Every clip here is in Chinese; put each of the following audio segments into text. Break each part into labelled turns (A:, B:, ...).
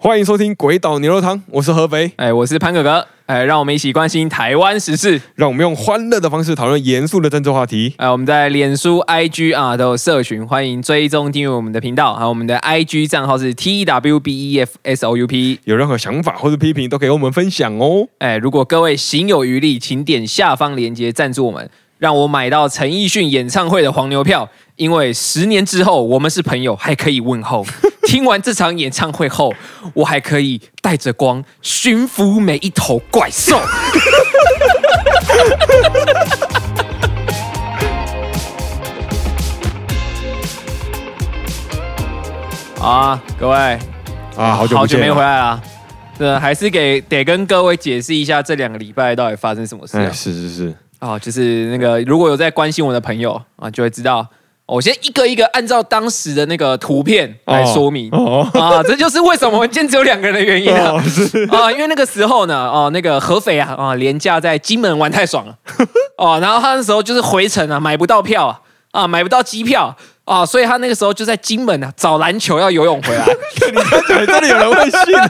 A: 欢迎收听《鬼岛牛肉汤》，我是合肥，
B: 哎，我是潘哥哥，哎，让我们一起关心台湾时事。
A: 让我们用欢乐的方式讨论严肃的政治话题。
B: 哎，我们在脸书、IG 啊都有社群，欢迎追踪订阅我们的频道。还有我们的 IG 账号是 T W B E F S O U P。
A: 有任何想法或是批评，都可以跟我们分享哦。
B: 哎，如果各位行有余力，请点下方链接赞助我们，让我买到陈奕迅演唱会的黄牛票。因为十年之后我们是朋友，还可以问候。听完这场演唱会后，我还可以带着光驯服每一头怪兽。好啊，各位，
A: 啊，好久不
B: 好久
A: 见，
B: 没回。来啦。对，还是给得跟各位解释一下这两个礼拜到底发生什么事
A: 哎，
B: 啊？
A: 是是是，
B: 啊就是那个如果有在关心我的朋友啊，就会知道。我先一个一个按照当时的那个图片来说明、
A: 哦
B: 啊，这就是为什么我们今天只有两个人的原因啊。
A: 哦，是
B: 啊，因为那个时候呢，哦、那个合肥啊，啊，廉价在金门玩太爽 了，哦，然后他那时候就是回程啊，买不到票啊，啊，买不到机票啊，所以他那个时候就在金门啊找篮球要游泳回来，
A: 真的有人会信 啊？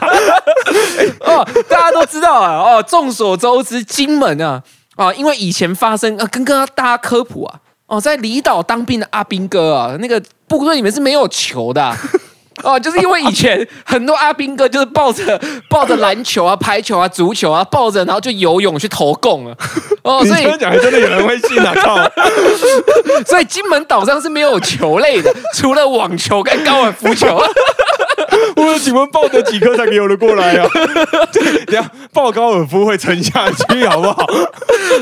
B: 哦，大家都知道啊，哦，众所周知，金门啊，啊，因为以前发生啊，跟跟大家科普啊，哦，在离岛当兵的阿兵哥啊，那个部队里面是没有球的啊、 哦，就是因为以前很多阿兵哥就是抱着 抱着篮球啊、排球啊、足球啊抱着，然后就游泳去投供了。哦，
A: 你
B: 所以
A: 这样讲，还真的有人会信啊！靠，
B: 所以金门岛上是没有球类的，除了网球跟高尔夫球。
A: 我说请问抱得几颗才游得过来啊？等一下抱高尔夫会沉下去，好不好？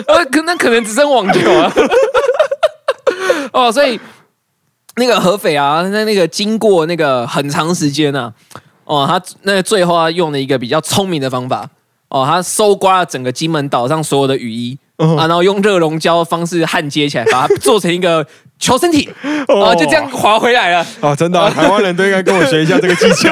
B: 呃，可那可能只剩网球啊。哦，所以那个合肥啊，那那个经过那个很长时间啊，哦，他那最后他用了一个比较聪明的方法，哦，他搜刮了整个金门岛上所有的雨衣。啊，然后用热熔胶的方式焊接起来，把它做成一个求生体，哦，就这样哦滑回来了。
A: 啊，真的啊，台湾人都应该跟我学一下这个技 巧。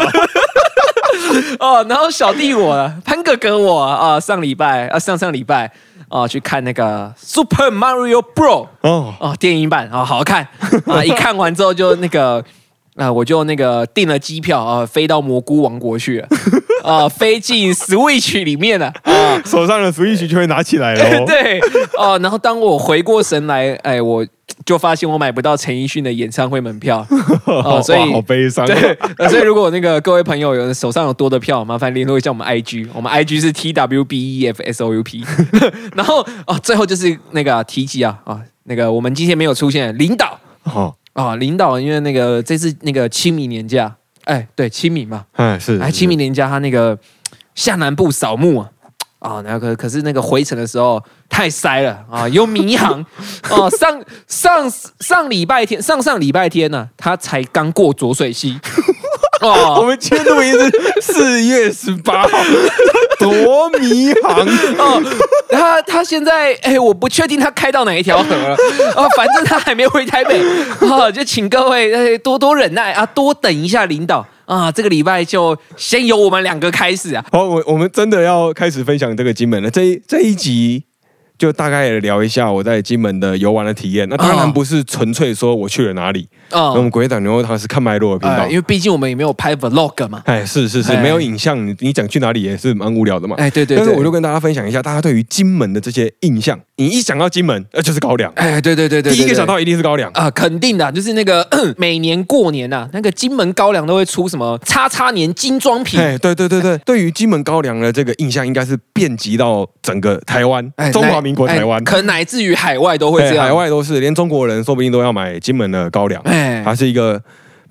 B: 哦，然后小弟我潘哥哥我啊、上礼拜啊上上礼拜啊、去看那个 Super Mario Bro
A: 哦，
B: 哦，电影版哦，好 好看啊！一看完之后就那个啊、我就那个订了机票啊、飞到蘑菇王国 去了啊、飞进 Switch 里面了 啊。
A: 手上的 Switch 就会拿起来喽。
B: 对哦、然后当我回过神来，哎，我就发现我买不到陈奕迅的演唱会门票 哦，所
A: 哇好
B: 以。
A: 悲伤。啊
B: 对、呃所以如果那个各位朋友有手上有多的票，麻烦联络一下我们 IG，我们 IG 是 T W B E F S O U P。然 后哦，最后就是那个啊、提及啊啊，那个我们今天没有出现领导，
A: 好，
B: 啊、领导因为那个这次那个清明年假，哎，对，清明嘛，
A: 哎，是，
B: 哎，
A: 是
B: 清明年假他那个下南部扫墓啊，啊、那个可是那个回程的时候太塞了啊、有迷航哦、上上上礼拜天，上上礼拜天呢、他才刚过浊水溪，
A: 我
B: 哦
A: 们今天录音是四月十八号，多迷航
B: 哦，他他现在哎，我不确定他开到哪一条河了，哦，反正他还没回台北，哦，就请各位哎多多忍耐啊，多等一下领导啊，这个礼拜就先由我们两个开始啊，
A: 好，我我们真的要开始分享这个金门了。这一这一集就大概也聊一下我在金门的游玩的体验。那当然
B: 哦
A: 不是纯粹说我去了哪里，那我
B: 哦
A: 们，鬼岛牛肉汤是看脉络的频
B: 哎
A: 道
B: 因。为毕竟我们也没有拍 vlog 嘛，
A: 哎，是是是，
B: 哎
A: 没有影像，你你讲去哪里也是蛮无聊的嘛。
B: 哎，对对
A: 但是
B: 对，
A: 我就跟大家分享一下，大家对于金门的这些印象。你一想到金门，呃，就是高粱，
B: 哎，对对对对，
A: 第一个
B: 对
A: 想。到一定是高粱。
B: 啊、肯定的，就是那个 每年过年呐、啊，那个金门高粱都会出什么叉叉年精装品，
A: 哎，对对对对，对于金门高粱的这个印象，应该是遍及到整个台湾
B: 哎，
A: 中华
B: 乃
A: 民国
B: 哎
A: 台湾，
B: 可乃至于海外都会
A: 哎
B: 这样。
A: 海，外都是，连中国人说不定都要买金门的高粱，
B: 哎
A: 它是一个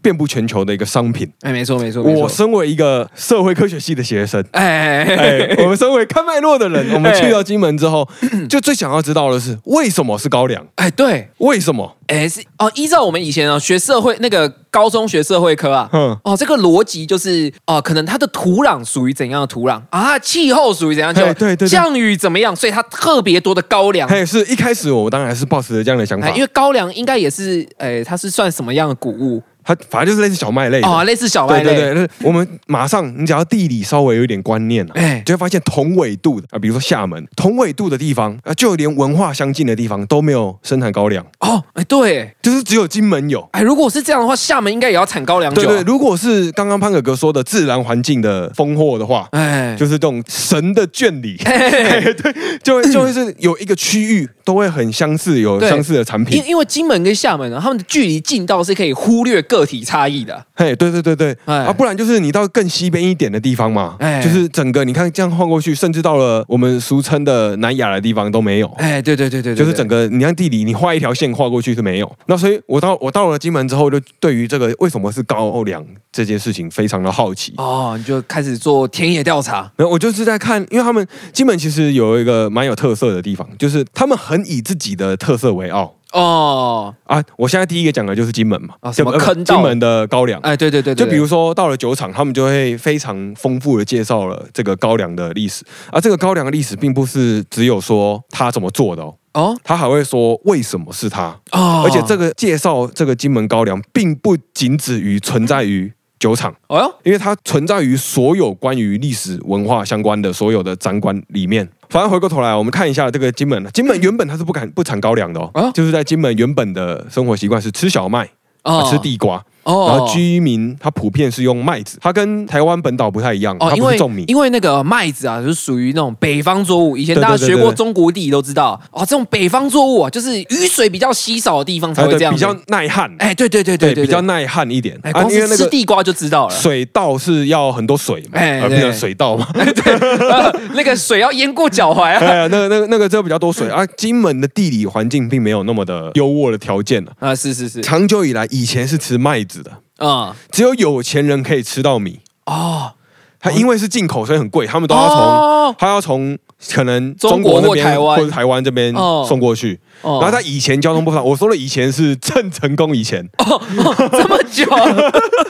A: 遍布全球的一个商品。
B: 哎，没错没错，没错，
A: 我身为一个社会科学系的学生
B: 哎哎哎，
A: 哎，我们身为看脉络的人，我们
B: 哎嗯
A: 去到金门之后，就最想要知道的是为什么是高粱？
B: 哎，对，
A: 为什么？
B: 哎是哦，依照我们以前啊、学社会那个高中学社会科啊，
A: 嗯
B: 哦这个逻辑就是哦、可能它的土壤属于怎样的土壤啊，它的气候属于怎样的气候，
A: 哎对对对
B: 降雨怎么样，所以它特别多的高粱。
A: 还有是一开始我当然是抱持着这样的想法
B: 哎哎，因，为高粱应该也是，哎，它是算什么样的谷物？
A: 它反正就是类似小麦类的。
B: 哦，类似小麦
A: 对
B: 类，
A: 对对，那我们马上，你只要地理稍微有一点观念啊，
B: 哎
A: 就会发现同纬度的啊，比如说厦门同纬度的地方啊，就连文化相近的地方都没有生产高粱，
B: 哦，哎对，
A: 就是只有金门有。
B: 哎，如果是这样的话，厦门应该也要产高粱酒
A: 对对，
B: 啊，
A: 如果是刚刚潘哥哥说的自然环境的丰获的话，
B: 哎，
A: 就是这种神的眷侣， 对，就会就会是有一个区域都会很相似，有
B: 对
A: 相似的产品
B: 因。因为金门跟厦门呢，啊他们的距离近到是可以忽略个体差异的，
A: 嘿，对对对对，
B: 哎
A: 啊，不然就是你到更西边一点的地方嘛，
B: 哎
A: 就是整个你看这样晃过去，甚至到了我们俗称的南亚的地方都没有。
B: 哎，对对对对
A: 就是整个，你看地理，你画一条线画过去是没有。那所以，我到我到了金门之后，就对于这个为什么是高粱这件事情非常的好奇。
B: 哦，你就开始做田野调查，
A: 然后我就是在看，因为他们金门其实有一个蛮有特色的地方，就是他们很以自己的特色为傲
B: 哦，
A: 啊。我现在第一个讲的就是金门嘛，
B: 啊什么
A: 就呃
B: 坑道
A: 金门的高粱。
B: 哎，对对对对，
A: 就
B: 对
A: 比如说到了酒厂，他们就会非常丰富的介绍了这个高粱的历史。而、这个高粱的历史并不是只有说它怎么做的哦，
B: 哦
A: 它还会说为什么是它。
B: 哦，
A: 而且这个介绍这个金门高粱，并不仅止于存在于酒厂，
B: 哦哟，
A: 因为它存在于所有关于历史文化相关的所有的展馆里面。反正回过头来，我们看一下这个金门，金门原本它是不敢不产高粱的
B: 啊
A: 哦，就是在金门原本的生活习惯是吃小麦、啊
B: 哦
A: 吃地瓜。
B: 哦，
A: 然后居民他普遍是用麦子，它跟台湾本岛不太一样，
B: 哦，
A: 它
B: 因
A: 不
B: 为
A: 是种米。
B: 因为那个麦子啊，就是属于那种北方作物。以前
A: 对对
B: 大家
A: 对
B: 学
A: 对
B: 过
A: 对
B: 中国地理都知道，哦，这种北方作物啊，就是雨水比较稀少的地方才
A: 啊
B: 会
A: 对
B: 这样
A: 比
B: 子。
A: 较耐旱，
B: 哎，对对对对
A: 对，
B: 对，
A: 比较
B: 对
A: 耐旱一点
B: 哎，
A: 啊，
B: 光
A: 因为
B: 是
A: 那
B: 吃
A: 个
B: 地瓜就 知道了。
A: 水稻是要很多水嘛，
B: 哎
A: 而
B: 对
A: 变成水稻 嘛。
B: 呃那个水要淹过脚踝 啊！
A: 哎呀，那个、那个、那个，就比较多水啊。金门的地理环境并没有那么的优渥的条件啊。
B: 啊，是是是，
A: 长久以来，以前是吃麦子的，
B: 啊
A: 只有有钱人可以吃到米。
B: 哦，
A: 它因为是进口，所以很贵，他们都要从，
B: 哦
A: 他要从可能
B: 中
A: 中
B: 国
A: 国那
B: 或
A: 边
B: 台湾
A: 或者台湾这边
B: 哦
A: 送过去。
B: 哦
A: 然后他以前交通不发达，我说的以前是郑成功以前，
B: 哦这么久。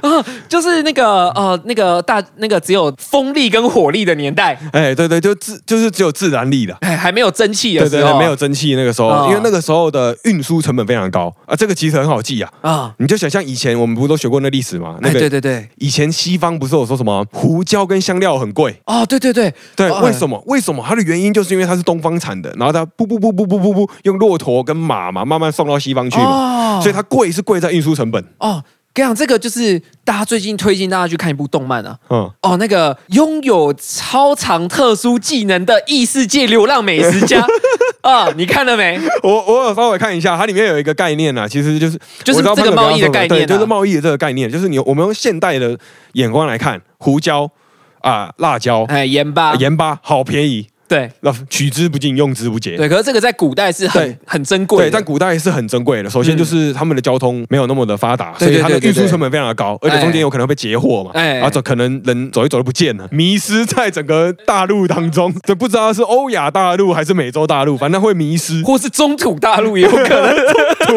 B: 啊就是那个呃，那个大那个只有风力跟火力的年代，
A: 哎，对对，就自就是只有自然力的。
B: 哎，还没有蒸汽的
A: 对对
B: 时候啊，
A: 对，没有蒸汽那个时候，
B: 哦
A: 因为那个时候的运输成本非常高啊，这个其实很好记啊。
B: 啊，
A: 你就想象以前我们不是都学过那历史吗？那
B: 哎，
A: 个
B: 对对对，
A: 以前西方不是有说什么胡椒跟香料很贵？
B: 哦，对对对，
A: 对，
B: 哦
A: 为什么？为什么？它的原因就是因为它是东方产的，然后它不不不不不不不用骆驼跟马嘛，慢慢送到西方去嘛，
B: 哦
A: 所以它贵是贵在运输成本。
B: 哦，跟你讲，这个就是大家最近推荐大家去看一部动漫啊。
A: 嗯，
B: 哦，那个拥有超常特殊技能的异世界流浪美食 家啊、你看了没？
A: 嗯我我有稍微看一下，它里面有一个概念啊，其实就是
B: 就是
A: 我知道
B: 这个
A: 潘哥
B: 贸易的
A: 刚刚说
B: 概念
A: 对，
B: 啊
A: 就是贸易的这个概念，就是你我们用现代的眼光来看，胡椒啊、辣椒、
B: 哎，盐巴，
A: 盐巴好便宜，
B: 对
A: 那取之不尽，用之不竭。
B: 对，可是这个在古代是很
A: 对
B: 很珍贵
A: 对，
B: 的，嗯
A: 但古代是很珍贵的。首先就是他们的交通没有那么的发达，
B: 对
A: 所以它的
B: 对对
A: 运
B: 对
A: 输成本非常的高，而且中间有可能被截获嘛，
B: 哎
A: 然后走可能人走一走就不见了，迷失在整个大陆当中，这不知道是欧亚大陆还是美洲大陆，反正会迷
B: ，
A: 失
B: 或是中土大陆也有可能。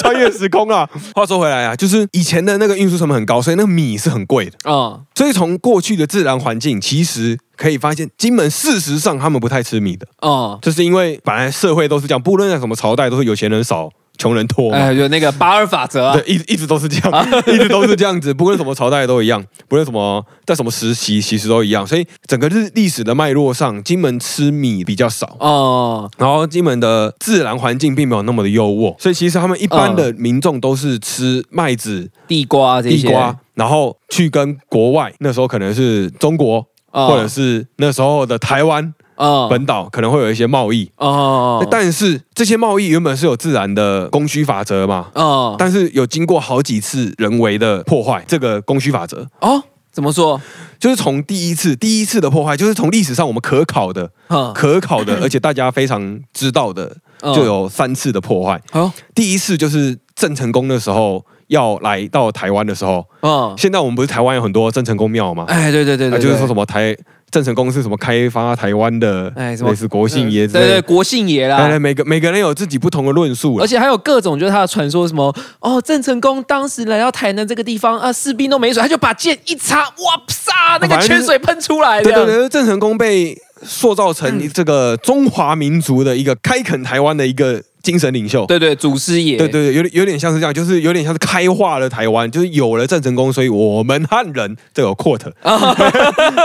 A: 穿越时空啊。话说回来啊，就是以前的那个运输成本很高，所以那个米是很贵的。
B: 嗯，
A: 所以从过去的自然环境，其实可以发现，金门事实上他们不太吃米的，
B: 哦、
A: 就是因为本来社会都是这样，不论在什么朝代，都是有钱人少，穷人多嘛。
B: 哎，有那个巴尔法则、啊，
A: 对，一直一直都是这样， 一直都是这样子，不论什么朝代都一样，不论什么在什么时期，其实都一样。所以整个日历史的脉络上，金门吃米比较少。
B: 哦、
A: 然后金门的自然环境并没有那么的优渥，所以其实他们一般的民众都是吃麦子、
B: 地瓜这
A: 地
B: 些，
A: 瓜，然后去跟国外那时候可能是中国，
B: 哦
A: 或者是那时候的台湾
B: 哦
A: 本岛可能会有一些贸易。
B: 哦
A: 但是这些贸易原本是有自然的供需法则嘛，
B: 哦
A: 但是有经过好几次人为的破坏，这个供需法则
B: 哦，怎么说？
A: 就是从第一次第一次的破坏，就是从历史上我们可考的、
B: 嗯，
A: 可考 的，而且大家非常知道的，
B: 嗯
A: 就有三次的破坏。
B: 好，
A: 第一次就是郑成功的时候要来到台湾的时候，
B: 嗯，
A: 现在我们不是台湾有很多郑成功庙吗？
B: 哎，对对对对
A: 啊，
B: 对
A: 就是说什么台郑成功是什么开发台湾的，
B: 哎什么
A: 类似国姓爷之
B: 对
A: 类
B: 对，
A: 的。
B: 国姓爷啦，
A: 来来，哎每个每个人有自己不同的论述啦
B: 而且还有各种就是他的传说，什么哦，郑成功当时来到台南这个地方啊，士兵都没水，他就把剑一插，哇啪，那个
A: 啊反正就
B: 泉
A: 是
B: 水喷出来的。
A: 对对对，郑成功被塑造成这个中华民族的一个开垦台湾的一个精神领袖。
B: 对对，祖师爷，
A: 对对对，有点有点像是这样，就是有点像是开化了台湾，就是有了郑成功，所以我们汉人这有 quote，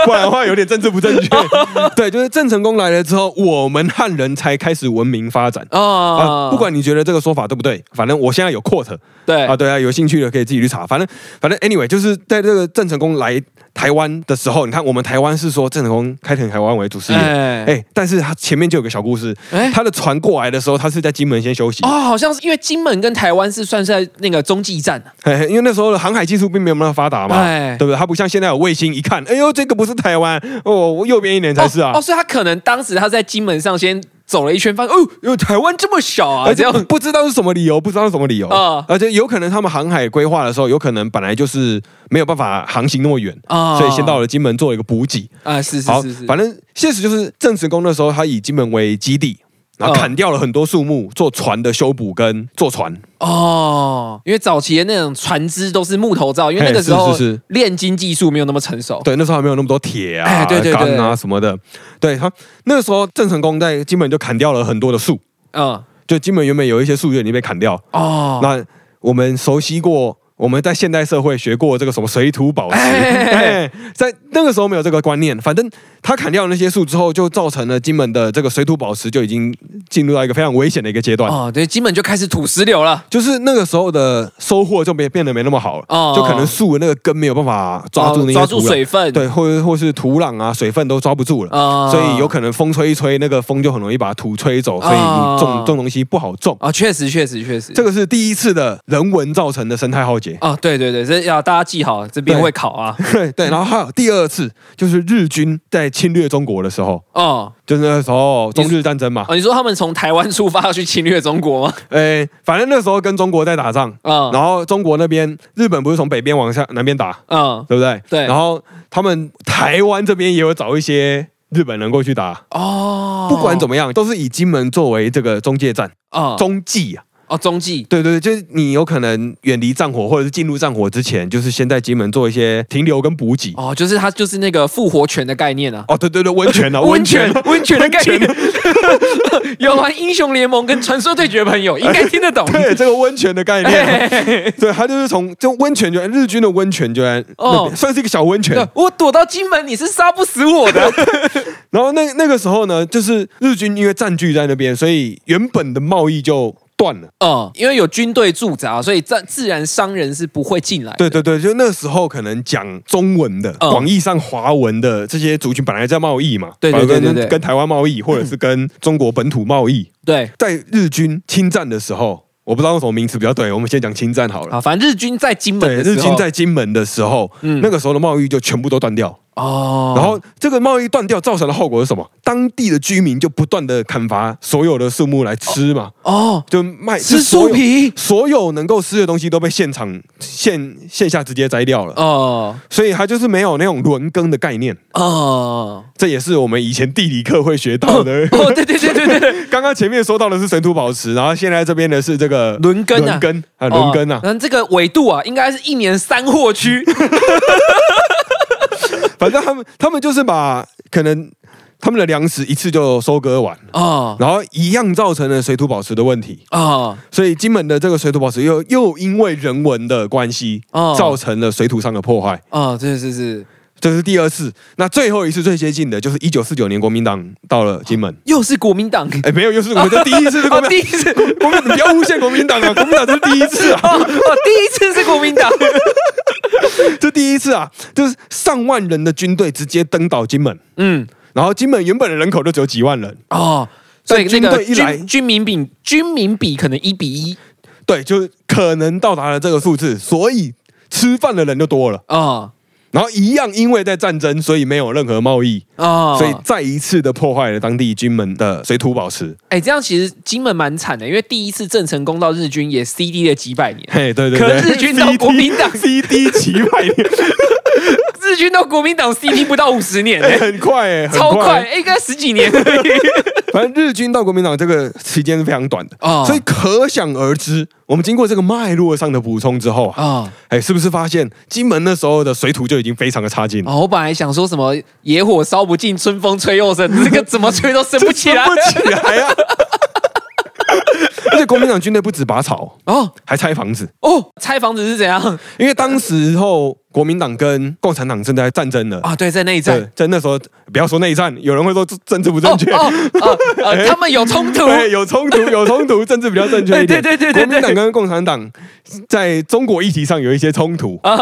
A: 不然的话有点政治不正确。对，就是郑成功来了之后，我们汉人才开始文明发展。
B: 啊
A: 啊，不管你觉得这个说法对不对，反正我现在有 quote
B: 对
A: 啊，对啊，有兴趣的可以自己去查。反正反正 anyway，就是在这个郑成功来台湾的时候，你看我们台湾是说郑成功开垦台湾为主事业，
B: 哎
A: 哎，但是他前面就有个小故事，
B: 哎
A: 他的船过来的时候，他是在金门先休息，
B: 哦，好像是因为金门跟台湾是算是在那个中继站啊
A: 哎，因为那时候的航海技术并没有那么发达嘛，
B: 哎
A: 对不对？它不像现在有卫星一看，哎呦，这个不是台湾，哦，我右边一点才是啊。
B: 哦，哦所以他可能当时他在金门上先走了一圈，发现哦，有台湾这么小啊，
A: 而且
B: 这样
A: 不不知道是什么理由，不知道是什么理由，
B: 啊
A: 而且有可能他们航海规划的时候，有可能本来就是没有办法航行那么远，
B: 啊
A: 所以先到了金门做了一个补给。
B: 啊，是
A: 好
B: 是是，是，
A: 反正现实就是郑成功那时候他以金门为基地，然后
B: 啊
A: 砍掉了很多树木做船的修补跟做船。
B: 哦，因为早期的那种船只都是木头造，因为那个时候
A: 嘿是是是
B: 炼金技术没有那么成熟，
A: 对，那时候还没有那么多铁啊、
B: 哎 对对对
A: 钢啊什么的。对他那时候郑成功在金门就砍掉了很多的树。
B: 嗯，
A: 就金门原本有一些树就已经被砍掉。
B: 哦，
A: 那我们熟悉过，我们在现代社会学过这个什么水土保持，
B: 哎
A: 哎在那个时候没有这个观念。反正他砍掉了那些树之后，就造成了金门的这个水土保持就已经进入到一个非常危险的一个阶段。
B: 哦，对，金门就开始土石流了，
A: 就是那个时候的收获就没变得没那么好了，
B: 哦
A: 就可能树的那个根没有办法抓住那
B: 哦
A: 些
B: 抓住
A: 土壤
B: 水分，
A: 对，或或是土壤啊、水分都抓不住了，
B: 啊
A: 所以有可能风吹一吹，那个风就很容易把土吹走，所以你种、
B: 哦
A: 种东西不好种。
B: 啊，确实确实确实，
A: 这个是第一次的人文造成的生态浩劫。
B: 哦，对对对，这要大家记好，这边
A: 对
B: 会考啊，
A: 对对，然后还有第二次，就是日军在侵略中国的时候，
B: 哦
A: 就是那时候中日战争嘛。
B: 哦，你说他们从台湾出发要去侵略中国吗？
A: 诶，哎反正那时候跟中国在打仗，
B: 嗯
A: 然后中国那边日本不是从北边往下南边打，
B: 嗯，
A: 对不对？
B: 对
A: 然后他们台湾这边也有找一些日本人过去打，
B: 哦，
A: 不管怎
B: 么
A: 么样，都是以金门作为这个中介站、
B: 啊，
A: 中继啊。
B: 哦中继
A: 对对对，就是你有可能远离战火或者是进入战火之前，就是先在金门做一些停留跟补给。
B: 哦，就是它就是那个复活泉的概念啊。
A: 哦，对对对，温 泉啊，
B: 温泉，温泉的概
A: 温泉
B: 念， 有玩英雄联盟跟传说对决的 朋友应该听得 懂。
A: 对这个温泉的概念，
B: 嘿嘿嘿 嘿
A: 对，它就是从就温泉就在日军的温泉就在那
B: 哦
A: 边，算是一个小温泉。
B: 对我躲到金门，你是杀不死 我的。
A: 然后那那个时候呢，就是日军因为占据在那边，所以原本的贸易就断了。
B: 哦，因为有军队驻扎，所以自自然商人是不会进来的。
A: 对对对，就那时候可能讲中文的、
B: 哦
A: 广义上华文的这些族群本来在贸易嘛，
B: 对对对对
A: 跟
B: 对嗯
A: 跟台湾贸易或者是跟中国本土贸易，
B: 对
A: 在日军侵占的时候，我不知道用什么名词比较对，我们先讲侵占好了。
B: 啊，反正日军在金门
A: 对，
B: 的时候，
A: 日军在金门的时候，
B: 嗯
A: 那个时候的贸易就全部都断掉。
B: 哦，
A: 然后这个贸易断掉造成的后果是什么？当地的居民就不断的砍伐所有的树木来吃嘛，
B: 哦，
A: 就卖
B: 吃
A: 就所
B: 树
A: 有
B: 皮
A: 所有能够吃的东西都被现场现线下直接摘掉了，
B: 哦
A: 所以它就是没有那种轮耕的概念。
B: 哦
A: 这也是我们以前地理课会学到 的。
B: 哦，对对对对对，
A: 刚刚前面说到的是水土保持，然后现在这边的是这个
B: 轮耕
A: 轮
B: 啊
A: 耕 啊，轮耕啊
B: 哦，嗯，这个纬度啊，应该是一年三货 区
A: 反正他们他们就是把可能他们的粮食一次就收割完，
B: 哦
A: 然后一样造成了水土保持的问题。
B: 哦
A: 所以金门的这个水土保持又又因为人文的关系，
B: 哦
A: 造成了水土上的破坏，
B: 哦，对是是，
A: 这是第二次。那最后一次最接近的就是一九四九年国民党到了金门。
B: 又是国民党，
A: 哎，没有，又是我们这第一次是国
B: 哦
A: 民
B: 第一次，哦
A: 国民，你不要诬陷国民党啊！ 国民党这是第一次啊，
B: 哦第一次是国民党，
A: 这第一次啊，就是上万人的军队直接登岛金门，
B: 嗯
A: 然后金门原本的人口就只有几万人，
B: 哦。所以那
A: 但军
B: 个
A: 队一来
B: 军军民比军民比可能一比一
A: 对，就是可能到达了这个数字，所以吃饭的人就多了。
B: 哦
A: 然后一样，因为在战争，所以没有任何贸易，
B: 哦，
A: 所以再一次的破坏了当地军门的水土保持。
B: 哎、这样其实金门蛮惨的，因为第一次郑成功到日军也 CD 了几百年，
A: 嘿，对对
B: 可
A: 对，
B: 能日军到国民党
A: CD 几百 年，
B: 日军到国民党 CD 不到五十年、哎
A: 很快哎，很
B: 超快，。哎应该十几年而已
A: 反正日军到国民党这个期间是非常短的，
B: 哦
A: 所以可想而知，我们经过这个脉络上的补充之后啊，
B: 哦
A: 哎，是不是发现金门那时候的水土就已经非常的差劲了？
B: 哦，我本来想说什么野火烧不尽，春 风吹又生，这个怎么吹都升不起来
A: 不。起来啊！国民党军队不止拔草，
B: 哦
A: 还拆房子，
B: 哦，拆房子是怎样
A: 因为当时候国民党跟共产党正在战争了。
B: 啊？对，在内战
A: 对，在那时候，不要说内战，有人会说这政治不正确，
B: 哦哦 哦呃，他们有冲突，哎
A: 对，有冲突，有冲 突，政治比较正确一点。
B: 对对对对对
A: 国民党跟共产党在中国议题上有一些冲突
B: 啊，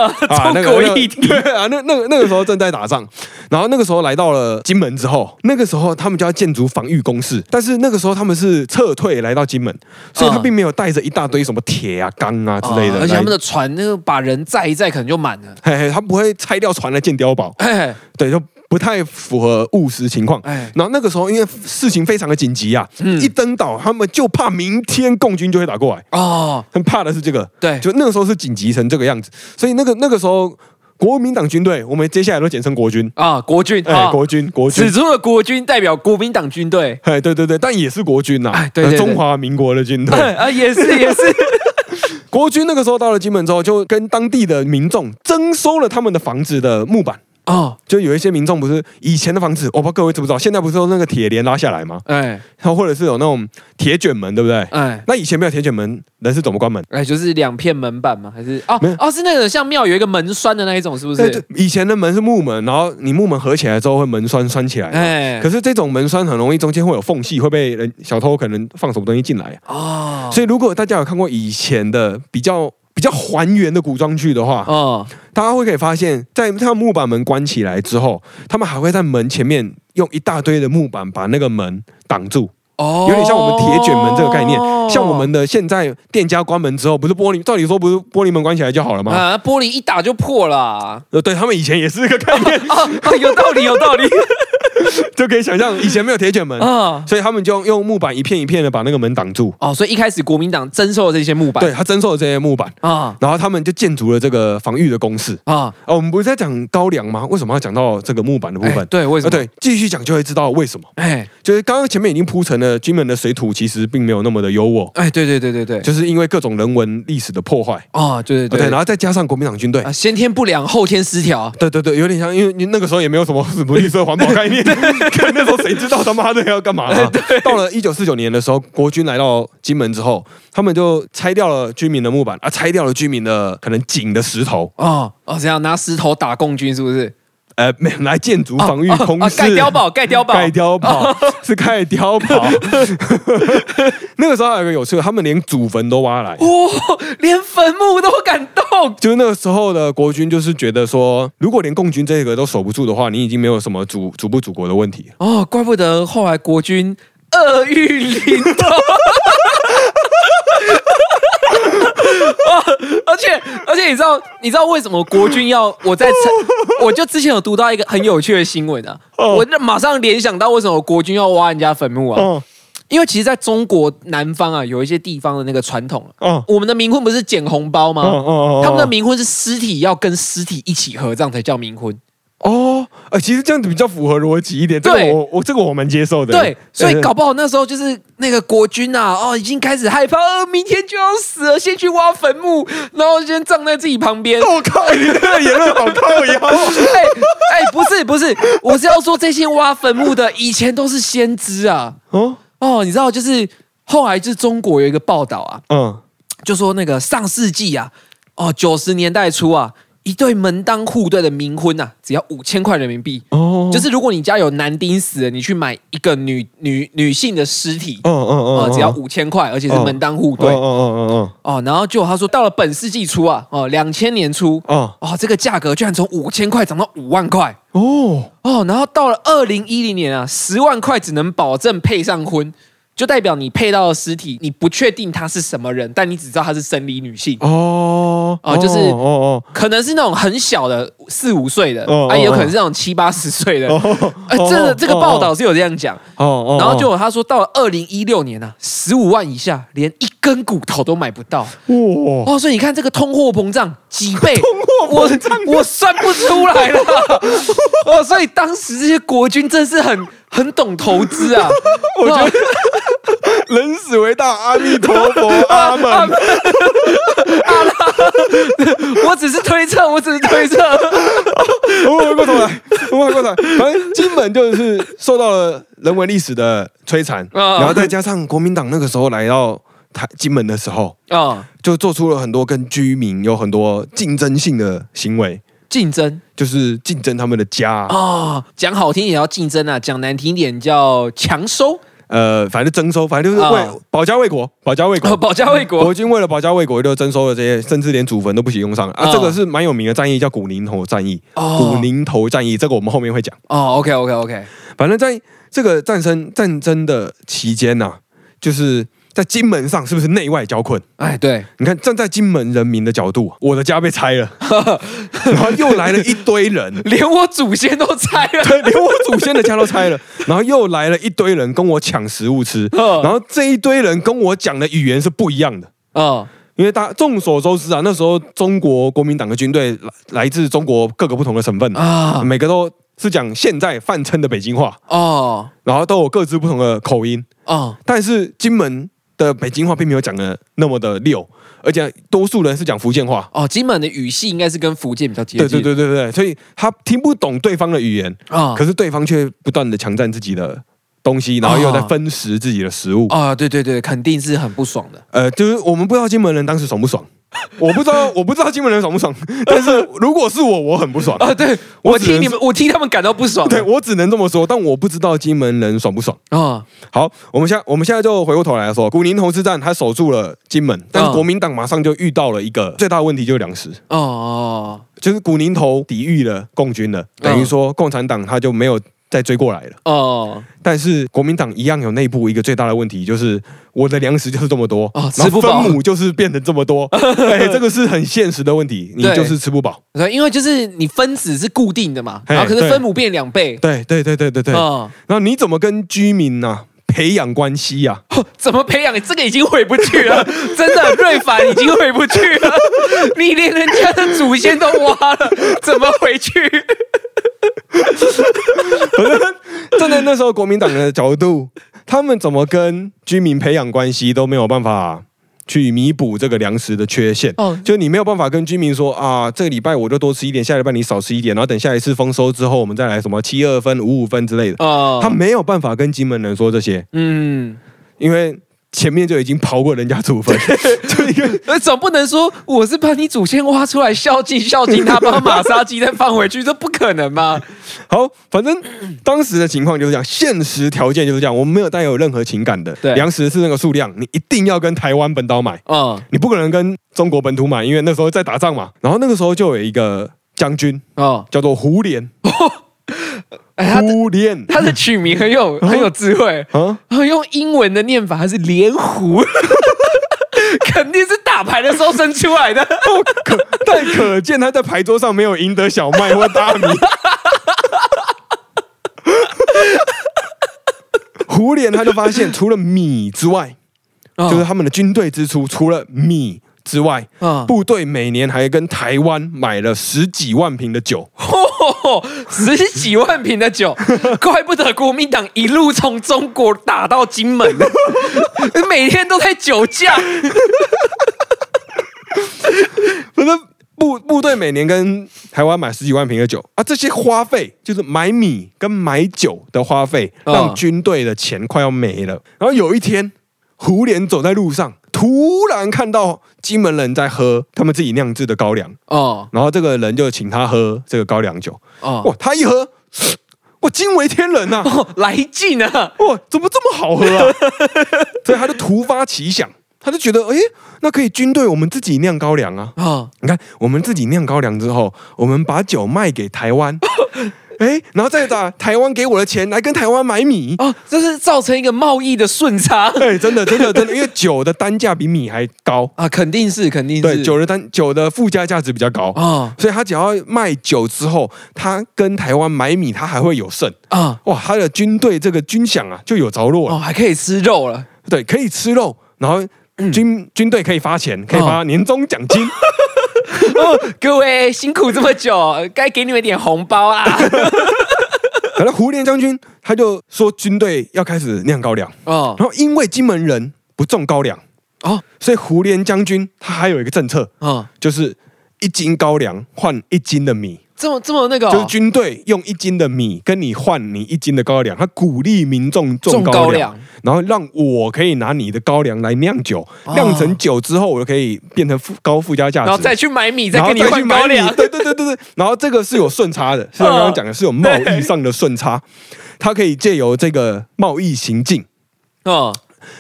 B: 中国议题
A: 那个那个对啊，那那个那个时候正在打仗，然后那个时候来到了金门之后，那个时候他们就要建筑防御工事，但是那个时候他们是撤退来到金门，所以他
B: 嗯
A: 并没有带着一大堆什么铁啊、钢啊之类的来，
B: 而且他们的船那个把人载一载，可能就满了。
A: 嘿嘿，他不会拆掉船来建碉堡，
B: 哎
A: 对，就不太符合务实情况。
B: 哎嗯
A: 然后那个时候因为事情非常的紧急啊，一登岛他们就怕明天共军就会打过来，
B: 哦，
A: 很怕的是这个。
B: 对
A: 就那个时候是紧急成这个样子，所以那个那个时候国民党军队，我们接下来都简称国军，
B: 啊，国军
A: 哎、
B: 啊，
A: 国军国
B: 此
A: 军。
B: 处的国军代表国民党军队。
A: 哎，对对对，但也是国军呐、
B: 哎对对对
A: 中华民国的军队。
B: 啊，也是也是，
A: 国军那个时候到了金门之后，就跟当地的民众征收了他们的房子的木板。
B: 哦，
A: 就有一些民众不是以前的房子，我不知道各位知不知道，现在不是用那个铁帘拉下来吗？
B: 哎
A: 然后或者是有那种铁卷门，对不对？
B: 哎
A: 那以前没有铁卷门，人是怎么关门？
B: 哎，就是两片门板吗？还是哦
A: 没有
B: 哦，是那种像庙有一个门栓的那一种，是不？
A: 对，就是以前的门是木门，然后你木门合起来之后会门栓栓起来。
B: 哎
A: 可是这种门栓很容易中间会有缝隙，会被人小偷可能放什么东西进来。
B: 哦
A: 所以如果大家有看过以前的比较比较还原的古装剧的话，
B: 哦
A: 大家会可以发现，在他们木板门关起来之后，他们还会在门前面用一大堆的木板把那个门挡住。
B: 哦
A: 有点像我们铁卷门这个概念，像我们的现在店家关门之后，不是玻璃，照理说不是玻璃门关起来就好了吗？
B: 啊，玻璃一打就破了啊，
A: 呃，对他们以前也是这个概 念，
B: 啊啊有道理有 道理
A: 就可以想象以前没有铁卷门，
B: 啊。
A: 所以他们就用木板一片一片的把那个门挡住。
B: 哦，所以一开始国民党征收了这些木板，
A: 对他征收了这些木板，
B: 啊
A: 然后他们就建筑了这个防御的工事。
B: 啊，
A: 哦，我们不是在讲高粱吗？为什么要讲到这个木板的部
B: 哎
A: 分？
B: 对，为什
A: 啊，
B: 么？，
A: 对，继续讲就会知道为什么。
B: 哎
A: 就是刚刚前面已经铺陈了，金门的水土其实并没有那么的优渥，
B: 哎，对对对对对，
A: 就是因为各种人文历史的破坏。
B: 哦，对对
A: 对，然后再加上国民党军队，
B: 啊，先天不良，后天失调。
A: 对对对，有点像，因为你那个时候也没有什么什么绿色环保概念， 看那时候谁知道他妈的要干嘛、啊？到了一九四九年的时候，国军来到金门之后，他们就拆掉了居民的木板啊，拆掉了居民的可能井的石头，
B: 哦哦，这样拿石头打共军是不是？
A: 呃，没来建筑防御
B: 哦
A: 工
B: 哦
A: 事，
B: 盖碉堡，盖碉堡，哦
A: 盖碉堡 是盖碉堡。 那个时候还有一个有趣的，他们连祖坟都挖来。
B: 哦，连坟墓都敢动。
A: 就是那个时候的国军，就是觉得说，如果连共军这个都守不住的话，你已经没有什么祖祖不祖国的问题了。
B: 哦，怪不得后来国军恶欲临头。 哦而且而且，你知道你知道为什么国军要我在猜？我就之前有读到一个很有趣的新闻啊，
A: 哦
B: 我就马上联想到为什么国军要挖人家坟墓啊？
A: 哦
B: 因为其实，在中国南方啊，有一些地方的那个传统、啊，
A: 哦
B: 我们的冥婚不是捡红包吗？
A: 哦哦
B: 他们的冥婚是尸体要跟尸体一起合葬才叫冥婚。
A: 哦，呃，其实这样子比较符合逻辑一点。这
B: 对
A: 个我我这个我蛮接受的。
B: 对，所以搞不好那时候就是那个国军啊，哦，已经开始害怕，哦，明天就要死了，先去挖坟墓，然后先葬在自己 旁边。
A: 我靠，你这个言论好靠腰。
B: 哎哎，不是不是，我是要说这些挖坟墓的以前都是先知啊。
A: 哦，
B: 哦，你知道，就是后来就是中国有一个报道啊，
A: 嗯，
B: 就说那个上世纪啊，哦，九十年代初啊，一对门当户对的冥婚啊，只要五千块人民币。
A: 哦，
B: 就是如果你家有男丁死了，你去买一个女女女性的尸体，
A: 嗯，嗯嗯
B: 哦，
A: 嗯，
B: 只要五千块，而且是门当户对
A: 嗯嗯嗯嗯
B: 哦。然后就他说，到了本世纪初啊，哦，两千年初，
A: 嗯，
B: 哦，这个价格居然从五千块涨到五万块
A: 嗯哦，
B: 哦。然后到了二零一零年啊，十万块只能保证配上婚，就代表你配到的尸体，你不确定她是什么人，但你只知道她是生理女性。
A: 哦，
B: 哦就是
A: 哦
B: 可能是那种很小的四五岁的，
A: 哦
B: 啊，也有
A: 哦
B: 可能是那种七八十岁的
A: 哦。哦，
B: 哎，这个这个报道，是有这样讲，
A: 哦哦，
B: 然后就有他说到了二零一六年呢、啊，十五万以下连一根骨头都买不到
A: 哇，
B: 哦，所以你看这个通货膨胀几倍，
A: 通货膨胀
B: 我我算不出来 了哦，所以当时这些国军真是很很懂投资啊， 我觉得
A: 人死为大，阿弥陀佛，阿门。
B: 哦我只是推测，我只是推 测，
A: 我回过头来，我回过头来，反正金门就是受到了人文历史的摧残，
B: 啊
A: 然后再加上国民党那个时候来到台金门的时候，
B: 啊，
A: 就做出了很多跟居民有很多竞争性的行为，
B: 竞争
A: 就是竞争他们的家啊、
B: 啊，讲、好听一点叫竞争啊，讲难听一点叫强收，
A: 呃，反正征收，反正就是为、
B: 啊
A: 保家卫国，保家卫国。
B: 呃保家卫国
A: 国军为了保家卫国，就征收了这些，甚至连祖坟都不许用上啊！
B: 啊
A: 这个是蛮有名的战役，叫古宁头战役。
B: 哦
A: 古宁头战役，这个我们后面会讲。
B: 哦，OK OK OK，
A: 反正在这个战争战争的期间呐、就是在金门上是不是内外交困？
B: 哎，对，
A: 你看，站在金门人民的角度，我的家被拆 了，然后又来了一堆人，
B: 连我祖先都拆 了，
A: 对，连我祖先的家都拆了，然后又来了一堆人跟我抢食物吃，
B: 嗯
A: 然后这一堆人跟我讲的语言是不一样的。
B: 哦
A: 因为大众所周知啊，那时候中国国民党的军队来来自中国各个不同的省份，
B: 啊
A: 每个都是讲现在泛称的北京话，
B: 哦
A: 然后都有各自不同的口音。
B: 哦
A: 但是金门的北京话并没有讲的那么的溜，而且多数人是讲福建话。
B: 哦，金门的语系应该是跟福建比较接
A: 对
B: 近，
A: 对对对对，所以他听不懂对方的语言，
B: 啊
A: 可是对方却不断的强占自己的东西，然后又在分食自己的食物。
B: 啊，对对对，肯定是很不爽 的，
A: 呃，就是我们不知道金门人当时爽不 爽，我不知道我不知道金门人爽不爽，但是如果是我，我很不爽。
B: 啊，对
A: 我
B: 我
A: 只
B: 替
A: 能
B: 你们，我替他们感到不 爽，
A: 对我只能这么说，但我不知道金门人爽不爽。
B: 啊
A: 好，我们现在我们现在就回过头来说，古宁头之战，他守住了金门，但是
B: 嗯
A: 国民党马上就遇到了一个最大的问题，就是粮食，
B: 哦哦
A: 就是古宁头抵御了共军了，等于
B: 嗯
A: 说共产党他就没有再追过来了。
B: 哦
A: 但是国民党一样有内部一个最大的问题，就是我的粮食就是这么多，
B: 哦
A: 然
B: 吃
A: 后
B: 不饱
A: 分母就是变得这么 多，对，这个是很现实的问题，你
B: 对
A: 就是吃不饱。
B: 对，因为就是你分子是固定的嘛，
A: 嘿
B: 然后可是
A: 对
B: 分母变两倍，
A: 对对对对对对，
B: 啊，
A: 然后你怎么跟居民呐培养关系呀、
B: 哦怎么培养？这个已经回不去 了，真的，瑞凡已经回不去了。 你连人家的祖先都 挖了，怎么回去？
A: 站在那时候国民党的角度，他们怎么跟居民培养关系都没有办法去弥补这个粮食的缺陷。
B: 哦
A: 就你没有办法跟居民说啊，这个礼拜我就多吃一点，下礼拜你少吃一点，然后等下一次丰收之后，我们再来什么七二分、五五分之类的。
B: 哦
A: 他没有办法跟金门人说这些，
B: 嗯，
A: 因为前面就已经刨过人家祖 坟，就因为
B: 呃，总不能说我是把你祖先挖出来孝敬孝敬 他，把马杀鸡再放回去，这不可能吧？
A: 好，反正当时的情况就是这样，现实条件就是这样，我们没有带有任何情感的
B: 对
A: 粮食是那个数量，你一定要跟台湾本岛买。
B: 哦
A: 你不可能跟中国本土买，因为那时候在打仗嘛。然后那个时候就有一个将军
B: 哦，
A: 叫做胡琏，
B: 哎，他的
A: 胡琏
B: 他的取名很有很有智慧，
A: 啊，
B: 然后用英文的念法，它是莲湖， 肯定是打牌的时候生出来的。
A: 可 但可见他在牌桌上没有赢得小麦或大米。 胡琏他就发现，除了米之外，
B: 哦
A: 就是他们的军队支出除了米之外，
B: 啊
A: 部队每年还跟台湾买了十几万瓶的酒。
B: 哦，十几万瓶的酒， 怪不得国民党一路从中国打到金门， 每天都在酒驾。
A: 反正部部队每年跟台湾买十几万瓶的酒啊，这些花费就是买米跟买酒的花费，
B: 嗯
A: 让军队的钱快要没了。然后有一天，胡琏走在路上，突然看到金门人在喝他们自己酿制的高粱，
B: 哦
A: 然后这个人就请他喝这个高粱酒。哇
B: 哦，
A: 他一喝，哇，惊为天人呐、啊！
B: 哦，来劲啊！
A: 哇，怎么这么好喝 啊？所以他就突发奇想，他就觉得，诶，那可以军队我们自己酿高粱啊。
B: 哦
A: 你看，我们自己酿高粱之后，我们把酒卖给台 湾，哎，然后再把台湾给我的钱来跟台湾买米。
B: 哦，这是造成一个贸易的顺差
A: 哎，真的，真的，真的，因为酒的单价比米还 高，
B: 啊，肯定是肯定是
A: 对，酒的单酒的附加价值比较高，
B: 啊
A: 所以他只要卖酒之后，他跟台湾买米，他还会有剩。
B: 啊
A: 哇，他的军队这个军饷啊就有着落了，
B: 哦，还可以吃肉了。
A: 对，可以吃肉，然后
B: 嗯
A: 军军队可以发钱，可以发年终奖 金。
B: 哦， 各位辛苦这么久，该给你们一点红 包啦。
A: 可能胡琏将军他就说军队要开始酿高粱。
B: 哦
A: 然后因为金门人不种高粱，
B: 哦
A: 所以胡琏将军他还有一个政策，
B: 哦
A: 就是一斤高粱换一斤的米。
B: 这么这么那个、哦，
A: 就是军队用一斤的米跟你换你一斤的高粱，他鼓励民众种
B: 种
A: 高
B: 高
A: 粱
B: 粱，
A: 然后让我可以拿你的高粱来酿酒，
B: 哦
A: 酿成酒之后，我就可以变成附高附加价值，
B: 然后再去买米，再
A: 然后
B: 跟你
A: 去
B: 换
A: 买
B: 高
A: 米
B: 粱。
A: 对对对对对。然后这个是有顺差的，是我刚刚讲的是有贸易上的顺差，它可以借由这个贸易行径，
B: 嗯，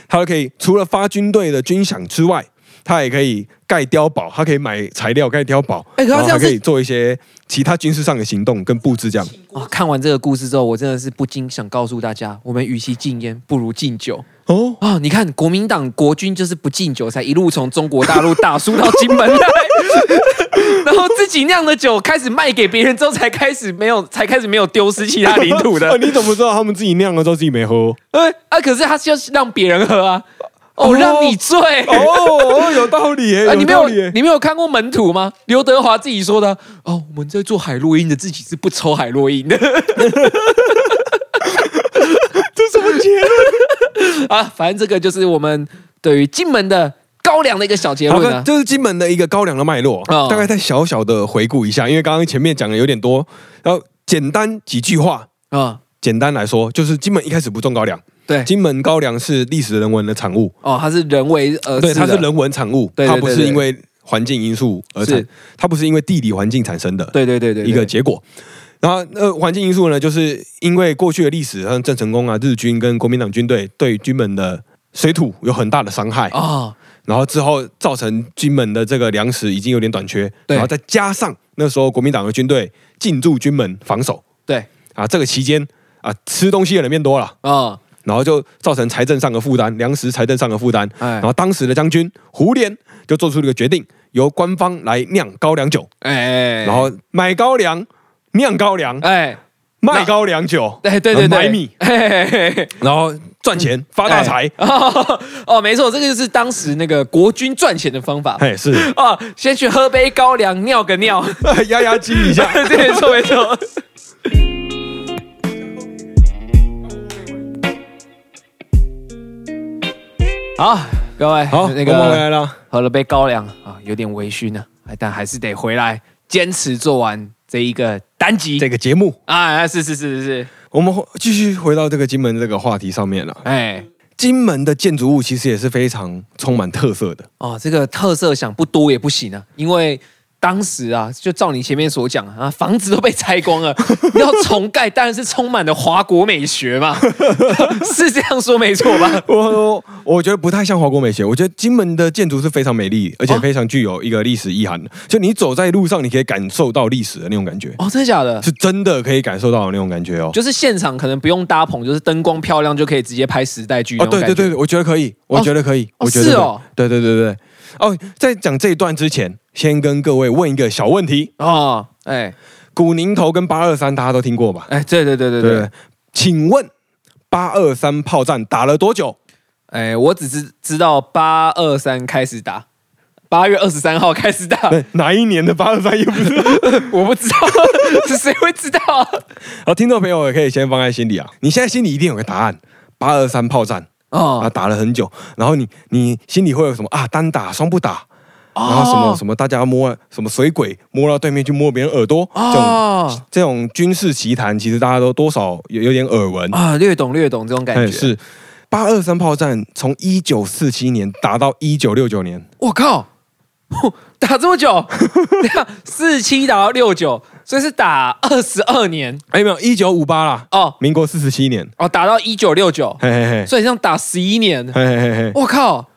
A: 它可以除了发军队的军饷之外，它也可以盖碉堡，它可以买材料盖碉堡，
B: 哎可是它
A: 然后
B: 这
A: 它
B: 样
A: 可
B: 是
A: 以做一些其他军事上的行动跟布置，这样
B: 哦，看完这个故事之后，我真的是不禁想告诉大家，我们与其禁烟，不如禁酒
A: 哦。
B: 啊、你看，国民党国军就是不禁酒，才一路从中国大陆打输到金门来， 然后自己酿的酒开始卖给别人之后，才开始没有，才开始没有丢失其他领土
A: 啊
B: 的。
A: 你怎么知道他们自己酿了之后自己没喝？
B: 呃啊，可是他就是让别人喝啊，哦，
A: 哦
B: 让你醉。
A: 哦哦，有道理 耶，
B: 啊，你没
A: 道
B: 有
A: 理耶。
B: 你没有看过《门徒》吗？刘德华自己说的啊。哦，我们在做海洛因的，自己是不抽海洛因的
A: 这什么结论？
B: 啊。反正这个就是我们对于金门的高粱的一个小结
A: 好
B: 论
A: 的，
B: 啊。
A: 这是金门的一个高粱的脉络，
B: 哦
A: 大概再小小的回顾一下，因为刚刚前面讲的有点多，然后简单几句话。
B: 啊，
A: 简单来说，就是金门一开始不种高粱，
B: 对，
A: 哦金门高粱是历史人文的产物，
B: 哦，它是人为而
A: 对，
B: 制
A: 它
B: 的
A: 是，人文产物，
B: 对对对
A: 它不是因为环境因素而产
B: 是，
A: 它不是因为地理环境产生的，
B: 对对对对，对
A: 一个结果。然后，呃，环境因素呢，就是因为过去的历史，像郑成功啊、日军跟国民党军队对军门的水土有很大的伤害，
B: 哦，
A: 然后之后造成军门的这个粮食已经有点短缺，
B: 对
A: 然后再加上那时候国民党的军队进驻军门防守
B: 对
A: 啊，这个期间啊，吃东西的人变多了，
B: 哦，
A: 然后就造成财政上的负担，粮食财政上的负担，
B: 哎
A: 然后当时的将军胡琏就做出了一个决定，由官方来酿高粱酒，
B: 哎，
A: 然后买高粱、酿高粱、
B: 哎
A: 卖高粱酒，
B: 哎对对对，
A: 买米，
B: 嘿嘿嘿嘿
A: 然后赚钱发大财。
B: 哎 哦哦，没错，这个就是当时那个国军赚钱的方法。
A: 嘿， 是
B: 啊，先去喝杯高粱，尿个尿。
A: 压压惊一下。
B: 对，没错没错。好，各位，
A: 好，我
B: 那
A: 们回
B: 个
A: 来了。
B: 喝了杯高粱啊，有点微醺呢、啊，但还是得回来坚持做完这一个单集。
A: 这个节目，
B: 啊，是是是是是，
A: 我们继续回到这个金门这个话题上面了。
B: 哎，
A: 金门的建筑物其实也是非常充满特色的。
B: 哦，这个特色想不多也不行啊，因为当时啊，就照你前面所讲啊，房子都被拆光了， 要重盖当然是充满了华国美学嘛， 是这样说没错吧？
A: 我我我觉得不太像华国美学，我觉得金门的建筑是非常美丽，而且非常具有一个历史意涵的。就你走在路上，你可以感受到历史的那种感觉，
B: 哦，真的假的？
A: 是真的可以感受到的那种感觉哦。
B: 就是现场可能不用搭棚，就是灯光漂亮就可以直接拍时代剧
A: 哦，
B: 那种
A: 对对
B: 感觉。
A: 对，我觉得可以，我觉得可以，
B: 哦
A: 我觉得
B: 是
A: 可以
B: 哦，
A: 对对对对。哦，在讲这一段之前，先跟各位问一个小问题：
B: 哦，哎
A: 古宁头跟八二三大家都听过吧？
B: 哎，对对对对对，
A: 对，请问八二三炮战打了多久？
B: 哎，我只是知道八二三开始打，八月二十三号开始打，
A: 对，哪一年的八二三也不知道。
B: 我不知道 是谁会知道啊
A: 好，听众朋友也可以先放在心里啊，你现在心里一定有个答案，八二三炮战啊
B: 哦
A: 打了很久，然后你你心里会有什么啊单打双不打，
B: 哦
A: 然后什么什么大家摸什么水鬼摸到对面去摸别人耳朵这种。
B: 哦
A: 这种军事奇谈，其实大家都多少有有点耳闻。
B: 啊，略懂略懂这种感
A: 哎，
B: 觉。，
A: 是八二三炮战从一九四七年打到一九六九年，
B: 我靠， 呼打这么久， 啊四七打到六九，所以是打二十二年
A: 哎，没有一九五八啦，
B: 哦
A: 民国四十七年。
B: 哦，打到一九六九，
A: 嘿嘿嘿，
B: 所以这样打十一年。
A: 嘿嘿嘿嘿，
B: 我靠！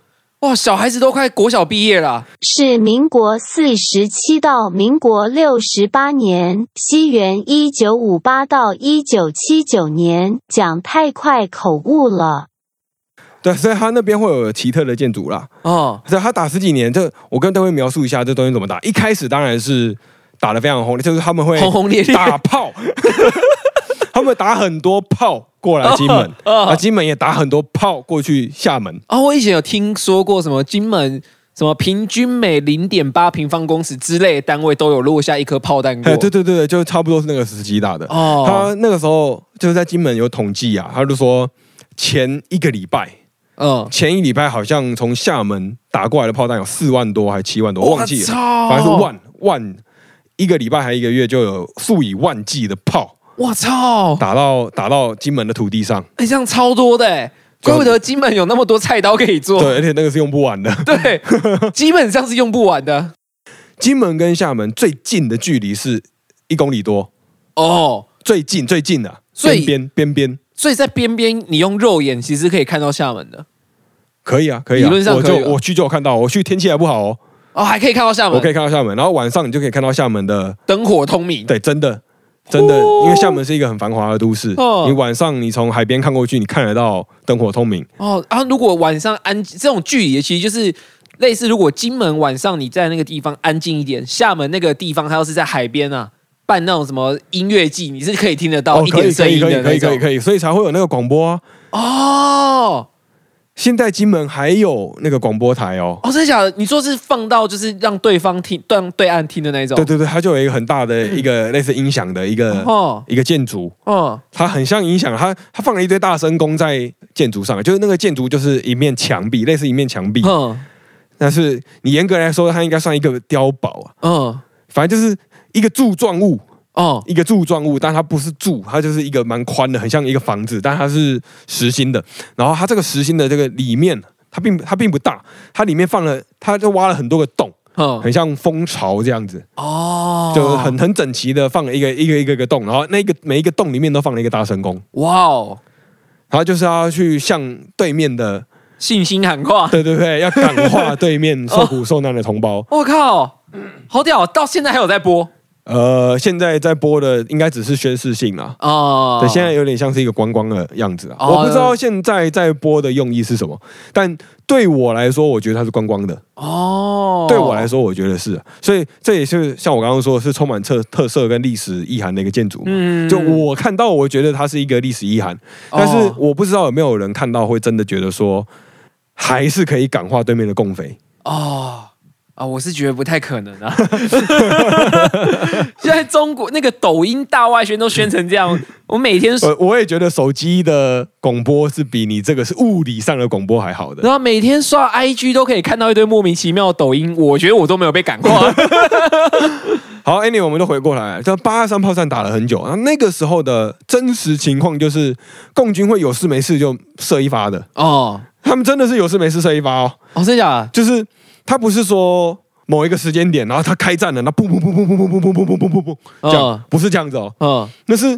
B: 哇，小孩子都快国小毕业了啊、
C: 是民国四十七到民国六十八年，西元一九五八到一九七九年，讲太快口误了。
A: 对，所以他那边会有奇特的建筑啦。
B: 哦！
A: 所以他打十几年，这我跟各位描述一下这东西怎么打。一开始当然是打得非常轰烈，就是他们会
B: 轰轰烈 烈
A: 打 炮，他们打很多炮过来金门，
B: 哦哦
A: 啊，金门也打很多炮过去厦门。
B: 哦，我以前有听说过什么金门什么平均每零点八平方公尺之类的单位都有落下一颗炮弹过。
A: 哎， 对对对对，就差不多是那个时期打的。
B: 哦
A: 他那个时候就是在金门有统计啊，他就说前一个礼拜，
B: 嗯，
A: 前一礼拜好像从厦门打过来的炮弹有四万多还是七万多，我忘记
B: 我
A: 了，
B: 操
A: 反正是万万一个礼拜还一个月就有数以万计的炮
B: 我操！
A: 打到打到金门的土地上，
B: 哎、这样超多的、欸，
A: 就
B: 怪不得金门有那么多菜刀可以做。
A: 对，而且那个是用不完的。
B: 对，基本上是用不完的。
A: 金门跟厦门最近的距离是一公里多，
B: 哦，
A: 最近最近的、啊，
B: 所以
A: 边边边边
B: 所以在边边，你用肉眼其实可以看到厦门的
A: 可以啊，可以啊。
B: 理论上
A: 我
B: 可以
A: 就
B: 吧
A: 我去就有看到，我去天气还不好哦，
B: 哦，还可以看到厦
A: 我可以
B: 门，
A: 看到厦门，然后晚上你就可以看到厦门的，
B: 灯火通明。
A: 对，真的真的，
B: 哦
A: 因为厦门是一个很繁华的都市，
B: 哦
A: 你晚上你从海边看过去，你看得到灯火通明，
B: 哦，然、啊、后如果晚上安这种距离，其实就是类似，如果金门晚上你在那个地方安静一点，厦门那个地方它要是在海边啊，办那种什么音乐季，你是可以听得哦到一
A: 哦可
B: 点
A: 以可
B: 声
A: 以
B: 音
A: 可
B: 的
A: 以可
B: 那
A: 以可以
B: 种。
A: 可以，所以才会有那个广播啊。
B: 哦
A: 现在金门还有那个广播台哦，
B: 哦，真的假的？你说是放到就是让对方听，让对岸听的那种？
A: 对对对，它就有一个很大的一个类似音响的一个
B: 哦
A: 一个建筑，
B: 哦
A: 它很像音响，它它放了一堆大声公在建筑上，就是那个建筑就是一面墙壁，类似一面墙壁，
B: 嗯
A: 但是你严格来说，它应该算一个碉堡啊，
B: 嗯
A: 反正就是一个柱状物，
B: 哦
A: 一个柱状物，但它不是柱，它就是一个蛮宽的，很像一个房子，但它是实心的。然后它这个实心的这个里面，它并它并不大，它里面放了，它就挖了很多个洞，
B: 嗯
A: 很像蜂巢这样子，
B: 哦，
A: 就很很整齐的放了一个一个一个一个洞，然后那个每一个洞里面都放了一个大神功，
B: 哇哦，
A: 然后就是要去向对面的，
B: 信心喊话！
A: 对对对，要感化对面受苦受难的同胞。
B: 我靠，
A: 嗯
B: 好屌！到现在还有在播
A: 呃，现在在播的应该只是宣示性啊。
B: 哦。
A: 对，现在有点像是一个观光的样子啊。
B: 哦
A: 我不知道现在在播的用意是什么，但对我来说，我觉得它是观光的。
B: 哦，
A: 对我来说，我觉得是啊，所以这也是像我刚刚说，是充满特特色跟历史意涵的一个建筑嘛。
B: 嗯
A: 就我看到，我觉得它是一个历史意涵，但是
B: 哦
A: 我不知道有没有人看到会真的觉得说，还是可以感化对面的共匪。
B: 哦啊，我是觉得不太可能 啊。现在中国那个抖音大外宣都宣成这样，我每天
A: 呃，我也觉得手机的广播是比你这个是物理上的广播还好的。
B: 然后每天刷 IG 都可以看到一堆莫名其妙的抖音，我觉得我都没有被感化。
A: 好，Anyway，我们都回过来，这八二三炮战打了很久，然后那个时候的真实情况就是，共军会有事没事就射一发的，
B: 哦
A: 他们真的是有事没事射一发哦，
B: 哦，真的假的？
A: 就是他不是说某一个时间点，然后他开战了，那砰砰砰砰砰砰砰砰砰砰砰砰，这样
B: 嗯
A: 不是这样子哦，
B: 嗯
A: 那是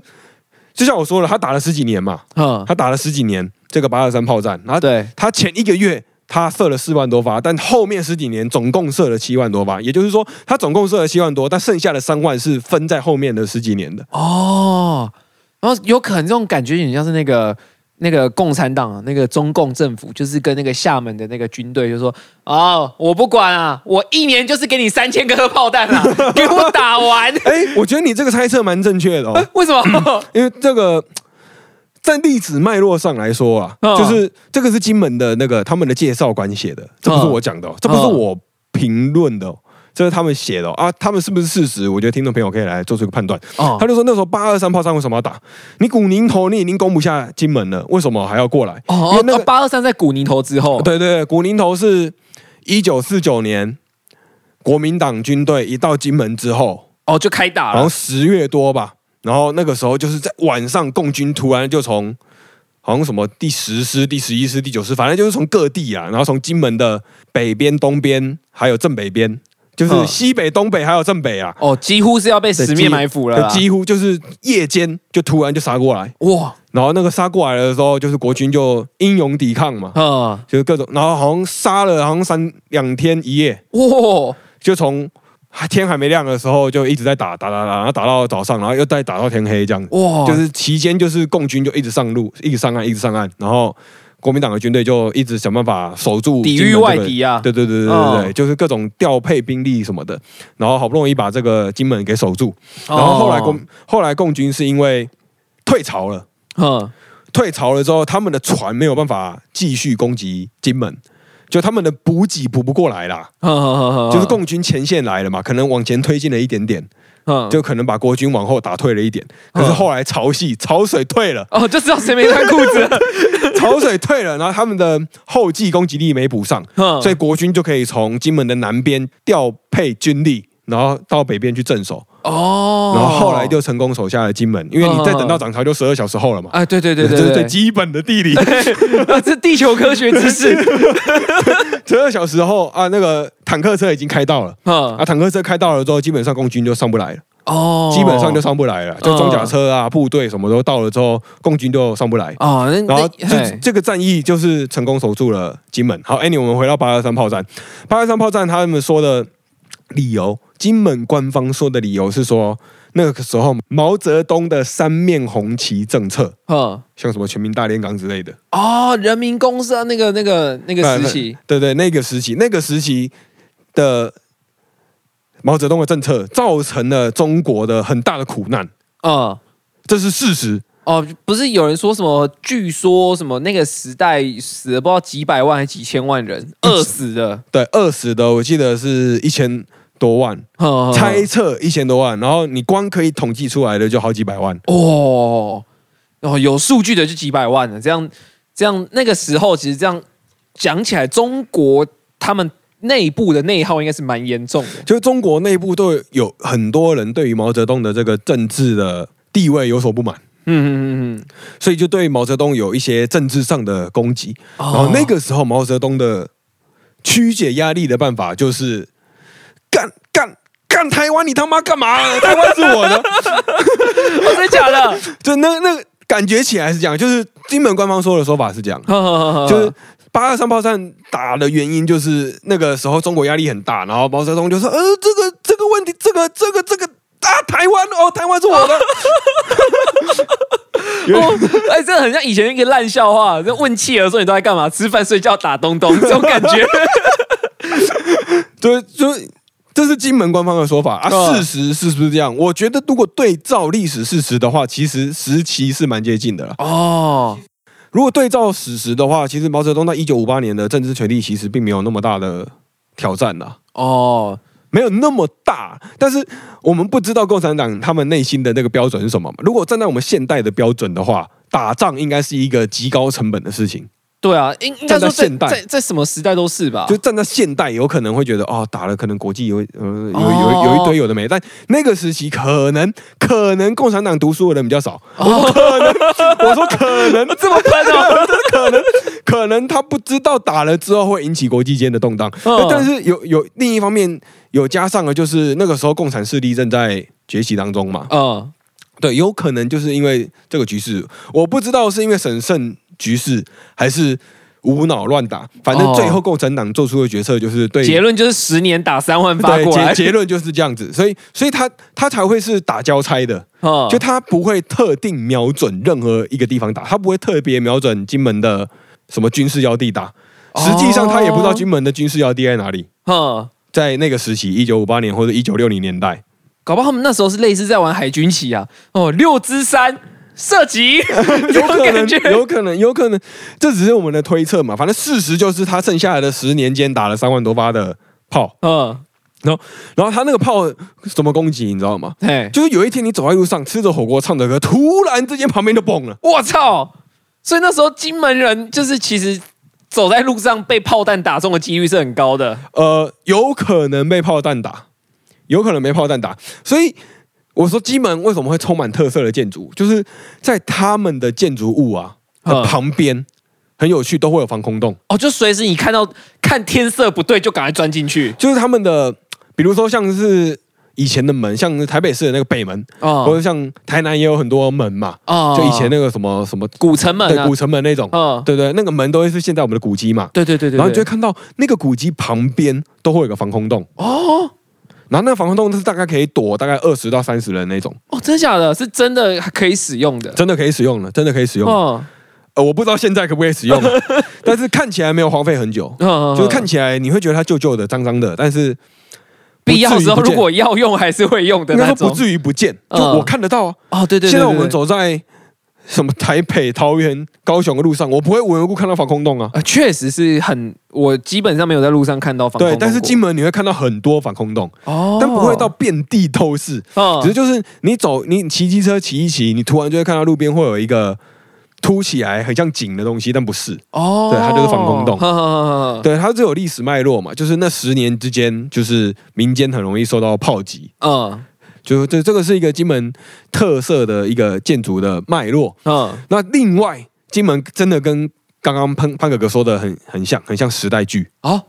A: 就像我说了，他打了十几年嘛，
B: 嗯，
A: 他打了十几年这个八二三炮战，然后
B: 对
A: 他前一个月他射了四万多发，但后面十几年总共射了七万多发，也就是说他总共射了七万多，但剩下的三万是分在后面的十几年的。
B: 哦，然后有可能这种感觉有点像是那个那个共产党啊，那个中共政府，就是跟那个厦门的那个军队就说：“哦，我不管啊，我一年就是给你三千颗炮弹 啊，给我打完。
A: 哎，我觉得你这个猜测蛮正确的哦，
B: 为 什么？
A: 因为这个。在历史脉络上来说啊，
B: 嗯
A: 就是这个是金门的那个他们的介绍官写的，这不是
B: 嗯
A: 我讲的哦、这不是我评论的哦、这是他们写的哦、啊。他们是不是事实？我觉得听众朋友可以来做出一个判断。
B: 哦
A: 他就说那时候八二三炮战为什么要打？你古宁头你已经攻不下金门了，为什么还要过来？因
B: 哦
A: 为那个、
B: 八二三在古宁头之后，
A: 对对对，古宁头是一九四九年国民党军队一到金门之后，
B: 哦就开打
A: 然后
B: 了。
A: 十月多吧，然后那个时候就是在晚上，共军突然就从好像什么第十师、第十一师、第九师，反正就是从各地啊，然后从金门的北边、东边还有正北边，就是
B: 嗯
A: 西北、东北还有正北啊。
B: 哦，几乎是要被十面埋伏了啦
A: 就几乎就是夜间就突然就杀过来，
B: 哇，
A: 然后那个杀过来的时候，就是国军就英勇抵抗嘛，
B: 嗯，
A: 就是各种，然后好像杀了好像三两天一夜，
B: 哇，
A: 就从天还没亮的时候就一直在打打打打，然后打到早上，然后又再打到天黑这样。
B: 哇
A: 就是期间就是共军就一直上路，一直上岸，一直上岸，然后。国民党的军队就一直想办法守住
B: 抵御
A: 金门这个
B: 外敌啊
A: 对对对对对对，
B: 嗯
A: 就是各种调配兵力什么的，然后好不容易把这个金门给守住，然后后来共、
B: 哦
A: 后来共军是因为退潮了，
B: 嗯
A: 退潮了之后，他们的船没有办法继续攻击金门，就他们的补给补不过来啦，
B: 嗯嗯，
A: 就是共军前线来了嘛，可能往前推进了一点点，
B: 嗯，
A: 就可能把国军往后打退了一点，可是后来潮汐潮水退了
B: 哦就知道谁没穿裤子了，
A: 潮水退了，然后他们的后继攻击力没补上，
B: 嗯
A: 所以国军就可以从金门的南边调配军力。然后到北边去镇守，
B: 哦，嗯
A: 然后后来就成功守下了金门，因为你再等到涨潮就十二小时后了嘛。
B: 哎，对对对
A: 这
B: 对
A: 是
B: 对，
A: 最基本的地理。
B: 啊，这地球科学 知识，
A: 十二小时后啊，那个坦克车已经开到了
B: 嗯
A: 啊，，坦克车开到了之后，基本上共军就上不来了，
B: 哦，
A: 啊
B: 嗯
A: 基本上就上不来了，就装甲车啊、部队什么都到了之后，共军就上不来。
B: 哦，那
A: 然后
B: 那
A: 这
B: 嘿
A: 这个战役就是成功守住了金门。好，Anyway，我们回到八二三炮战。八二三炮战他们说的理由，金门官方说的理由是说，那个时候毛泽东的三面红旗政策，
B: 嗯，
A: 像什么全民大炼钢之类的，
B: 哦，人民公社那个那个那个时期，
A: 对对，那个时期，那个时期的毛泽东的政策造成了中国的很大的苦难，
B: 嗯，
A: 这是事实。
B: 哦，不是有人说什么？据说什么那个时代死了不知道几百万还几千万人，饿死的，
A: 对，饿死的我记得是一千多万，
B: 哼
A: 猜测一千多万，然后你光可以统计出来的就好几百万。
B: 哦，然后有数据的就几百万了。这样这样那个时候其实这样讲起来，中国他们内部的内耗应该是蛮严重 的。
A: 就是中国内部都有很多人对于毛泽东的这个政治的地位有所不满，
B: 嗯嗯嗯
A: 所以就对毛泽东有一些政治上的攻击。然
B: 嗯，
A: 后那个时候毛泽东的曲解压力的办法就是干干干台湾，你他妈干嘛？台湾是我的，
B: 哦真的假的？
A: 就那那感觉起来是这样，就是金门官方说的说法是这样。
B: 呵呵呵呵
A: 就是八二三炮战打的原因，就是那个时候中国压力很大，然后毛泽东就说：“呃，这个这个问题，这个这个这个啊，台湾哦，台湾是我的。
B: 哦，哎，这很像以前一个烂笑话，就问企鹅说你都在干嘛？吃饭、睡觉、打东东， 这种感觉。
A: 就就这是金门官方的说法啊，
B: 嗯
A: 事实是不是这样？我觉得如果对照历史事实的话，其实时期是蛮接近的啦。
B: 哦，
A: 如果对照史实的话，其实毛泽东在一九五八年的政治权力其实并没有那么大的挑战啦。
B: 哦，
A: 没有那么大，但是我们不知道共产党他们内心的那个标准是什么嘛。如果站在我们现代的标准的话，打仗应该是一个极高成本的事情。
B: 对啊，应应该
A: 站在
B: 说在
A: 现代
B: 在在什么时代都是吧？
A: 就站在现代，有可能会觉得哦，打了可能国际有呃有
B: 哦
A: 有有一堆有的没，但那个时期可能可能共产党读书的人比较少。我说可能，我说可能，
B: 这么喷哦，
A: 可能可能他不知道打了之后会引起国际间的动荡，
B: 嗯
A: 但是有有另一方面有加上了，就是那个时候共产势力正在崛起当中嘛，
B: 嗯，
A: 对，有可能就是因为这个局势，我不知道是因为审慎局势还是无脑乱打，反正
B: 哦
A: 最后共产党做出的决策就是对
B: 结论就是十年打三万发
A: 对
B: 过来
A: 结， 结论就是这样子，所以所以他他才会是打交差的，
B: 嗯
A: 就他不会特定瞄准任何一个地方打，他不会特别瞄准金门的什么军事要地打。
B: 哦
A: 实际上，他也不知道金门的军事要地在哪里。
B: 嗯，
A: 在那个时期，一九五八年或者一九六零年代，
B: 搞不好他们那时候是类似在玩海军棋啊，哦，六之三射击，
A: 有可能
B: 感觉，
A: 有可能，有可能，这只是我们的推测嘛。反正事实就是，他剩下来的十年间打了三万多发的炮，
B: 嗯，
A: 然后，然后他那个炮怎么攻击，你知道吗？
B: 嘿，
A: 就是有一天你走在路上，吃着火锅，唱着歌，突然之间旁边就蹦了。
B: 我操！所以那时候金门人就是其实走在路上被炮弹打中的几率是很高的，
A: 呃，有可能被炮弹打，有可能没炮弹打，所以我说金门为什么会充满特色的建筑，就是在他们的建筑物啊的
B: 嗯
A: 旁边，很有趣，都会有防空洞，
B: 哦，就随时你看到看天色不对就赶快钻进去，
A: 就是他们的，比如说像是以前的门，像是台北市的那个北门，或
B: 哦
A: 者像台南也有很多门嘛，
B: 哦
A: 就以前那个什么什么
B: 古城门
A: 对
B: 啊
A: 古，城门那种，
B: 嗯，
A: 对对，那个门都会是现在我们的古迹嘛，
B: 对对对对，
A: 然后你就
B: 对
A: 会看到那个古迹旁边都会有个防空洞。
B: 哦。
A: 然后那个防空洞是大概可以躲大概二十到三十人那种，
B: 哦，真的假的？是真的可以使用的。
A: 真的可以使用了，真的可以使用了。
B: 哦，
A: 呃，我不知道现在可不可以使用 了，但是看起来没有荒废很久，
B: 嗯
A: 就是看起来你会觉得它旧旧的、脏脏的，但是不至于
B: 必要时候
A: 不见
B: 如果要用还是会用的
A: 应该
B: 那
A: 说不
B: 种。
A: 至于不见，就
B: 嗯
A: 我看得到啊。
B: 哦，对对对，
A: 现在
B: 对
A: 我们
B: 对
A: 走在什么台北、桃园、高雄的路上，我不会无缘无故看到防空洞啊。
B: 呃，确实是很，我基本上没有在路上看到防空
A: 对，
B: 洞
A: 但是
B: 过
A: 金门你会看到很多防空洞，
B: 哦，
A: 但不会到遍地都是。
B: 哦
A: 只是就是你走，你骑机车骑一骑，你突然就会看到路边会有一个凸起来很像井的东西，但不是。
B: 哦，
A: 对它就是防空洞
B: 呵呵呵呵
A: 对，它是有历史脉络嘛，就是那十年之间，就是民间很容易受到炮击，
B: 嗯
A: 就这这个是一个金门特色的一个建筑的脉络。
B: 嗯，
A: 那另外，金门真的跟刚刚潘潘哥哥说的很很像，很像时代剧，
B: 哦，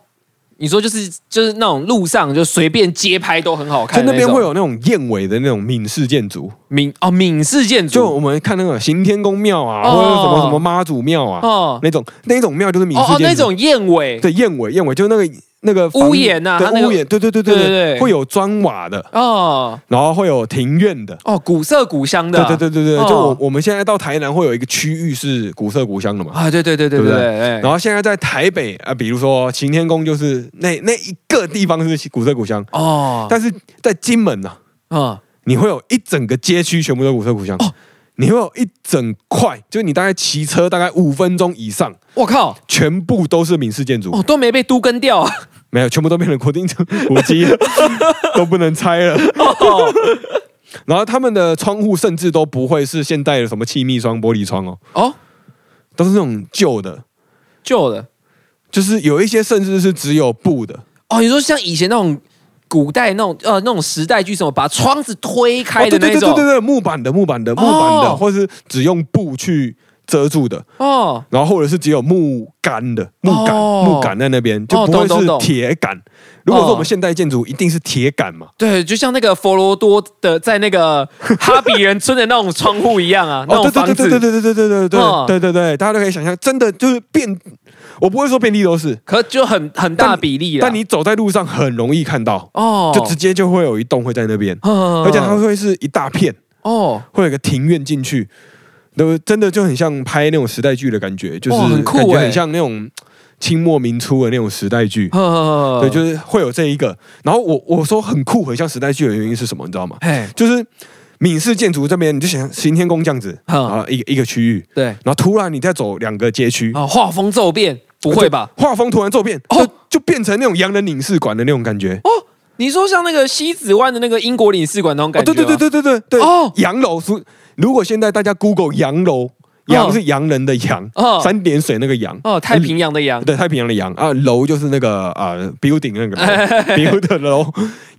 B: 你说就是就是那种路上就随便街拍都很好
A: 就
B: 看的
A: 那
B: 种，
A: 边会有那种燕尾的那种闽式建筑，
B: 闽哦闽式建筑，
A: 就我们看那个行天宫庙啊，
B: 哦
A: 或者什么什么妈祖庙啊，
B: 哦
A: 那种那种庙就是闽
B: 哦
A: 式
B: 哦
A: 建筑，
B: 那种燕尾，
A: 对燕尾燕尾就是那个那个房
B: 屋檐啊
A: 对
B: 它那个
A: 屋檐，对对对对
B: 对对对
A: 会有砖瓦的，
B: 哦
A: 然后会有庭院的。
B: 哦古色古香的
A: 对
B: 啊，
A: 对对对对，
B: 哦
A: 就我我们现在到台南会有一个区域是古色古香的嘛，
B: 啊，对对对对
A: 对不
B: 对
A: 对
B: 对，哎然
A: 然后现在在台北啊、呃比如说擎天宫，就是那那一个地方是古色古香，
B: 哦，
A: 但是在金门呢、啊，
B: 嗯
A: 你会有一整个街区全部都古色古香，
B: 哦
A: 你会有一整块，就是你大概骑车大概五分钟以上，
B: 我哦靠，
A: 全部都是闽式建筑，
B: 哦都没被都跟掉啊，
A: 没有，全部都变成国定古 迹了，都不能拆了。
B: 哦
A: 然后他们的窗户甚至都不会是现代的什么气密窗、玻璃窗哦，
B: 哦
A: 都是那种旧的，
B: 旧的，
A: 就是有一些甚至是只有布的。
B: 哦你说像以前那种。古代那种呃那种时代剧什么，把窗子推
A: 哦，
B: 开
A: 对
B: 的
A: 对对对
B: 那
A: 对
B: 种
A: 对，木板的木板的木板的，
B: 哦
A: 或是只用布去遮住的，
B: 哦
A: 然后或者是只有木杆的木杆、
B: 哦
A: 木杆在那边，就
B: 哦
A: 不会
B: 懂懂
A: 是
B: 懂
A: 铁杆。如果说
B: 哦
A: 我们现代建筑一定是铁杆嘛，
B: 对，就像那个佛罗多的在 那个哈比人村的那种窗户一样啊，那
A: 哦，
B: 种
A: 对
B: 房
A: 对
B: 子，
A: 对对对对对对对对
B: 嗯
A: 对对对，大家都可以想象，真的就是遍，我不会说遍地都是，
B: 可就很很大比例了。
A: 但你走在路上很容易看到，
B: 哦，
A: 就直接就会有一栋会在那边，
B: 嗯，
A: 而且它会是一大片，
B: 哦，
A: 会有一个庭院进去，都真的就很像拍那种时代剧的感觉，就是
B: 哇很酷
A: 感觉
B: 欸哦
A: 很像那种清末民初的那种时代剧。
B: 呵
A: 对，就是会有这一个。然后我我说很酷，很像时代剧的原因是什么？你知道吗？
B: 嘿，
A: 就是闽式建筑这边，你就想行天宫这样子，
B: 嗯
A: 然后一个一个区域，
B: 对，
A: 然后突然你再走两个街区，
B: 啊，画风骤变，不会吧？
A: 就？画风突然骤变，
B: 哦
A: 就就变成那种洋人领事馆的那种感觉。
B: 哦，你说像那个西子湾的那个英国领事馆那种
A: 哦，
B: 感觉
A: 对
B: 吗，
A: 对对对对对对，
B: 哦
A: 洋楼是如果现在大家 Google 洋楼，洋
B: 嗯
A: 是洋人的洋，
B: 哦
A: 三点水那个洋，
B: 哦，太平洋的洋，
A: 对太平洋的洋啊，楼就是那个啊 building 那个 楼 build 的楼，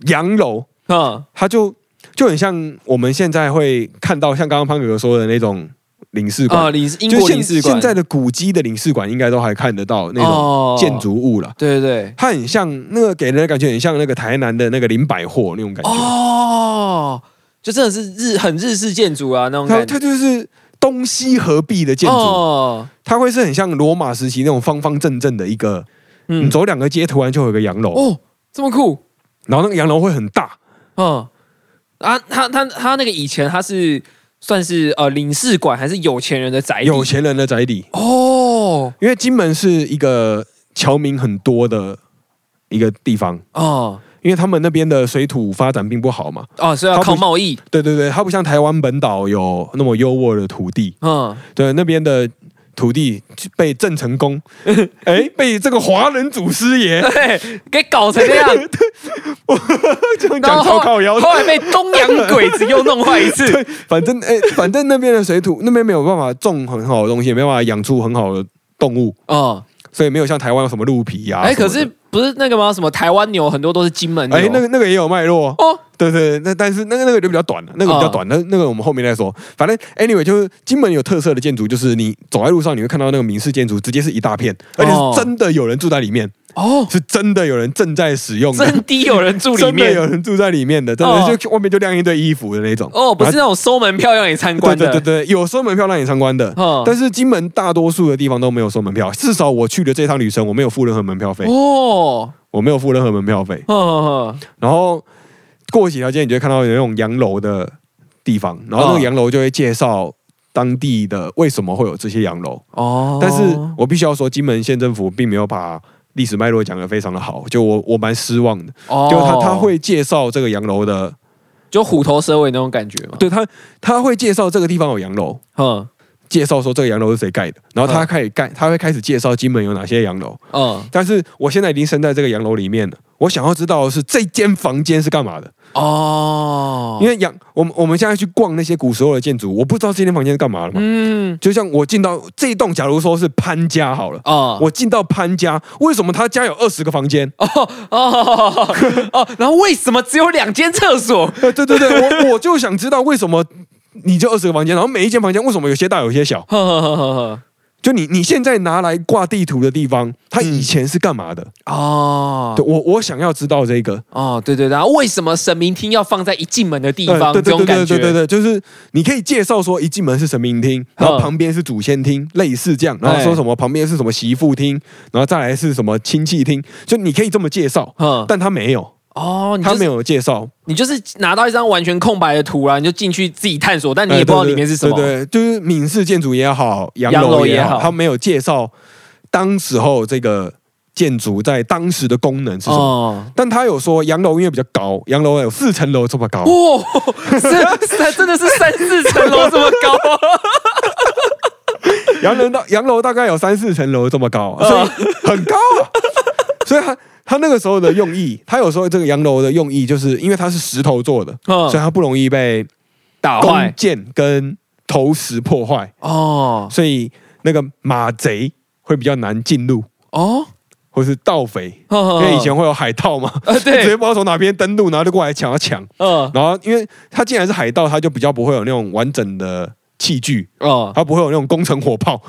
A: 洋楼
B: 嗯，
A: 它就就很像我们现在会看到像刚刚潘哥哥说的那种领事馆。
B: 哦，领事英
A: 就
B: 国
A: 现
B: 领事馆，
A: 现在的古迹的领事馆应该都还看得到那种
B: 哦
A: 建筑物了，
B: 对对对，
A: 它很像那个给人的感觉很像那个台南的那个林百货那种感觉，
B: 哦，就真的是日很日式建筑啊那种
A: 它
B: 感
A: 它
B: 觉，
A: 就是东西合璧的建筑，
B: 哦，
A: 它会是很像罗马时期那种方方正正的一个，你
B: 嗯，
A: 走两个街突然就有一个洋楼，
B: 哦，这么酷，
A: 然后那个洋楼会很大，
B: 嗯，啊，他他他那个以前他是算是呃领事馆还是有钱人的宅邸
A: 有钱人的宅邸，
B: 哦
A: 因为金门是一个侨民很多的一个地方。
B: 哦
A: 因为他们那边的水土发展并不好嘛，
B: 哦，所以要靠贸易，
A: 对对对，它不像台湾本岛有那么优渥的土地，
B: 嗯，
A: 对那边的土地被郑成 功，哎，被这个华人祖师爷
B: 对，给搞成这 样，
A: 这样
B: 然
A: 讲
B: 后
A: 超
B: 后
A: 靠腰的，
B: 后来被东洋鬼子又弄坏一 次，
A: 对，反正哎、反正那边的水 土，那边没有办法种很好的东西，也没有办法养出很好的动物，
B: 哦，
A: 所以没有像台湾有什么鹿皮呀、啊。
B: 哎，
A: 什么
B: 可
A: 的
B: 是不是那个吗？什么台湾牛很多都是金门牛，
A: 哎、那个那个也有脉络，啊
B: 哦
A: 对对，对那但是那个那个就比较短了，那个比较
B: 哦
A: 短，那那个我们后面再说。反正 anyway，就是金门有特色的建筑，就是你走在路上你会看到那个民式建筑，直接是一大片，而且
B: 哦
A: 是真的有人住在里面，
B: 哦，
A: 是真的有人正在使用 的。
B: 真的有人住
A: 嗯
B: 里
A: 真的有
B: 面，
A: 人住在里面的，真的
B: 哦
A: 就外面就晾一堆衣服的那种。
B: 哦，不
A: 然后
B: 是那种收门票让你参观的，
A: 对对对对，有收门票让你参观的，
B: 嗯
A: 但是金门大多数的地方都没有收门票，至少我去的这趟旅程我没有付任何门票费，
B: 哦，
A: 我没有付任何门票费。
B: 呵呵呵
A: 然后过几条街，你就会看到有那种洋楼的地方，然后那个
B: 嗯
A: 洋楼就会介绍当地的为什么会有这些洋楼。
B: 哦，
A: 但是我必须要说，金门县政府并没有把。历史脉络讲得非常的好，就我我蛮失望的，
B: 哦
A: 就他他会介绍这个洋楼的，
B: 就虎头蛇尾那种感觉嘛。
A: 对他他会介绍这个地方有洋楼，
B: 嗯
A: 介绍说这个洋楼是谁盖的，然后他
B: 嗯
A: 开始盖，他会开始介绍金门有哪些洋楼。
B: 嗯
A: 但是我现在已经身在这个洋楼里面了，我想要知道的是这间房间是干嘛的，
B: 哦，
A: 因为养我们我们现在去逛那些古时候的建筑，我不知道这间房间是干嘛的嘛。
B: 嗯
A: 就像我进到这一栋，假如说是潘家好了，
B: 哦
A: 我进到潘家，为什么他家有二十个房间？
B: 哦哦，然后为什么只有两间厕所？
A: 呃 对对对，我我就想知道为什么你就二十个房间，然后每一间房间为什么有些大有些小？
B: 呵呵呵呵呵
A: 就你你现在拿来挂地图的地方，
B: 嗯
A: 它以前是干嘛的？
B: 哦
A: 对我我想要知道这个
B: 哦，对对，对然后为什么神明厅要放在一进门的地方？
A: 呃对对
B: 这种
A: 对
B: 感
A: 对
B: 觉，嗯
A: 对对对，就是你可以介绍说一进门是神明厅，然后旁边是祖先厅，类似这样，然后说什么旁边是什么媳妇厅，然后再来是什么亲戚厅，就你可以这么介绍，
B: 嗯，
A: 但他没有，
B: 哦，你
A: 他
B: 就
A: 没
B: 是
A: 有介绍，
B: 你就是拿到一张完全空白的图啦，啊你就进去自己探索，但你也
A: 呃
B: 不知道
A: 对
B: 里面是什么。
A: 对对，就是闽式建筑也好，洋
B: 洋楼
A: 楼
B: 也
A: 也好，
B: 好
A: 他没有介绍当时候这个建筑在当时的功能是什么。
B: 哦，
A: 但他有说洋楼因为比较高，洋楼有四层楼这么高，
B: 哇，三三真的是三四层楼这么 高啊！
A: 洋人到洋楼大概有三四层楼这么高，啊
B: 哦
A: 所以很高啊。 所以他他那个时候的用意，他有说这个洋楼的用意，就是因为它是石头做的，
B: 嗯
A: 所以它不容易被
B: 打
A: 弓
B: 坏
A: 箭跟投石破坏，
B: 哦
A: 所以那个马贼会比较难进入，
B: 哦，
A: 或是盗匪， 因
B: 因
A: 为以前会有海盗嘛，
B: 呃
A: 直接
B: 嗯 对，
A: 不知道从哪边登陆，然后就过来抢要抢，
B: 嗯
A: 然后因为他既然是海盗，他就比较不会有那种完整的器具，
B: 哦。
A: 他不会有那种工程火炮，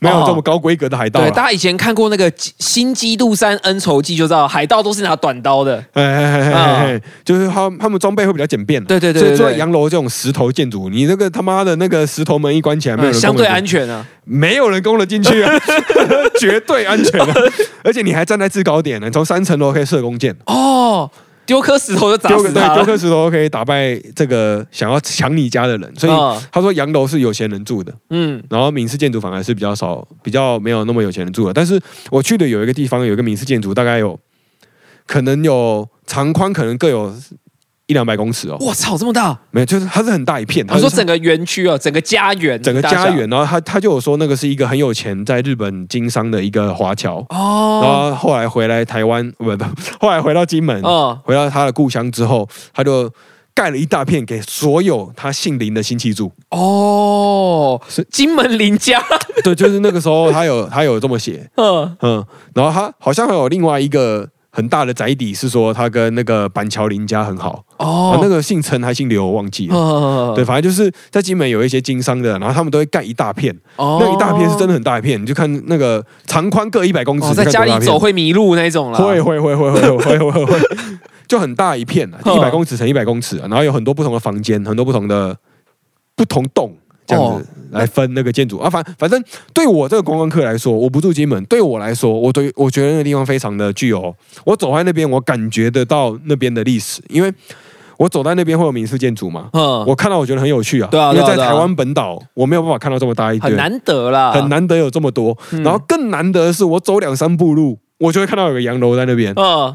A: 没有这么高规格的海盗啦啊
B: 对，大家以前看过那个《新基督山恩仇记》就知道，海盗都是拿短刀的。
A: 哎哎哎哎哎，就是他他们装备会比较简便啊
B: 啊对对对
A: 所以
B: 对
A: 住在
B: 对
A: 洋楼这种石头建筑，你那个他妈的那个石头门一关起来，没有人、
B: 嗯相对安，全啊。
A: 没有人攻得进去 啊，绝对安全啊！而且你还站在制高点呢，从三层楼可以射弓 箭，
B: 哦，丢颗石头就砸
A: 丢个
B: 死
A: 对
B: 他
A: 丢
B: 了。
A: 颗石头可以打败这个想要抢你家的人，所
B: 嗯
A: 以他说洋楼是有钱人住的，
B: 嗯，
A: 然后民事建筑反而是比较少，比较没有那么有钱人住的。但是我去的有一个地方，有一个民事建筑，大概有可能有长宽可能各有一两百公尺哦，
B: 我操，这么大！
A: 没有，就是它是很大一片。它
B: 我说
A: 是
B: 整个园区哦，整个家园，
A: 整个
B: 大
A: 家
B: 小
A: 园，然后他他就有说那个是一个很有钱在日本经商的一个华侨，然
B: 哦，
A: 后后来回来台湾， 不不，后来回到金门，
B: 嗯
A: 回到他的故乡之后，他就盖了一大片给所有他姓林的亲戚住。
B: 哦
A: 是，
B: 金门邻家，
A: 对，就是那个时候他有他有这么写，
B: 嗯，
A: 嗯，然后他好像还有另外一个很大的宅邸，是说他跟那个板桥林家很好，啊
B: 哦，
A: 那个姓陈还姓刘，我忘记了。
B: 嗯
A: 对，，反正就是在金门有一些经商的，然后他们都会盖一大片，
B: 哦
A: 那一大片是真的很大一片，你就看那个长宽各一百公尺，
B: 哦，
A: 你
B: 在
A: 看
B: 家
A: 多大
B: 里
A: 片
B: 走会迷路那种啦。
A: 会会会会会会会会会， 就很大一 片啊，一百公尺乘一百公尺啊，然后有很多不同的房间，很多不同的不同栋这样子来分那个建筑啊。反反正对我这个观光客来说，我不住金门，对我来说，我对我觉得那个地方非常的具有，我走在那边，我感觉得到那边的历史，因为我走在那边会有民宿建筑嘛，
B: 嗯，
A: 我看到我觉得很有哦趣啊，
B: 对啊
A: 因为
B: 对啊
A: 在
B: 对啊
A: 台湾本岛我没有办法看到这么大一堆，
B: 很难得啦，
A: 很。难得有这么多。
B: 嗯
A: 然后更难得的是，我走两三步路，我就会看到有个洋楼在那边。
B: 嗯，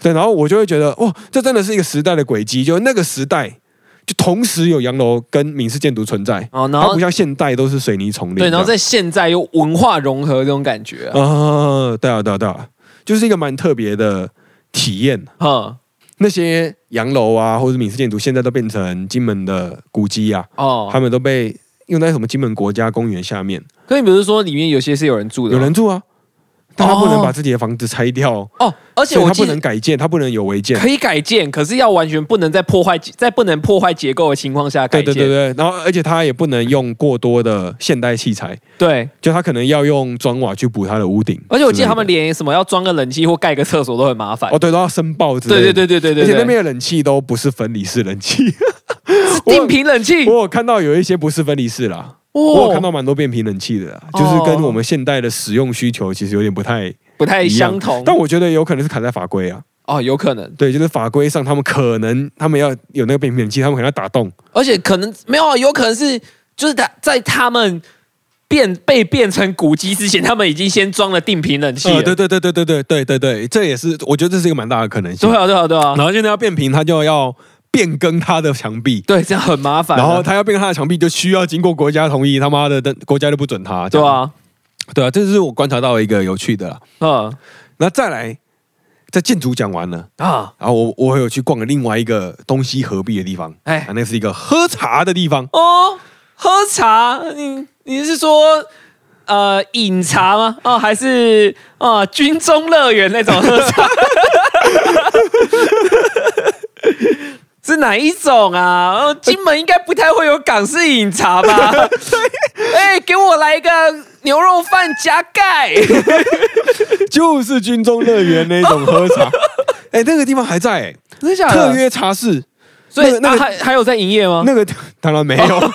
A: 对，然后我就会觉得，哇，这真的是一个时代的轨迹，就那个时代就同时有洋楼跟闽式建筑存在。
B: 哦，然
A: 它
B: 后
A: 不像现代都是水泥丛林这
B: 对，
A: 样。
B: 然后在现在有文化融合这种感觉啊。
A: 啊，对啊，对啊，对啊，就是一个蛮特别的体验。
B: 嗯，
A: 那些洋楼啊，或者闽式建筑，现在都变成金门的古迹啊，
B: 哦，
A: 他们都被用在什么金门国家公园下面，
B: 可你比如说里面有些是有人住的
A: 有
B: 吗，
A: 人住啊，但他不能
B: 哦
A: 把自己的房子拆掉。
B: 哦，而且
A: 所以
B: 我
A: 它
B: 记
A: 不
B: 得
A: 能改建，它不能有违建。
B: 可以改建，可是要完全不能在破坏在不能破坏结构的情况下改
A: 对
B: 建。
A: 对对对，然后而且它也不能用过多的现代器材，
B: 对
A: 就它可能要用砖瓦去补它的屋顶之类的。
B: 而且我记得他们连什么要装个冷气或盖个厕所都很麻烦。
A: 哦对都要申报之类
B: 对
A: 的。
B: 对对对对对，
A: 而且那
B: 对
A: 边的冷气都不是分离式冷 气，我
B: 定频冷气，哇、哦
A: 我有看到有一些不是分离式啦，我有看到蛮多变频冷气的啦，就是跟我们现代的使用需求其实有点不太一
B: 不太
A: 样
B: 相同，
A: 但我觉得有可能是卡在法规啊，
B: 哦有可能，
A: 对，就是法规上他们可能他们要有那个变频冷气，他们可能要打洞，
B: 而且可能没有啊，有可能是就是他在他们变被变成古迹之前，他们已经先装了定频冷气了、
A: 呃，对对对对对对对对对，这也是我觉得这是一个蛮大的可能性
B: 对。啊对啊对啊，
A: 然后现在要变频，他就要变更他的墙壁，
B: 对这样很麻烦啊、
A: 然后他要变更他的墙壁，就需要经过国家同意，他妈的，国家就不准他，这
B: 对
A: 样，
B: 啊，
A: 对啊，这是我观察到一个有趣的啦。
B: 嗯
A: 那再来，在建筑讲完了，
B: 啊，
A: 然后我我有去逛了另外一个东西合璧的地方，
B: 哎
A: 哎、那是一个喝茶的地方，
B: 哦，喝茶，你你是说呃饮茶吗？哦，还是啊、军中乐园那种喝茶？ 是哪一种啊？哦，金门应该不太会有港式饮茶吧？哎、给我来一个牛肉饭加盖。
A: 就是军中乐园那种喝 茶。哎、那个地方还在、哎
B: 真的假
A: 特？约茶室，
B: 所以
A: 那个那
B: 那
A: 个
B: 还还有在营业吗？
A: 那个当然没有，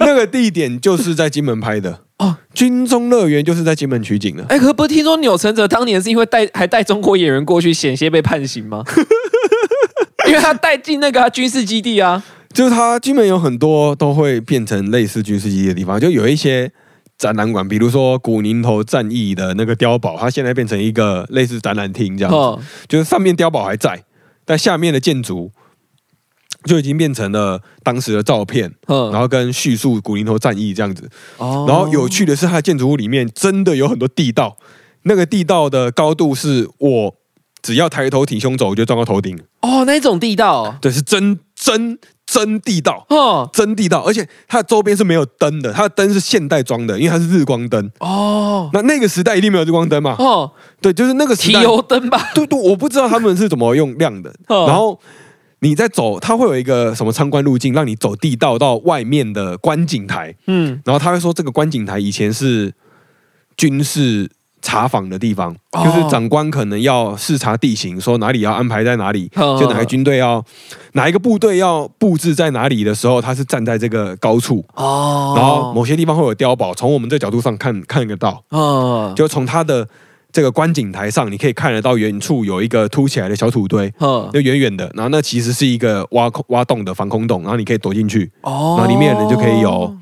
A: 那个地点就是在金门拍的
B: 哦
A: 哦，军中乐园就是在金门取景的。
B: 哎、可不是听说钮承泽当年是因为带还带中国演员过去，险些被判刑吗？ 因为他带进那个、啊军事基地啊，
A: 就是它金门有很多都会变成类似军事基地的地方，就有一些展览馆，比如说古宁头战役的那个碉堡，它现在变成一个类似展览厅这样子，
B: 哦
A: 就是上面碉堡还在，但下面的建筑就已经变成了当时的照片，
B: 嗯
A: 然后跟叙述古宁头战役这样子。
B: 哦
A: 然后有趣的是，它的建筑物里面真的有很多地道，那个地道的高度是我只要抬头挺胸走，我就撞到头顶，
B: 哦，那种地道哦
A: 对，是真真真地道。
B: 哦
A: 真地道，而且它的周边是没有灯的，它的灯是现代装的，因为它是日光灯。
B: 哦
A: 那那个时代一定没有日光灯嘛？
B: 哦，
A: 对，就是那个时
B: 提
A: 代。
B: 油灯吧？
A: 对对，我不知道他们是怎么用亮的。
B: 哦
A: 然后你在走，它会有一个什么参观路径，让你走地道到外面的观景台。
B: 嗯，
A: 然后他会说，这个观景台以前是军事查访的地方，
B: 哦
A: 就是长官可能要视察地形，说哪里要安排在哪里，
B: 哦
A: 就哪个军队要哪一个部队要布置在哪里的时候，他是站在这个高处，
B: 哦，
A: 然后某些地方会有碉堡，从我们这角度上看看得到，
B: 哦
A: 就从它的这个观景台上，你可以看得到远处有一个凸起来的小土堆，
B: 哦
A: 就远远的，然后那其实是一个挖空挖洞的防空洞，然后你可以躲进去，
B: 哦
A: 然后里面的人就可以有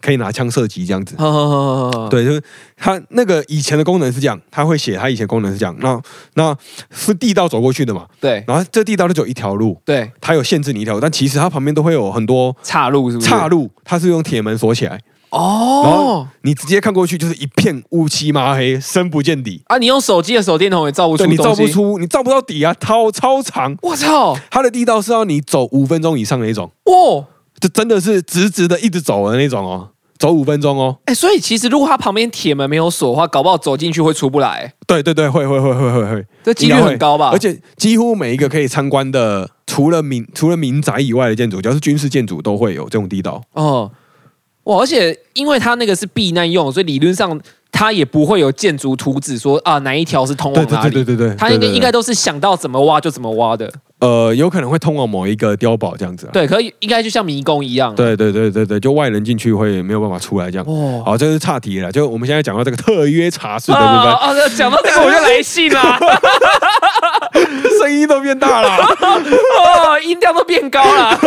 A: 可以拿枪射击这样子。
B: 哦哦哦，
A: 对，就是它那个以前的功能是这样，它会写它以前功能是这样，那那是地道走过去的嘛，
B: 对
A: 然后这地道就只有一条路，
B: 对，
A: 它有限制你一条路，但其实它旁边都会有很多
B: 岔路是不是？
A: 岔路，它是用铁门锁起来。然后
B: 哦
A: 你直接看过去就是一片乌漆麻黑，深不见底，
B: 啊，你用手机的手电筒也照不出
A: 对
B: 东
A: 你
B: 西，
A: 照不出，你照不到底啊，超超长。
B: 我操，
A: 它的地道是要你走五分钟以上的那种，
B: 哦。
A: 就真的是直直的一直走的那种哦，走五分钟哦。
B: 哎、所以其实如果它旁边铁门没有锁的话，搞不好走进去会出不来、
A: 对对对，会会会会会会，
B: 这几率
A: 应该会
B: 很高吧
A: 而且几乎每一个可以参观的，除了民除了民宅以外的建筑，只要是军事建筑都会有这种地道。
B: 哦，哇！而且因为它那个是避难用，所以理论上它也不会有建筑图纸说啊哪一条是通
A: 对
B: 往
A: 对
B: 哪里。
A: 对对对对，
B: 它应该
A: 对对对
B: 应该都是想到怎么挖就怎么挖的，
A: 呃，有可能会通往某一个碉堡这样子啊。
B: 对，可以应该就像迷宫一样。，
A: 对对对对对，就外人进去会没有办法出来这样。
B: 哦
A: 好，这是岔题了。就我们现在讲到这个特约茶室的
B: 啊
A: 部分，
B: 啊！那讲到这个我就来信 啦，
A: 声音都变大了。
B: 哦，音调都变高 了。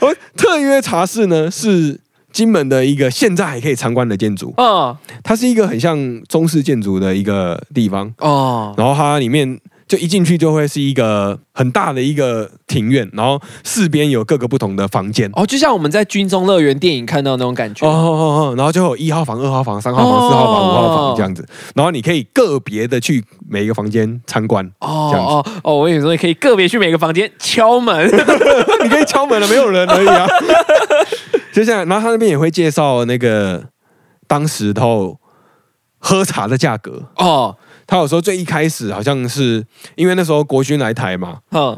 A: 而特约茶室呢，是金门的一个现在还可以参观的建筑，
B: 嗯，
A: 它是一个很像中式建筑的一个地方。
B: 哦，
A: 然后它里面就一进去就会是一个很大的一个庭院，然后四边有各个不同的房间。
B: 哦，就像我们在军中乐园电影看到那种感觉。
A: 哦哦哦哦，然后就有一号房、二号房、三号房、四号房、五号
B: 哦
A: 房这样子，然后你可以个别的去每一个房间参观。 这样子
B: 哦哦哦！我有时候可以个别去每个房间敲门。
A: 你可以敲门了，没有人而已啊。 就像，然后他那边也会介绍那个当时候喝茶的价格。
B: 哦，
A: 他有时候最一开始好像是因为那时候国军来台嘛，
B: 嗯，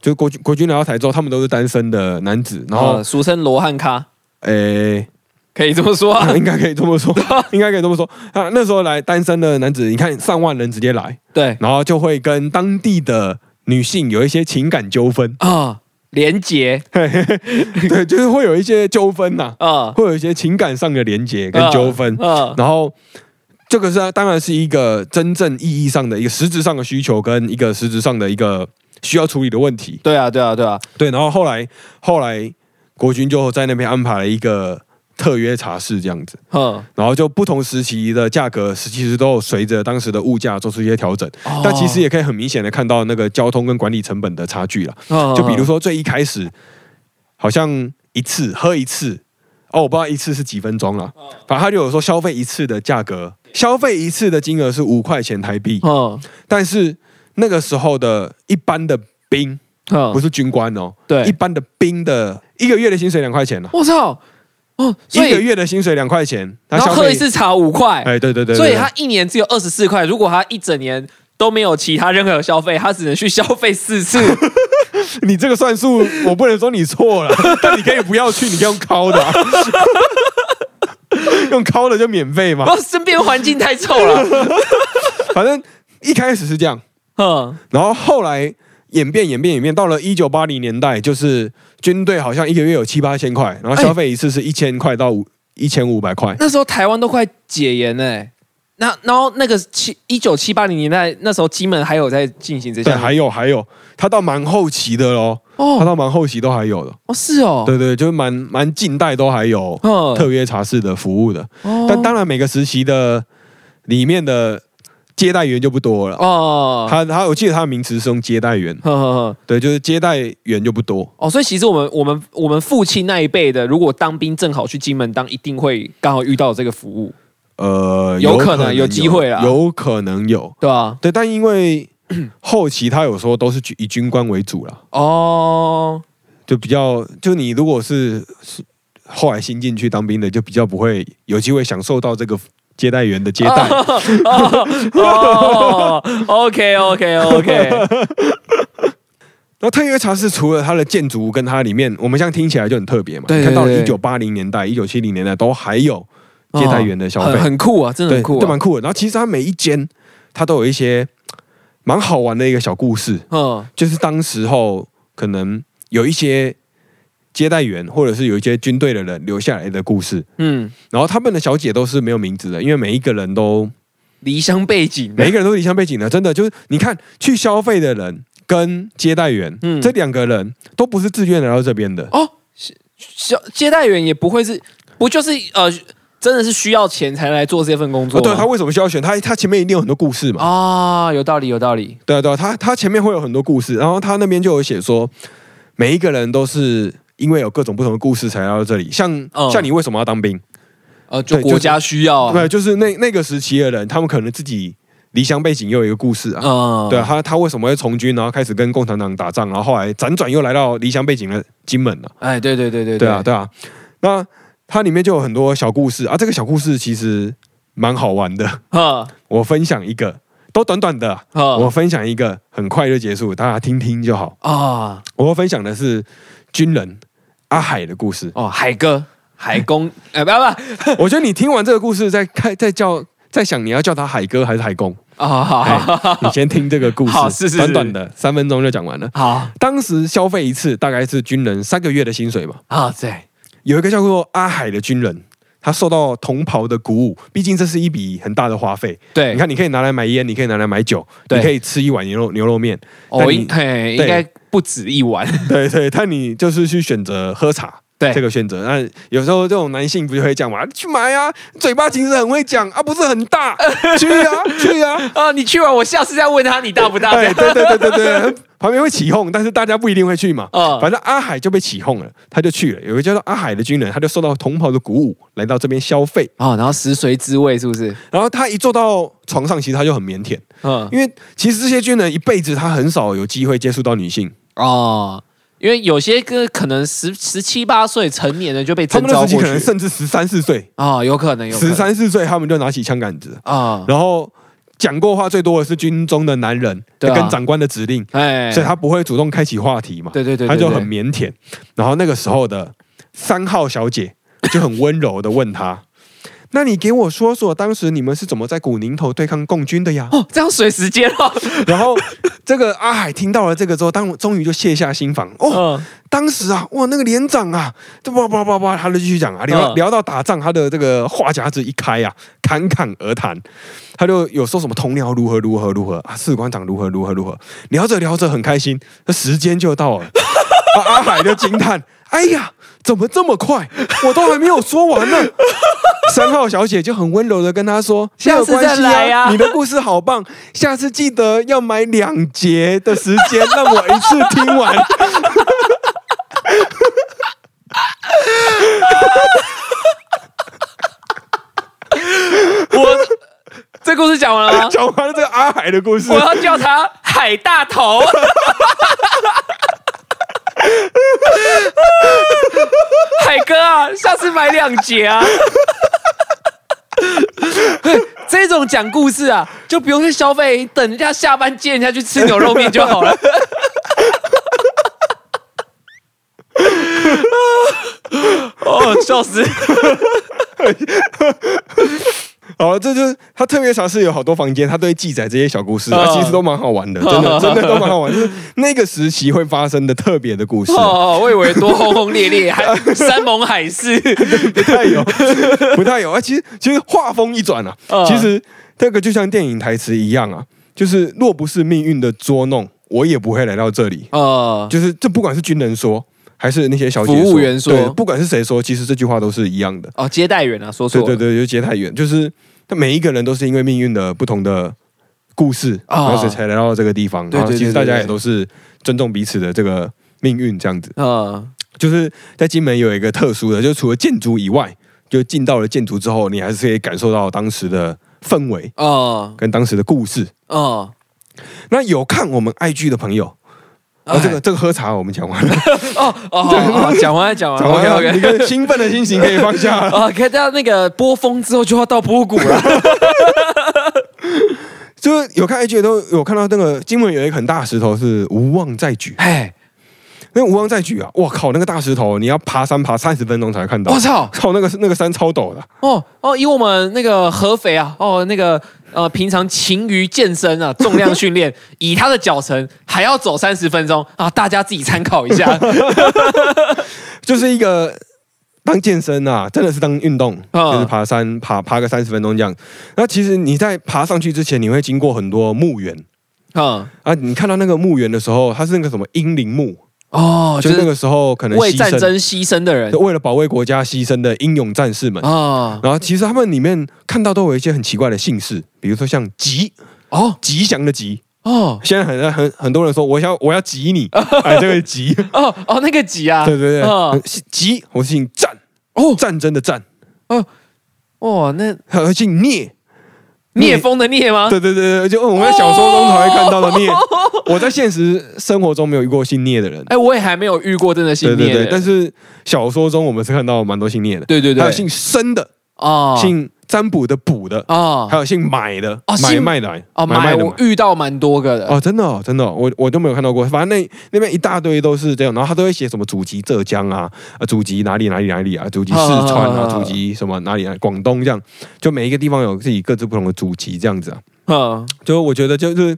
A: 就是国军国军来到台之后，他们都是单身的男子，然后
B: 嗯俗称罗汉咖，
A: 诶、
B: 可以这么说啊。
A: 应该可以这么说，应该可以这么说啊。那时候来单身的男子，你看上万人直接来，
B: 对，
A: 然后就会跟当地的女性有一些情感纠纷
B: 啊，连结
A: 对，就是会有一些纠纷呐、
B: 啊，
A: 会有一些情感上的连结跟纠纷，
B: 啊，
A: 然后这个是当然是一个真正意义上的一个实质上的需求跟一个实质上的一个需要处理的问题。
B: 对啊，对啊，对啊，
A: 对，然后后来后来国军就在那边安排了一个特约茶室这样子，
B: 嗯，
A: 然后就不同时期的价格是其实都有随着当时的物价做出一些调整，
B: 哦
A: 但其实也可以很明显的看到那个交通跟管理成本的差距了。
B: 啊哦
A: 就比如说最一开始，好像一
B: 哦
A: 次喝一次，哦，我不知道一次是几分钟了，反正他就有说消费一次的价格消费一次的金额是五块钱台币，
B: 嗯
A: 但是那个时候的一般的兵
B: 嗯，
A: 不是军官哦，
B: 对
A: 一般的兵的一个月的薪水两块钱了、啊
B: 我操，哦，所
A: 一个
B: 以
A: 月的薪水两块钱，他
B: 然后
A: 消
B: 喝
A: 费
B: 一，次茶五块，
A: 哎，对对对，对
B: 所以他一年只有二十四块。如果他一整年都没有其他任何消费，他只能去消费 四次。
A: 你这个算术，我不能说你错了， 但你可以不要去，你可以用敲的啊、 用敲的就免费嘛
B: 然。后哦身边环境太臭了。
A: 反正一开始是这样，
B: 嗯，
A: 然后后来演变演变演变，到了一九八零年代，就是军队好像一个月有七八千块，然后消费一次是一千块到五一千五百块。
B: 那时候台湾都快解严了、欸。那然后那个七一九七八零年代，那时候金门还有在进行这
A: 对，
B: 项目，
A: 还有还有，他到蛮后期的喽，他
B: 哦
A: 到蛮后期都还有的。
B: 哦是哦，
A: 对对，就是蛮蛮近代都还有
B: 嗯
A: 特约茶室的服务的。
B: 哦
A: 但当然每个时期的里面的接待员就不多了。
B: 哦，
A: 他他我记得他的名词是用接待员，
B: 呵呵呵
A: 对，就是接待员就不多。
B: 哦，所以其实我们我们我们父亲那一辈的，如果当兵正好去金门当，一定会刚好遇到这个服务，
A: 呃，
B: 有可能有机会啦
A: 有可能有。
B: 对吧、
A: 对，但因 为后期他有说都是以军官为主啦，
B: 哦，
A: 就比较就你如果是是后来新进去当兵的，就比较不会有机会享受到这个接待员的接待。
B: 哦，OK OK OK，
A: 那特约茶室除了它的建筑跟它里面，我们这样听起来就很特别嘛。
B: 对对
A: 看到
B: 对
A: 一九八零年代、一九七零年代都还有 接待员的消费，
B: 很很酷啊，真的
A: 对，
B: 很酷、
A: 对，蛮
B: 啊，
A: 酷的。然后其实它每一间它都有一些蛮好玩的一个小故事，
B: 嗯
A: 就是当时候可能有一些接待员或者是有一些军队的人留下来的故事。
B: 嗯，
A: 然后他们的小姐都是没有名字的，因为每一个人都
B: 离乡背景的，
A: 每一个人都是离乡背景的，真的就是你看去消费的人跟接待员，
B: 嗯
A: 这两个人都不是自愿来到这边的。
B: 哦，小接待员也不会是，不就是呃，真的是需要钱才来做这份工作
A: 哦，
B: 吗、
A: 对他为什么需要选他？他前面一定有很多故事嘛。
B: 啊、有道理，有道理，
A: 对啊，对啊，他他前面会有很多故事，然后他那边就有写说，每一个人都是因为有各种不同的故事才来到这里。像、
B: 嗯
A: 像你为什么要当兵？
B: 呃，就
A: 对
B: 国家需要啊，
A: 对，就是那那个时期的人，他们可能自己离乡背景也有一个故事啊。
B: 嗯，
A: 对啊，他他为什么会从军，然后开始跟共产党打仗，然后后来辗转又来到离乡背景的金门了、
B: 哎，对对对对
A: 对啊，，对啊。那它里面就有很多小故事啊，这个小故事其实蛮好玩的，
B: 呵
A: 我分享一个，都短短的啊，
B: 呵，
A: 我分享一个，很快就结束，大家听听就好。
B: 啊，。
A: 我要分享的是军人阿海的故事
B: 哦，海哥，海公， 哎，不不，
A: 我觉得你听完这个故事，再看再叫再想你要叫他海哥还是海公，
B: 啊，好
A: 哎
B: 好
A: 你先听这个故事，
B: 好是是是
A: 短短的三分钟就讲完了。
B: 好
A: 当时消费一次大概是军人三个月的薪水嘛。
B: 好，对，
A: 有一个叫做阿海的军人，他受到同袍的鼓舞，毕竟这是一笔很大的花费。
B: 对，
A: 你看，你可以拿来买烟，你可以拿来买酒，
B: 对
A: 你可以吃一碗牛肉牛肉面。
B: 哦，
A: 但你
B: 应嘿应
A: 对
B: 该不止一碗，
A: 对对，但你就是去选择喝茶。
B: 对
A: 这个选择，那有时候这种男性不就会讲嘛，去买啊，嘴巴其实很会讲啊，不是很大，去啊去啊，
B: 啊，你去完，我下次再问他你大不大？
A: 对对对对对对，旁边会起哄，但是大家不一定会去嘛。
B: 嗯
A: 反正阿海就被起哄了，他就去了。有一个叫做阿海的军人，他就受到同袍的鼓舞，来到这边消费。
B: 哦，然后食髓知味是不是？
A: 然后他一坐到床上，其实他就很腼腆，
B: 嗯，
A: 因为其实这些军人一辈子他很少有机会接触到女性，
B: 哦，因为有些哥可能十十七八岁成年人就被
A: 他
B: 征
A: 们的
B: 召
A: 时期
B: 过
A: 可能
B: 去，
A: 甚至十三四岁，
B: 哦，有可能，有可能
A: 十三四岁他们就拿起枪杆子，
B: 啊，
A: 然后讲过话最多的是军中的男人，
B: 对啊
A: 跟长官的指令，
B: 哎，
A: 所以他不会主动开启话题嘛，
B: 对对对，对
A: 他就很
B: 对
A: 腼腆。然后那个时候的三号小姐就很温柔的问 他：“那你给我说说，当时你们是怎么在古宁头对抗共军的呀？”
B: 哦，这样水时间哦了，
A: 然后这个阿海听到了这个之后，当终于就卸下心防哦。
B: 嗯，
A: 当时啊，哇，那个连长啊，这叭叭叭叭，他就继续讲啊，聊、
B: 嗯
A: 聊到打仗，他的这个话匣子一开啊，侃侃而谈，他就有说什么同僚如何如何如何啊，士官长如何如何如何，聊着聊着很开心，那时间就到了， 啊、阿海就惊叹，哎呀，怎么这么快？我都还没有说完呢。 三号小姐就很温柔的跟他说：“没
B: 下
A: 有
B: 次再
A: 关系
B: 来啊
A: 你的故事好棒，下次记得要买两节的时间，让我一次听完。”
B: 我故事讲完了吗
A: ？讲完了这个阿海的故事
B: 我，要叫他海大头。海哥啊，下次买两节啊。这种讲故事啊，就不用去消费，等人家下班接人家去吃牛肉面就好了。哦，笑死！
A: 好，这就是他特别茶室有好多房间，他都会记载这些小故事，
B: 啊
A: 啊、其实都蛮好玩的，
B: 哦
A: 真的真的都蛮好玩，就是那个时期会发生的特别的故事，啊
B: 哦，我以为多轰轰烈烈，还山盟海誓。
A: 不太有， 不太有啊。其实其实画风一转啊，
B: 啊
A: 其实这个就像电影台词一样啊，就是若不是命运的捉弄，我也不会来到这里。
B: 哦，
A: 就是这不管是军人说。还是那些小姐
B: 服务员说
A: 对，不管是谁说，其实这句话都是一样的。
B: 哦，接待员啊，说错
A: 对
B: 了。
A: 对对，就接太远，就是他每一个人都是因为命运的不同的故事，
B: 啊
A: 然后所以才来到这个地方。
B: 对对
A: 然后其
B: 对
A: 实
B: 对
A: 大家
B: 对
A: 也都是尊重彼此的这个命运，这样子。
B: 啊，
A: 就是在金门有一个特殊的，就除了建筑以外，就进到了建筑之后，你还是可以感受到当时的氛围
B: 哦
A: 跟当时的故事。
B: 哦，
A: 那有看我们 IG 的朋友，啊，
B: 哎
A: 这个这个喝茶我们讲完了，
B: 哦哦，好，讲完了讲完
A: 讲完
B: ，OK
A: 了，你
B: OK。
A: 跟兴奋的心情可以放下了。
B: 哦，看到那个波峰之后就要到波谷了。
A: 就是有看 IG 的都有看到那个金门有一个很大的石头是无望再举，
B: 哎，
A: 那无望再举啊！我靠，那个大石头，你要爬山爬三十分钟才会看到。
B: 我！操！
A: 靠，那个那个山超陡的，
B: 哦哦，以我们那个合肥啊，哦那个呃，平常勤于健 身啊，重量训练，以他的脚程还要走三十分钟啊，大家自己参考一 下。
A: 就是一个当健身啊，真的是当运动，
B: 啊
A: 就是爬山爬爬个三十分钟这样。那其实你在爬上去之前，你会经过很多墓园
B: 嗯，
A: 啊。你看到那个墓园的时候，它是那个什么英灵墓，
B: 哦，
A: 就
B: 就
A: 是那
B: 是
A: 个时候可能
B: 为
A: 牺
B: 战
A: 牲，
B: 争牺牲的人
A: 就为了保卫国家牺牲的英勇战士们。
B: 啊，
A: 然后其实他们里面看到都有一些很奇怪的姓氏，比如说像吉
B: 哦
A: 吉祥的吉，
B: 哦
A: 现在很很很多人说我要我要吉 你，哎，这个吉，
B: 哦哦，那个几啊？
A: 对对对，
B: 嗯
A: 嗯吉，我是姓战，
B: 哦
A: 战争的战，
B: 哦，那
A: 还有姓聂，
B: 聂风的聂吗？
A: 对对对对，就哦我们在小说中才会看到
B: 哦
A: 的聂，我在现实生活中没有遇过姓聂 的人，
B: 哎，我也还没有遇过真的
A: 对
B: 姓
A: 对
B: 聂
A: 对，
B: 的。
A: 但是小说中我们是看到蛮多姓聂的，
B: 对对对，
A: 还有姓申的，
B: 哦，
A: 姓占卜的卜的，
B: 哦
A: 还有姓买的
B: 哦，
A: 买
B: 姓
A: 卖的买
B: 哦
A: 买
B: 买
A: 卖的
B: 我
A: 买。
B: 遇到蛮多个的
A: 哦，真的哦，真的哦、我我都没有看到过。反正那那边一大堆都是这样，然后他都会写什么祖籍浙江啊，啊祖籍哪里哪里哪里啊，祖籍四川
B: 啊啊
A: 啊，
B: 啊啊
A: 祖籍什么哪里啊，广东这样，就每一个地方有自己各自不同的祖籍这样子啊。
B: 嗯
A: 就我觉得就是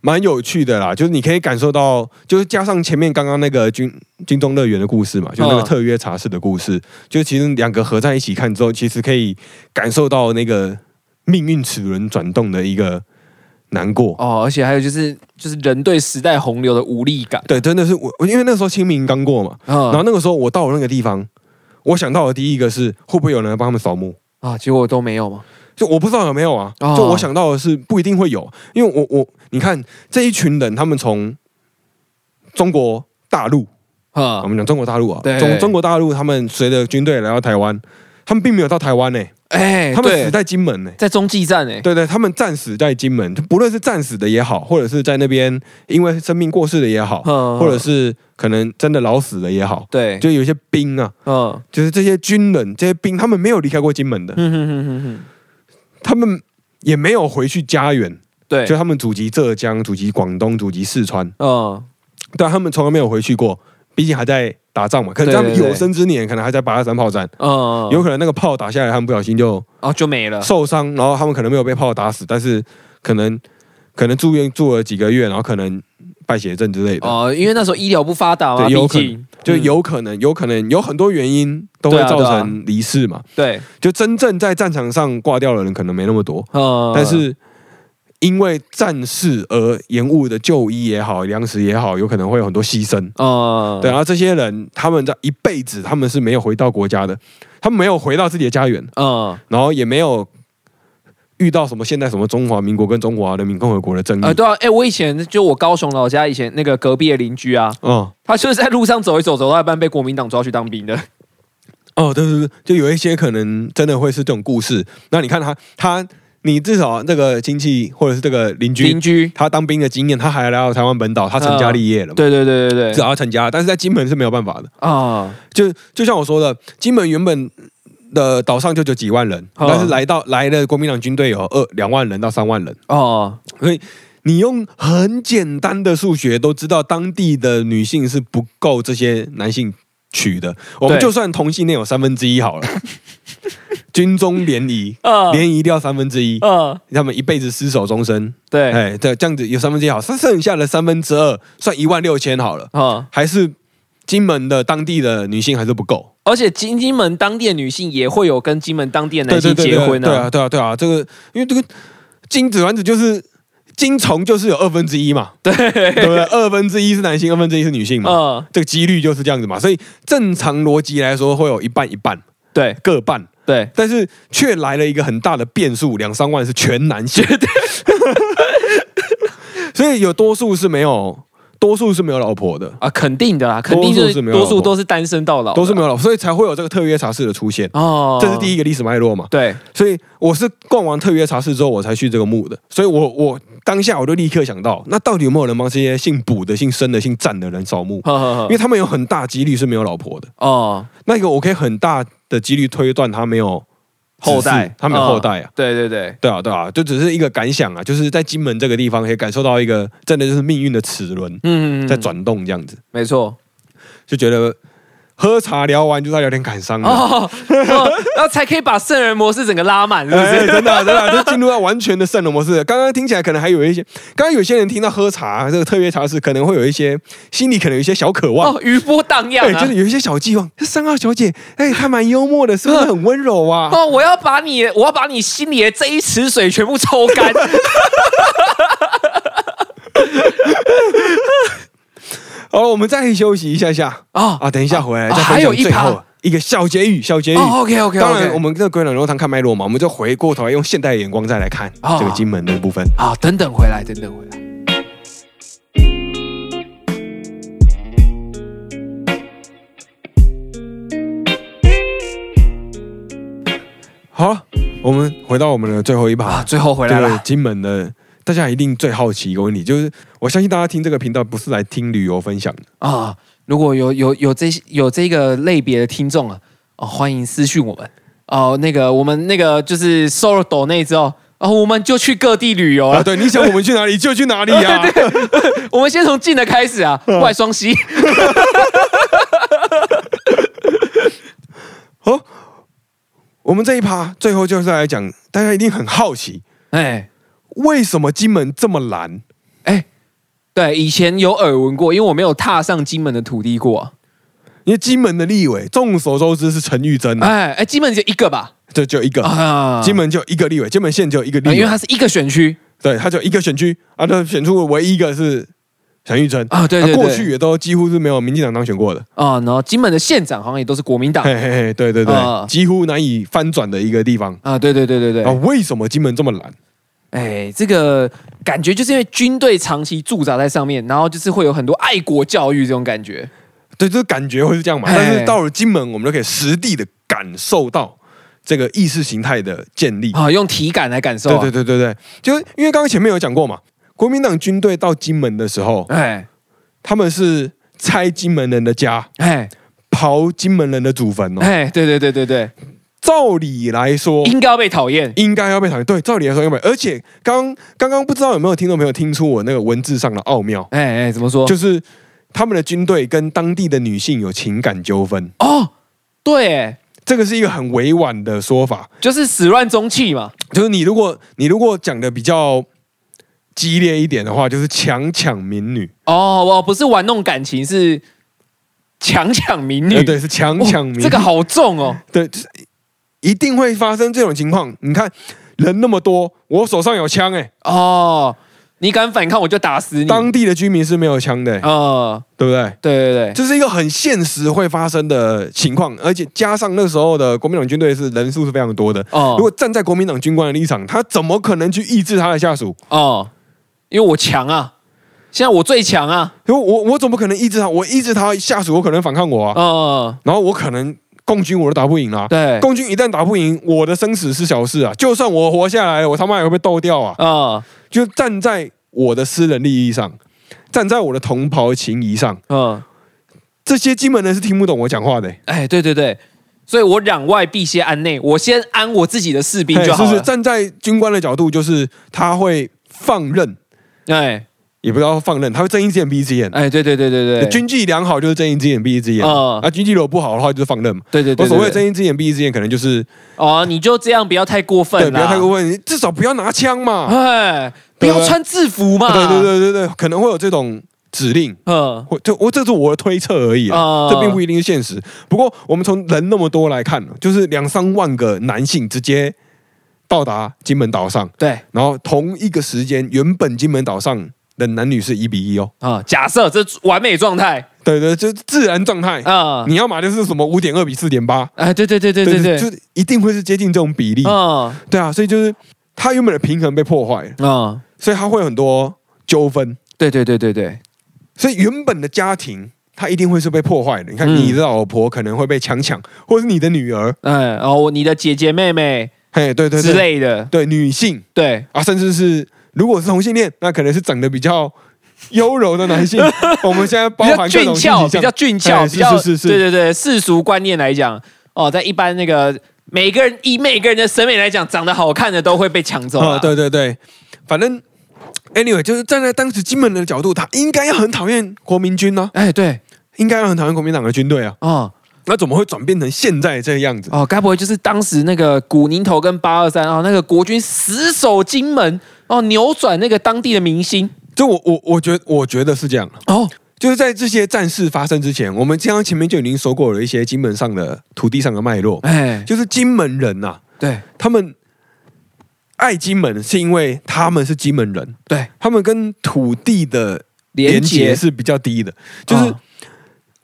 A: 蛮有趣的啦，就是你可以感受到，就是加上前面刚刚那个军军中乐园的故事嘛，就那个
B: 嗯
A: 特约茶室的故事，就其实两个合在一起看之后，其实可以感受到那个命运齿轮转动的一个难过。
B: 哦，而且还有就是就是人对时代洪流的无力感。
A: 对，真的是我，我因为那时候清明刚过嘛，然
B: 嗯
A: 后那个时候我到了那个地方，我想到的第一个是会不会有人来帮他们扫墓？
B: 啊，结果都没有嘛。
A: 就我不知道有没有啊，
B: 哦
A: 就我想到的是不一定会有，因为我我你看这一群人，他们从中国大陆，我
B: 嗯，
A: 们讲中国大陆啊，
B: 对
A: 从中国大陆，他们随着军队来到台湾，他们并没有到台湾呢、
B: 哎，
A: 他们
B: 对
A: 死在金门呢、欸
B: 在中继站哎，
A: 对对，他们战死在金门，就不论是战死的也好，或者是在那边因为生病过世的也好，
B: 嗯
A: 或者是可能真的老死的也好，
B: 对，
A: 就有一些兵啊，
B: 嗯
A: 就是这些军人、这些兵，他们没有离开过金门的，
B: 哼哼哼哼哼，
A: 他们也没有回去家园，
B: 对
A: 就，他们祖籍浙江、祖籍广东、祖籍四川，
B: 嗯
A: 但他们从来没有回去过，毕竟还在打仗嘛。可能
B: 对
A: 他们
B: 对对
A: 有生之年，可能还在八二三炮战，
B: 嗯，
A: 有可能那个炮打下来，他们不小心就
B: 哦就没了。
A: 受伤，然后他们可能没有被炮打死，但是可能可能住院住了几个月，然后可能败血症之类的，
B: 哦，因为那时候医疗不发达嘛，
A: 对
B: 啊毕
A: 有可
B: 竟
A: 就
B: 嗯
A: 有可能有可能有很多原因都会
B: 对啊
A: 造
B: 对啊
A: 成离世嘛。
B: 对，
A: 就真正在战场上挂掉的人可能没那么多，
B: 嗯，
A: 但是因为战事而延误的就医也好，粮食也好，有可能会有很多牺牲。
B: 嗯，
A: 对，然后啊这些人他们在一辈子他们是没有回到国家的，他们没有回到自己的家园，
B: 嗯。
A: 然后也没有遇到什么现在什么中华民国跟中华人民共和国的争议
B: 啊、。对啊，哎、我以前就我高雄老家以前那个隔壁的邻居啊，
A: 哦
B: 他就是在路上走一走，走到一半被国民党抓去当兵的。
A: 哦，对对对，就有一些可能真的会是这种故事。那你看他他你至少这个亲戚或者是这个邻居，
B: 邻居，
A: 他当兵的经验，他还来到台湾本岛，他成家立业了嘛，
B: 嗯对对对对
A: 至少
B: 对，
A: 他成家了，但是在啊金门是没有办法的。
B: 啊，
A: 就就像我说的，金门原本的岛上就只有几万人，
B: 哦
A: 但是来到来了国民党军队有二两万人到三万人，
B: 哦，
A: 所以你用很简单的数学都知道，当地的女性是不够这些男性娶的。我们
B: 对
A: 就算同性恋有三分之一 好了，军中联谊，
B: 啊
A: 联谊一定要三分之一，
B: 啊，
A: 他们一辈子厮守终身。
B: 对，
A: 哎，对，这样子有三分之一好，剩剩下的三分之二算一万六千好了，
B: 啊，
A: 还是金门的当地的女性还是不够。
B: 而且金金门当地的女性也会有跟金门当地的
A: 对对
B: 男性
A: 对，
B: 结婚
A: 对啊，
B: 啊，
A: 对啊，对啊，这个因为这个精子卵子就是精虫就是有二分之一 嘛，对对啊不对？二分之一是男性，二分之一是女性嘛，
B: 嗯，
A: 这个几率就是这样子嘛。所以正常逻辑来说会有一半一半
B: 对
A: 各半，
B: 对，
A: 但是却来了一个很大的变数，两三万是全男性， 所以有多数是没有，多数是没有老婆的。
B: 啊，肯定的啦，肯
A: 多
B: 定就
A: 数是
B: 是
A: 没有
B: 多数
A: 老婆
B: 都是单身到老的，
A: 都是没有老婆，所以才会有这个特约茶室的出现，
B: 哦，
A: 这是第
B: 一，
A: 一个历史脉络嘛。
B: 对，
A: 所以我是逛完特约茶室之后，我才去这个墓的。所以我我当下我就立刻想到，那到底有没有人帮这些姓卜的、姓申的、姓战的人扫墓？
B: 呵呵
A: 因
B: 呵
A: 为，他们有很大几率是没有老婆的。
B: 哦，
A: 那个我可以很大的几率推断他没有
B: 后
A: 子
B: 代
A: 嗣，他没有
B: 嗯
A: 后代啊。
B: 对对对，
A: 对啊，对啊，就只是一个感想啊，就是在金门这个地方可以感受到一个真的就是命运的齿轮
B: 嗯，嗯嗯
A: 在转动这样子，
B: 没错，
A: 就觉得喝茶聊完就是要聊点感伤的。
B: 哦，哦 然后才可以把圣人模式整个拉满，是不
A: 哎，
B: 是？
A: 真的啊、真的啊、就进入到完全的圣人模式。刚刚听起来可能还有一些，刚刚有些人听到喝茶这个特别茶室，可能会有一些心里可能有一些小渴望，
B: 哦，余波荡漾
A: 对，
B: 啊
A: 就是！有一些小寄望。三号小姐，哎，她蛮幽默的，是不是很温柔啊？
B: 哦，我要把你，我要把你心里的这一池水全部抽 干。
A: 好了，我们再休息一下下
B: 哦
A: 啊，等一下回来再
B: 啊还
A: 分
B: 有
A: 享
B: 一
A: 最后
B: 趴
A: 一个小结语，小结语。
B: 哦，OK，OK，OK
A: 当然我们这个鬼卵肉汤看脉络嘛，我们就回过头来用现代的眼光再来看
B: 哦
A: 这个金门的部分。
B: 好，啊等等回来，等等回来。
A: 好了，我们回到我们的最后一趴
B: 啊，。最后回来
A: 对
B: 了。
A: 金门的，大家一定最好奇一个问题，就是我相信大家听这个频道不是来听旅游分享的，
B: 啊，如果有有有这些有这个类别的听众啊，哦，欢迎私讯我们哦。那个我们那个就是收了抖内之后，哦，我们就去各地旅游
A: 啊，
B: 了。
A: 对，你想我们去哪里 就去哪里呀、啊，
B: 我们先从近的开始啊，
A: 嗯
B: 外双溪
A: 哦，我们这一趴最后就是来讲，大家一定很好奇，
B: 哎
A: 为什么金门这么蓝？
B: 哎，对，以前有耳闻过，因为我没有踏上金门的土地过啊、
A: 因为金门的立委，众所周知是陈玉珍啊，
B: 哎哎，金门只有一个吧？
A: 就就一个，
B: 啊，
A: 金门就一个立委，金门县就一个立
B: 啊，因为
A: 委，
B: 它是一个选区
A: 对，他就一个选区啊，他选出唯一一个是陈玉珍
B: 啊对对
A: 啊过
B: 对
A: 去也都几乎是没有民进党当选过的。
B: 啊，然后金门的县长好像也都是国民党
A: 嘿嘿嘿，对对对，
B: 啊
A: 几乎难以翻转的一个地方
B: 啊，对对对对对
A: 啊！为什么金门这么蓝？
B: 哎，这个感觉就是因为军队长期驻扎在上面，然后就是会有很多爱国教育这种感觉。
A: 对，就是感觉会是这样嘛。
B: 嘿
A: 但是到了金门，我们就可以实地的感受到这个意识形态的建立。
B: 啊，用体感来感受、
A: 对
B: 啊。
A: 对
B: 对，
A: 对对对，就是因为刚刚前面有讲过嘛，国民党军队到金门的时候，
B: 哎
A: 他们是拆金门人的家，
B: 哎
A: 刨金门人的祖坟哦。
B: 哎，对对对对对，
A: 照理来说，
B: 应该要被讨厌。
A: 应该要被讨厌。对，照理来说应该。而且刚刚刚不知道有没有听众朋友听出我那个文字上的奥妙。
B: 哎哎，怎么说？
A: 就是他们的军队跟当地的女性有情感纠纷，
B: 哦，对，哎
A: 这个是一个很委婉的说法。
B: 就是始乱终弃嘛。
A: 就是你如果你如果讲的比较激烈一点的话，就是强抢民女，
B: 哦，我不是玩弄感情，是强抢民女。
A: 呃、对，是强
B: 哦，
A: 抢民女，
B: 这个好重哦。
A: 对，就是一定会发生这种情况。你看人那么多，我手上有枪哎、
B: 哦，你敢反抗，我就打死你。
A: 当地的居民是没有枪的、欸，
B: 呃，
A: 对不对？
B: 对对对，
A: 这是一个很现实会发生的情况，而且加上那时候的国民党军队是人数是非常多的，
B: 哦
A: 如果站在国民党军官的立场，他怎么可能去抑制他的下属？
B: 哦，因为我强啊，现在我最强啊。
A: 因为我我怎么可能抑制他？我抑制他下属，我可能反抗我啊，
B: 哦。
A: 然后我可能共军我都打不赢啦。
B: 对，
A: 共军一旦打不赢，我的生死是小事啊！就算我活下来了，我他妈也会被斗掉啊！
B: 啊
A: 就站在我的私人利益上，站在我的同袍情谊上，
B: 嗯，
A: 这些金门人是听不懂我讲话的、欸，
B: 哎，对对对，所以我攘外必先安内，我先安我自己的士兵
A: 嘿
B: 就好
A: 是不是？
B: 了。
A: 站在军官的角度，就是他会放任，
B: 哎
A: 也不知道放任，他会睁一只眼闭一只眼。啊
B: 哎，对对对对对，
A: 军纪良好就是睁一只眼闭一只眼，
B: 哦
A: 啊，军纪如果不好的话就是放任嘛。
B: 对对对，
A: 我所谓的
B: 对
A: 睁一只眼闭一只眼，可能就是
B: 哦，你就这样，不要太过分
A: 对，
B: 啦，
A: 不要太过分，你至少不要拿枪嘛。
B: 哎，不
A: 对
B: 要穿制服嘛，
A: 啊对对，对对对，可能会有这种指令。
B: 嗯
A: 我这我这是我的推测而已啊，
B: 哦
A: 这并不一定是现实。不过我们从人那么多来看，就是两三万个男性直接到达金门岛上，
B: 对
A: 然后同一个时间，原本金门岛上的男女是一比一哦，
B: 啊，假设这是完美状态
A: 对对，就是自然状态。
B: 啊，
A: 哎你要嘛就是什么五点二比四点八，
B: 哎，对对对对对对，
A: 就是一定会是接近这种比例。
B: 嗯
A: 对啊，所以就是它原本的平衡被破坏了，
B: 嗯，
A: 所以它会有很多纠纷。
B: 对对对对对，
A: 所以原本的家庭，它一定会是被破坏的。你看，
B: 嗯
A: 你的老婆可能会被强抢，或者是你的女儿，
B: 哎，哦，你的姐姐妹妹
A: 嘿，对对
B: 之
A: 对，
B: 类的，
A: 对女性
B: 对，
A: 啊，甚至是如果是同性恋，那可能是长得比较优柔的男 性。我们现在包
B: 比较
A: 含各
B: 俊
A: 种性倾
B: 俏，比
A: 向
B: 较俊俏，
A: 哎
B: 比较
A: 是是是是
B: 对对对，世俗观念来讲，哦，在一般那个每个人以每个人的审美来讲，长得好看的都会被抢走
A: 啊，
B: 了。
A: 对对对，反正 anyway，就是站在当时金门人的角度，他应该要很讨厌国民军啊呢、
B: 哎，对，
A: 应该要很讨厌国民党的军队啊，
B: 哦
A: 那怎么会转变成现在这个样子？
B: 哦，该不会就是当时那个古宁头跟八二三啊，那个国军死守金门，哦，扭转那个当地的民心。
A: 这我我我觉我觉得是这样。啊
B: 哦，
A: 就是在这些战事发生之前，我们刚刚前面就已经说过了一些金门上的土地上的脉络，
B: 哎，
A: 就是金门人呐、
B: 对
A: 他们爱金门是因为他们是金门人，
B: 对，
A: 他们跟土地的
B: 连
A: 结
B: 结
A: 是比较低的。就是
B: 哦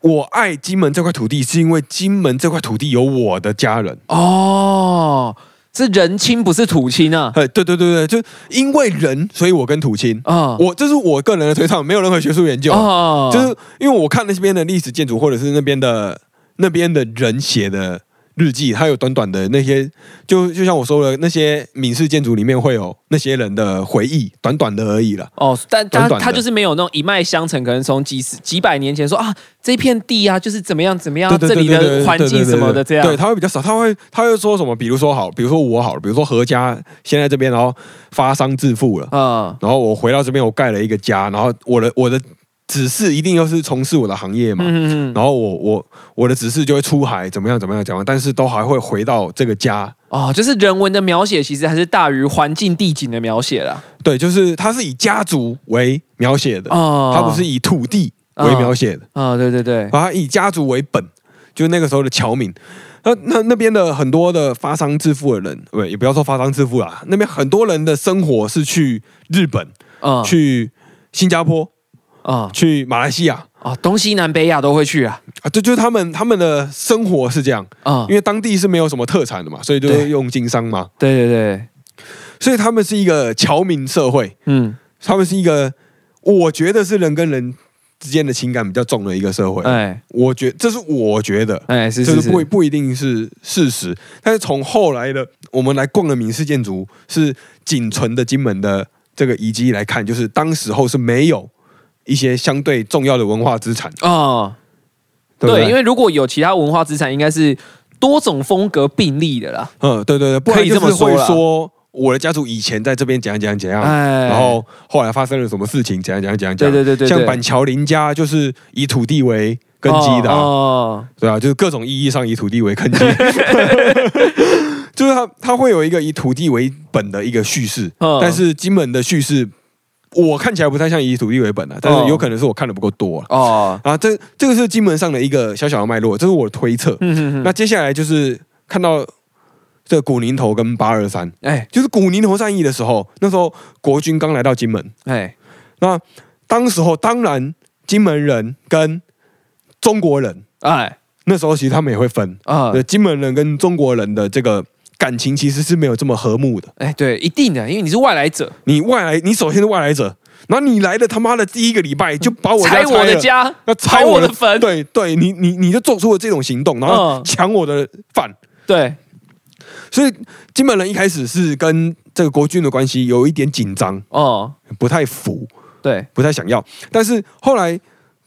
A: 我爱金门这块土地，是因为金门这块土地有我的家人。
B: 哦，是人亲不是土亲啊。
A: 哎，对对对对，就因为人，所以我跟土亲。
B: 啊，
A: 我这是我个人的推唱，没有任何学术研究。啊
B: 哦
A: 就是因为我看那边的历史建筑，或者是那边的那边的人写的日记，它有短短的那些，就就像我说的，那些闽式建筑里面会有那些人的回忆，短短的而已啦。
B: 哦，但
A: 短
B: 他
A: 短的
B: 他就是没有那种一脉相承，可能从几十几百年前说啊，这片地啊，就是怎么样怎么样，
A: 对对
B: 这
A: 对
B: 里
A: 对对
B: 的
A: 对
B: 环境
A: 对对
B: 什么的这样。
A: 对，他会比较少，他会他会说什么？比如说好，比如说我好了，比如说何家先在这边，然后发商致富了，
B: 啊，
A: 然后我回到这边，我盖了一个家，然后我的我的指示一定又是从事我的行业嘛，
B: 嗯嗯嗯，
A: 然后我我我的指示就会出海，怎么样怎么样怎么样，但是都还会回到这个家。
B: 哦，就是人文的描写其实还是大于环境地景的描写啦。
A: 对，就是它是以家族为描写的，
B: 哦，
A: 它不是以土地为描写的，
B: 啊，对对对，
A: 把它以家族为本，就是那个时候的侨民。那那那边的很多的发商致富的人，不也不要说发商致富啦，那边很多人的生活是去日本、
B: 啊
A: 去新加坡、
B: 啊
A: 去马来西亚
B: 啊，东西南北亚都会去啊
A: 啊，这就是他们他们的生活是这样，
B: 啊，
A: 因为当地是没有什么特产的嘛，所以就
B: 对
A: 用经商嘛。
B: 对对对，
A: 所以他们是一个侨民社会，
B: 嗯，
A: 他们是一个，我觉得是人跟人之间的情感比较重的一个社会。
B: 哎
A: 我觉这是我觉得，
B: 哎，是
A: 这
B: 是
A: 是
B: 是
A: 不不一定是事实。但是从后来的我们来逛的闽式建筑，是仅存的金门的这个遗迹来看，就是当时候是没有一些相对重要的文化资产，
B: 哦，
A: 对不对？
B: 对，因为如果有其他文化资产，应该是多种风格并立的啦。
A: 嗯，对对对，不然
B: 可以
A: 就
B: 这么
A: 是会
B: 说啦
A: 说我的家族以前在这边怎样怎样怎样，
B: 哎
A: 然后后来发生了什么事情，怎样怎样怎样怎样。
B: 对对对对对
A: 像板桥林家就是以土地为根基的啊、
B: 哦，
A: 对啊，就是各种意义上以土地为根 基，就是它它会有一个以土地为本的一个叙事，
B: 嗯
A: 但是金门的叙事我看起来不太像以土地为本啊，但
B: 哦
A: 是有可能是我看的不够多啊。
B: 哦哦，
A: 啊，这这个是金门上的一个小小的脉络，这是我的推测。
B: 嗯嗯嗯，
A: 那接下来就是看到这古宁头跟八二三，
B: 哎
A: 就是古宁头战役的时候，那时候国军刚来到金门，
B: 哎。
A: 那当时候当然金门人跟中国人，
B: 哎
A: 那时候其实他们也会分，
B: 啊
A: 呃，金门人跟中国人的这个感情其实是没有这么和睦的。
B: 哎，对，一定的，因为你是外来者，
A: 你外来，你首先是外来者，然后你来的他妈的第一个礼拜就把我家
B: 拆我的
A: 了，
B: 家，
A: 要拆
B: 刨我
A: 的
B: 的坟
A: 对对，你你你就做出了这种行动，然后
B: 嗯
A: 抢我的饭，
B: 对，
A: 所以金门人一开始是跟这个国军的关系有一点紧张，
B: 哦，
A: 不太服，
B: 对，
A: 不太想要，但是后来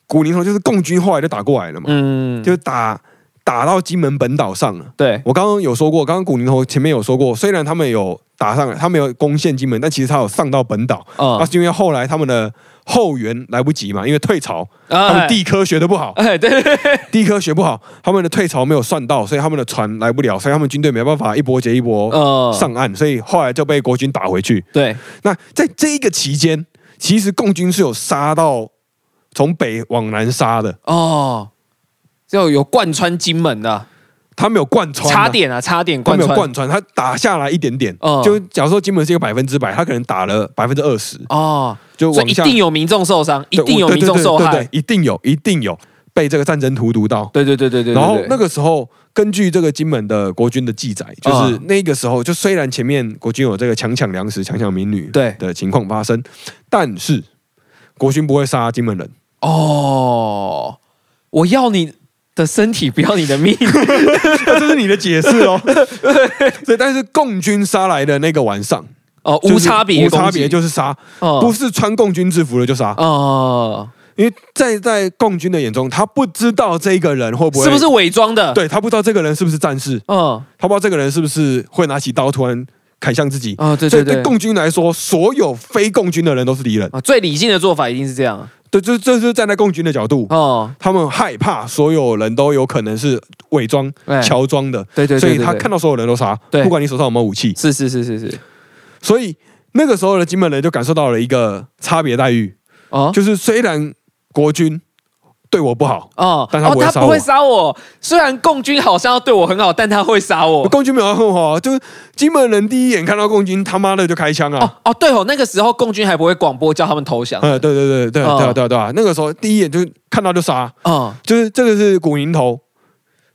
A: 古宁头就是共军后来就打过来了嘛，
B: 嗯，
A: 就打打到金门本岛上了。
B: 对，
A: 我刚刚有说过，刚刚古宁头前面有说过，虽然他们有打上来，他们有攻陷金门，但其实他有上到本岛，那、
B: 哦，
A: 是因为后来他们的后援来不及嘛，因为退潮，他
B: 哎
A: 们地科学的不好，
B: 哎，对对对，
A: 地科学不好，他们的退潮没有算到，所以他们的船来不了，所以他们军队没办法一波接一波
B: 哦，
A: 上岸，所以后来就被国军打回去。
B: 对，
A: 那在这一个期间，其实共军是有杀到从北往南杀的，
B: 哦，就有贯穿金门的，
A: 他没有贯穿、
B: 差。点啊，差点
A: 他
B: 贯
A: 没有
B: 穿，
A: 贯穿，他打下来一点点。
B: 哦
A: 就假如说金门是一个百分之百，他可能打了百分之二十，
B: 哦，
A: 就
B: 所以
A: 往
B: 一
A: 下。
B: 定有民众受伤，一
A: 对
B: 定有
A: 我对
B: 民众
A: 对对
B: 受
A: 对
B: 害
A: 对，一定有，一定有被这个战争荼毒到。
B: 对对对对对，
A: 然后
B: 对
A: 那个时候，根据这个金门的国军的记载，就是
B: 嗯
A: 那个时候，就虽然前面国军有这个强抢粮食、强抢民女
B: 对
A: 的情况发生，但是国军不会杀金门人，
B: 哦，我要你的身体，不要 你的命，
A: 这是你的解释 哦。所以，但是共军杀来的那个晚上，
B: 哦，
A: 就是
B: 无差别
A: 无
B: 攻击，
A: 差别就是杀，
B: 哦
A: 不是穿共军制服的就杀，
B: 哦，
A: 因为在在共军的眼中，他不知道这个人会不会
B: 是不是伪装的？，
A: 对他不知道这个人是不是战士，
B: 哦
A: 他不知道这个人是不是会拿起刀突然砍向自己。
B: 哦，对
A: 所以
B: 对
A: 对
B: 对，
A: 共军来说，所有非共军的人都是敌人。
B: 啊，最理性的做法一定是这样
A: 对，这这是站在共军的角度，
B: 哦，
A: 他们害怕所有人都有可能是伪装、
B: 哎
A: 乔装的，
B: 对对，对
A: 所以
B: 对
A: 他
B: 对
A: 看到所有人都杀，
B: 对
A: 不管你手上有没有武器。
B: 是是是是是，
A: 所以那个时候的金门人就感受到了一个差别待遇，
B: 哦
A: 就是虽然国军对我不好，
B: 哦，
A: 但他
B: 哦
A: 不会
B: 他
A: 杀
B: 不会
A: 我
B: 杀我，虽然共军好像要对我很好，但他会杀我。
A: 共军没有很好，就是金门人第一眼看到共军，他妈的就开枪啊！
B: 哦哦，对哦，那个时候共军还不会广播叫他们投降。
A: 呃，对对对对对
B: 哦
A: 啊对啊对啊，那个时候第一眼就看到就杀，
B: 嗯，
A: 就是这个是古宁头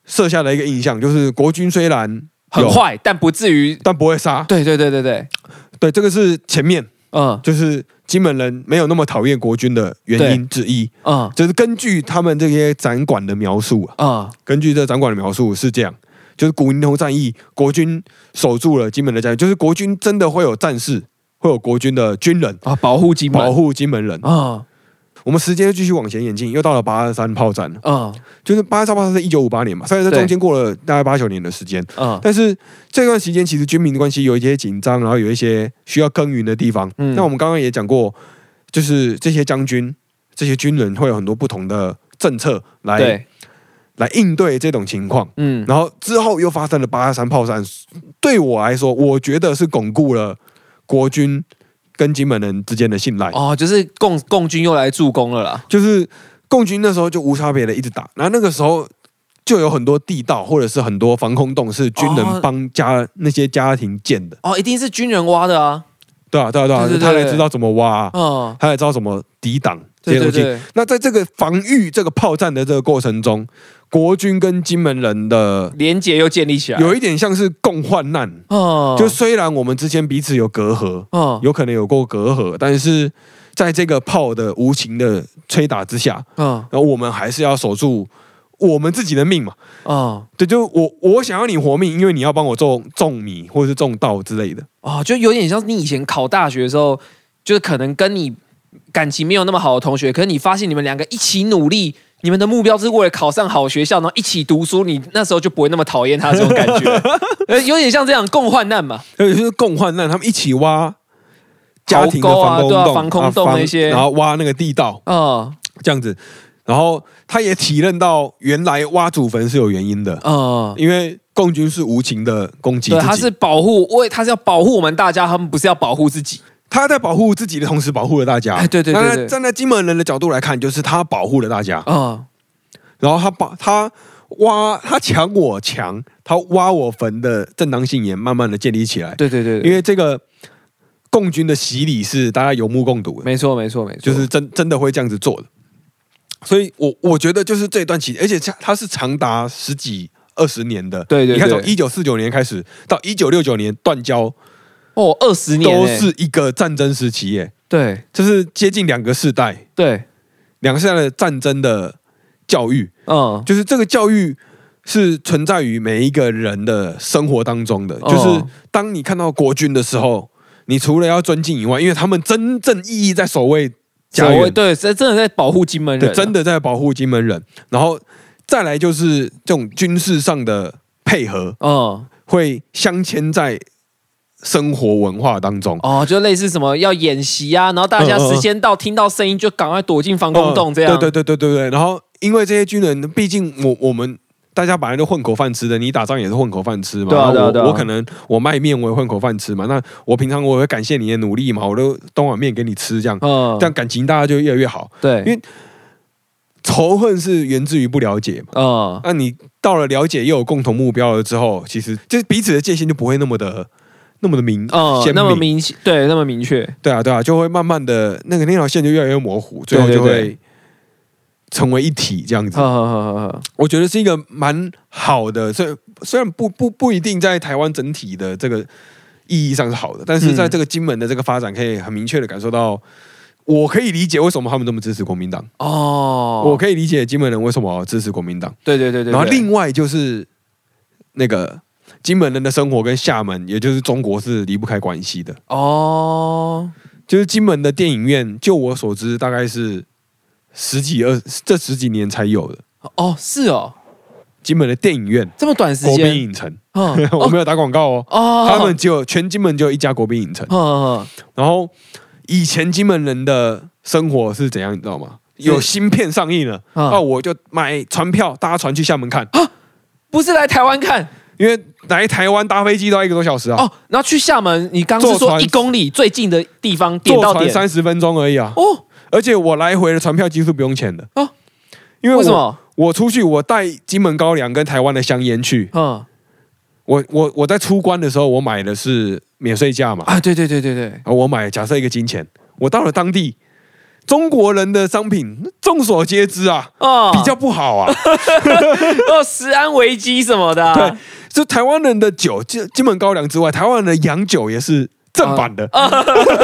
A: 设下的一个印象，就是国军虽然
B: 很
A: 有，
B: 坏，但不至于。
A: 但不会杀。
B: 对对对对对，
A: 对，这个是前面
B: 嗯
A: 就是金门人没有那么讨厌国军的原因之一，
B: 嗯
A: 就是根据他们这些展馆的描述啊，
B: 嗯，
A: 根据这展馆的描述是这样。就是古宁头战役，国军守住了金门的家园，就是国军真的会有战士，会有国军的军人
B: 啊，保护金门，
A: 保护金门人。
B: 啊，
A: 我们时间继续往前演进，又到了八二三炮战了。
B: 嗯
A: 就是八二三炮战是一九五八年嘛，虽然在
B: 对
A: 中间过了大概八九年的时间，
B: 嗯
A: 但是这段时间其实军民关系有一些紧张，然后有一些需要耕耘的地方。
B: 嗯
A: 那我们刚刚也讲过，就是这些将军、这些军人会有很多不同的政策来
B: 对，
A: 来应对这种情况。
B: 嗯，
A: 然后之后又发生了八二三炮战，对我来说，我觉得是巩固了国军跟金门人之间的信赖。
B: 哦，就是共共军又来助攻了啦。
A: 就是共军那时候就无差别的一直打，然后那个时候就有很多地道或者是很多防空洞是军
B: 哦
A: 人帮家、那些家庭建的，
B: 哦，一定是军人挖的啊。
A: 对啊，对啊，对啊，
B: 对对对
A: 他才知道怎么挖、啊，
B: 嗯，
A: 他才知道怎么抵挡这
B: 对
A: 些
B: 对
A: 东西。
B: 对，
A: 那在这个防御这个炮战的这个过程中，国军跟金门人的
B: 连结又建立起来。
A: 有一点像是共患难，
B: 哦，
A: 就虽然我们之间彼此有隔阂，
B: 哦
A: 有可能有过隔阂，但是在这个炮的无情的吹打之下，
B: 嗯
A: 然后我们还是要守住我们自己的命嘛。
B: 哦
A: 对，就我我想要你活命，因为你要帮我种种米或者是种稻之类的。
B: 哦，就有点像你以前考大学的时候，就是可能跟你感情没有那么好的同学，可是你发现你们两个一起努力。你们的目标是为了考上好学校，然后一起读书，你那时候就不会那么讨厌他这种感觉，呃，有点像这样共患难嘛。
A: 所以就是共患难，他们一起挖家庭的
B: 壕沟啊
A: 防空洞、
B: 对啊防空洞那些
A: 然后挖那个地道
B: 哦
A: 这样子。然后他也体认到，原来挖祖坟是有原因的，
B: 哦，
A: 因为共军是无情的攻击自
B: 对，
A: 己，
B: 他是保护，为他是要保护我们大家，他们不是要保护自己。
A: 他在保护自己的同时保护了大家。
B: 哎对对对
A: 那
B: 对
A: 站在金门人的角度来看，就是他保护了大家。
B: 哦
A: 然后他把他挖他抢我墙，他挖我坟的正当性也慢慢的建立起来。
B: 对对对，
A: 因为这个共军的洗礼是大家有目共睹的，
B: 没错没错没错，
A: 就是真真的会这样子做的。所以我我觉得就是这段期，而且它它是长达十几二十年的，
B: 对对
A: 你看
B: 对
A: 从一九四九年开始到一九六九年断交，
B: 哦，二十年
A: 都
B: 欸
A: 是一个战争时期耶，
B: 对
A: 就是接近两个世代，
B: 对，
A: 两个世代的战争的教育，
B: 嗯，
A: 就是这个教育是存在于每一个人的生活当中的。
B: 哦
A: 就是当你看到国军的时候，你除了要尊敬以外，因为他们真正意义在守卫家
B: 所谓
A: 园，
B: 对，这真的在保护金门人
A: 对，
B: 啊，
A: 真的在保护金门人。然后再来就是这种军事上的配合，
B: 嗯。
A: 会镶嵌在生活文化当中。
B: 哦，就类似什么要演习啊，然后
A: 嗯
B: 大家时间到，听到声音就赶快躲进防空洞，这样。
A: 对对对对对对。然后因为这些军人，毕竟我我们。大家本来就混口饭吃的，你打仗也是混口饭吃嘛。
B: 对
A: 然后
B: 啊对啊
A: 我
B: 对啊
A: 我可能我卖面我也混口饭吃嘛。那我平常我也会感谢你的努力嘛，我都端碗面给你吃，这样、
B: 嗯，
A: 这样感情大家就越来越好。
B: 对，
A: 因为仇恨是源自于不了解嘛。
B: 嗯，
A: 那你到了了解又有共同目标了之后，其实就是彼此的界限就不会那么的那么的明
B: 哦，
A: 鲜
B: 那么
A: 明
B: 明确，对，那么明确，
A: 对啊，对啊，就会慢慢的那个那条线就越来越模糊，最后
B: 对
A: 就
B: 对对哦
A: 会成为一体这样子
B: 呵。呵呵呵呵，
A: 我觉得是一个蛮好的，虽虽然不不不一定在台湾整体的这个意义上是好的，但是在
B: 嗯
A: 这个金门的这个发展，可以很明确的感受到，我可以理解为什么他们这么支持国民党，
B: 哦，
A: 我可以理解金门人为什么支持国民党。
B: 对对对对，
A: 然后
B: 对
A: 另外就是那个金门人的生活跟厦门，也就是中国是离不开关系的。
B: 哦，
A: 就是金门的电影院，就我所知，大概是十几二这十几年才有的。
B: 哦，是哦，
A: 金门的电影院，
B: 这么短时
A: 国宾
B: 间，
A: 影城，
B: 嗯
A: 我没有打广告哦。
B: 哦，
A: 他们只有全金门只有一家国宾影城。
B: 嗯，嗯
A: 然后以前金门人的生活是怎样，你知道吗？有新片上映了，
B: 嗯
A: 那我就买船票搭船去厦门看，
B: 哦不是来台湾看
A: 因为来台湾搭飞机都要一个多小时啊，
B: 哦，然后去厦门，你刚是
A: 坐
B: 说
A: 船
B: 一公里最近的地方点
A: 坐
B: 到
A: 船
B: 点，
A: 三十分钟而已啊。
B: 哦
A: 而且我来回的船票几乎不用钱的
B: 哦
A: 因为
B: 为什
A: 我
B: 么？
A: 我出去，我带金门高粱跟台湾的香烟去。
B: 嗯
A: 我我我在出关的时候，我买的是免税价嘛，
B: 啊，对对对对对，
A: 啊，我买假设一个金钱，我到了当地，中国人的商品众所皆知啊，
B: 哦，
A: 比较不好 啊。
B: 哦，食安危机什么的啊，
A: 对，就台湾人的酒，金金门高粱之外，台湾人的洋酒也是正版的，
B: 哦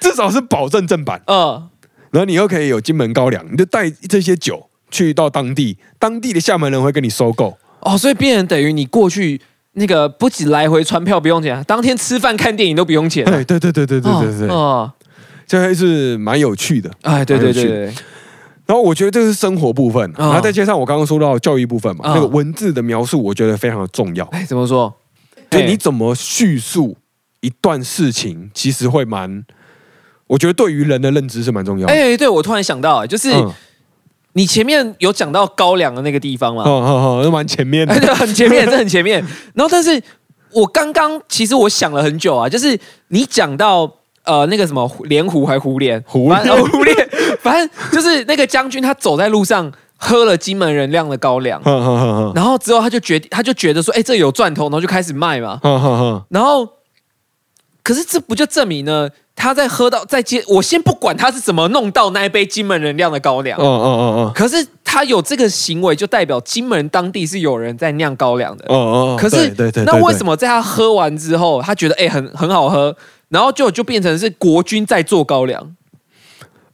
A: 至少是保证正版。
B: 嗯，
A: 然后你又可以有金门高粱，你就带这些酒去到当地，当地的厦门人会跟你收购。
B: 哦，所以变成等于你过去。那个不仅来回船票不用钱，当天吃饭看电影都不用 钱啊、
A: 哎，对对对对对对对，
B: 哦，
A: 这还是蛮有趣的。
B: 哎，对对对
A: 蛮有趣的
B: 对，
A: 然后我觉得这是生活部分，
B: 嗯
A: 然后再加上我刚刚说到教育部分嘛，
B: 嗯
A: 那个文字的描述，我觉得非常的重要。
B: 哎，怎么说？
A: 就
B: 哎
A: 你怎么叙述一段事情，其实会蛮，我觉得对于人的认知是蛮重要的。
B: 哎，对我突然想到，就是
A: 嗯，
B: 你前面有讲到高粱的那个地方嘛，
A: 好好好，那蛮前面的
B: 哎，。对， 很前面，这很前面。然后，但是我刚刚其实我想了很久啊，就是你讲到呃那个什么莲湖还胡莲，
A: 胡
B: 反正哦 胡莲，反正就是那个将军他走在路上喝了金门人酿的高粱，
A: 哼哼哼哼
B: 然后之后他就决定，他就觉得说，哎，这有赚头，然后就开始卖嘛。
A: 哼哼哼，
B: 然后，可是这不就证明呢？他在喝到在接，我先不管他是怎么弄到那一杯金门人酿的高粱，
A: 嗯嗯嗯嗯
B: 可是他有这个行为，就代表金门当地是有人在酿高粱的。
A: 嗯嗯。
B: 可是，
A: 对对对，
B: 那为什
A: 么？
B: 么在他喝完之后，他觉得哎、很很好喝，然后就就变成是国军在做高粱？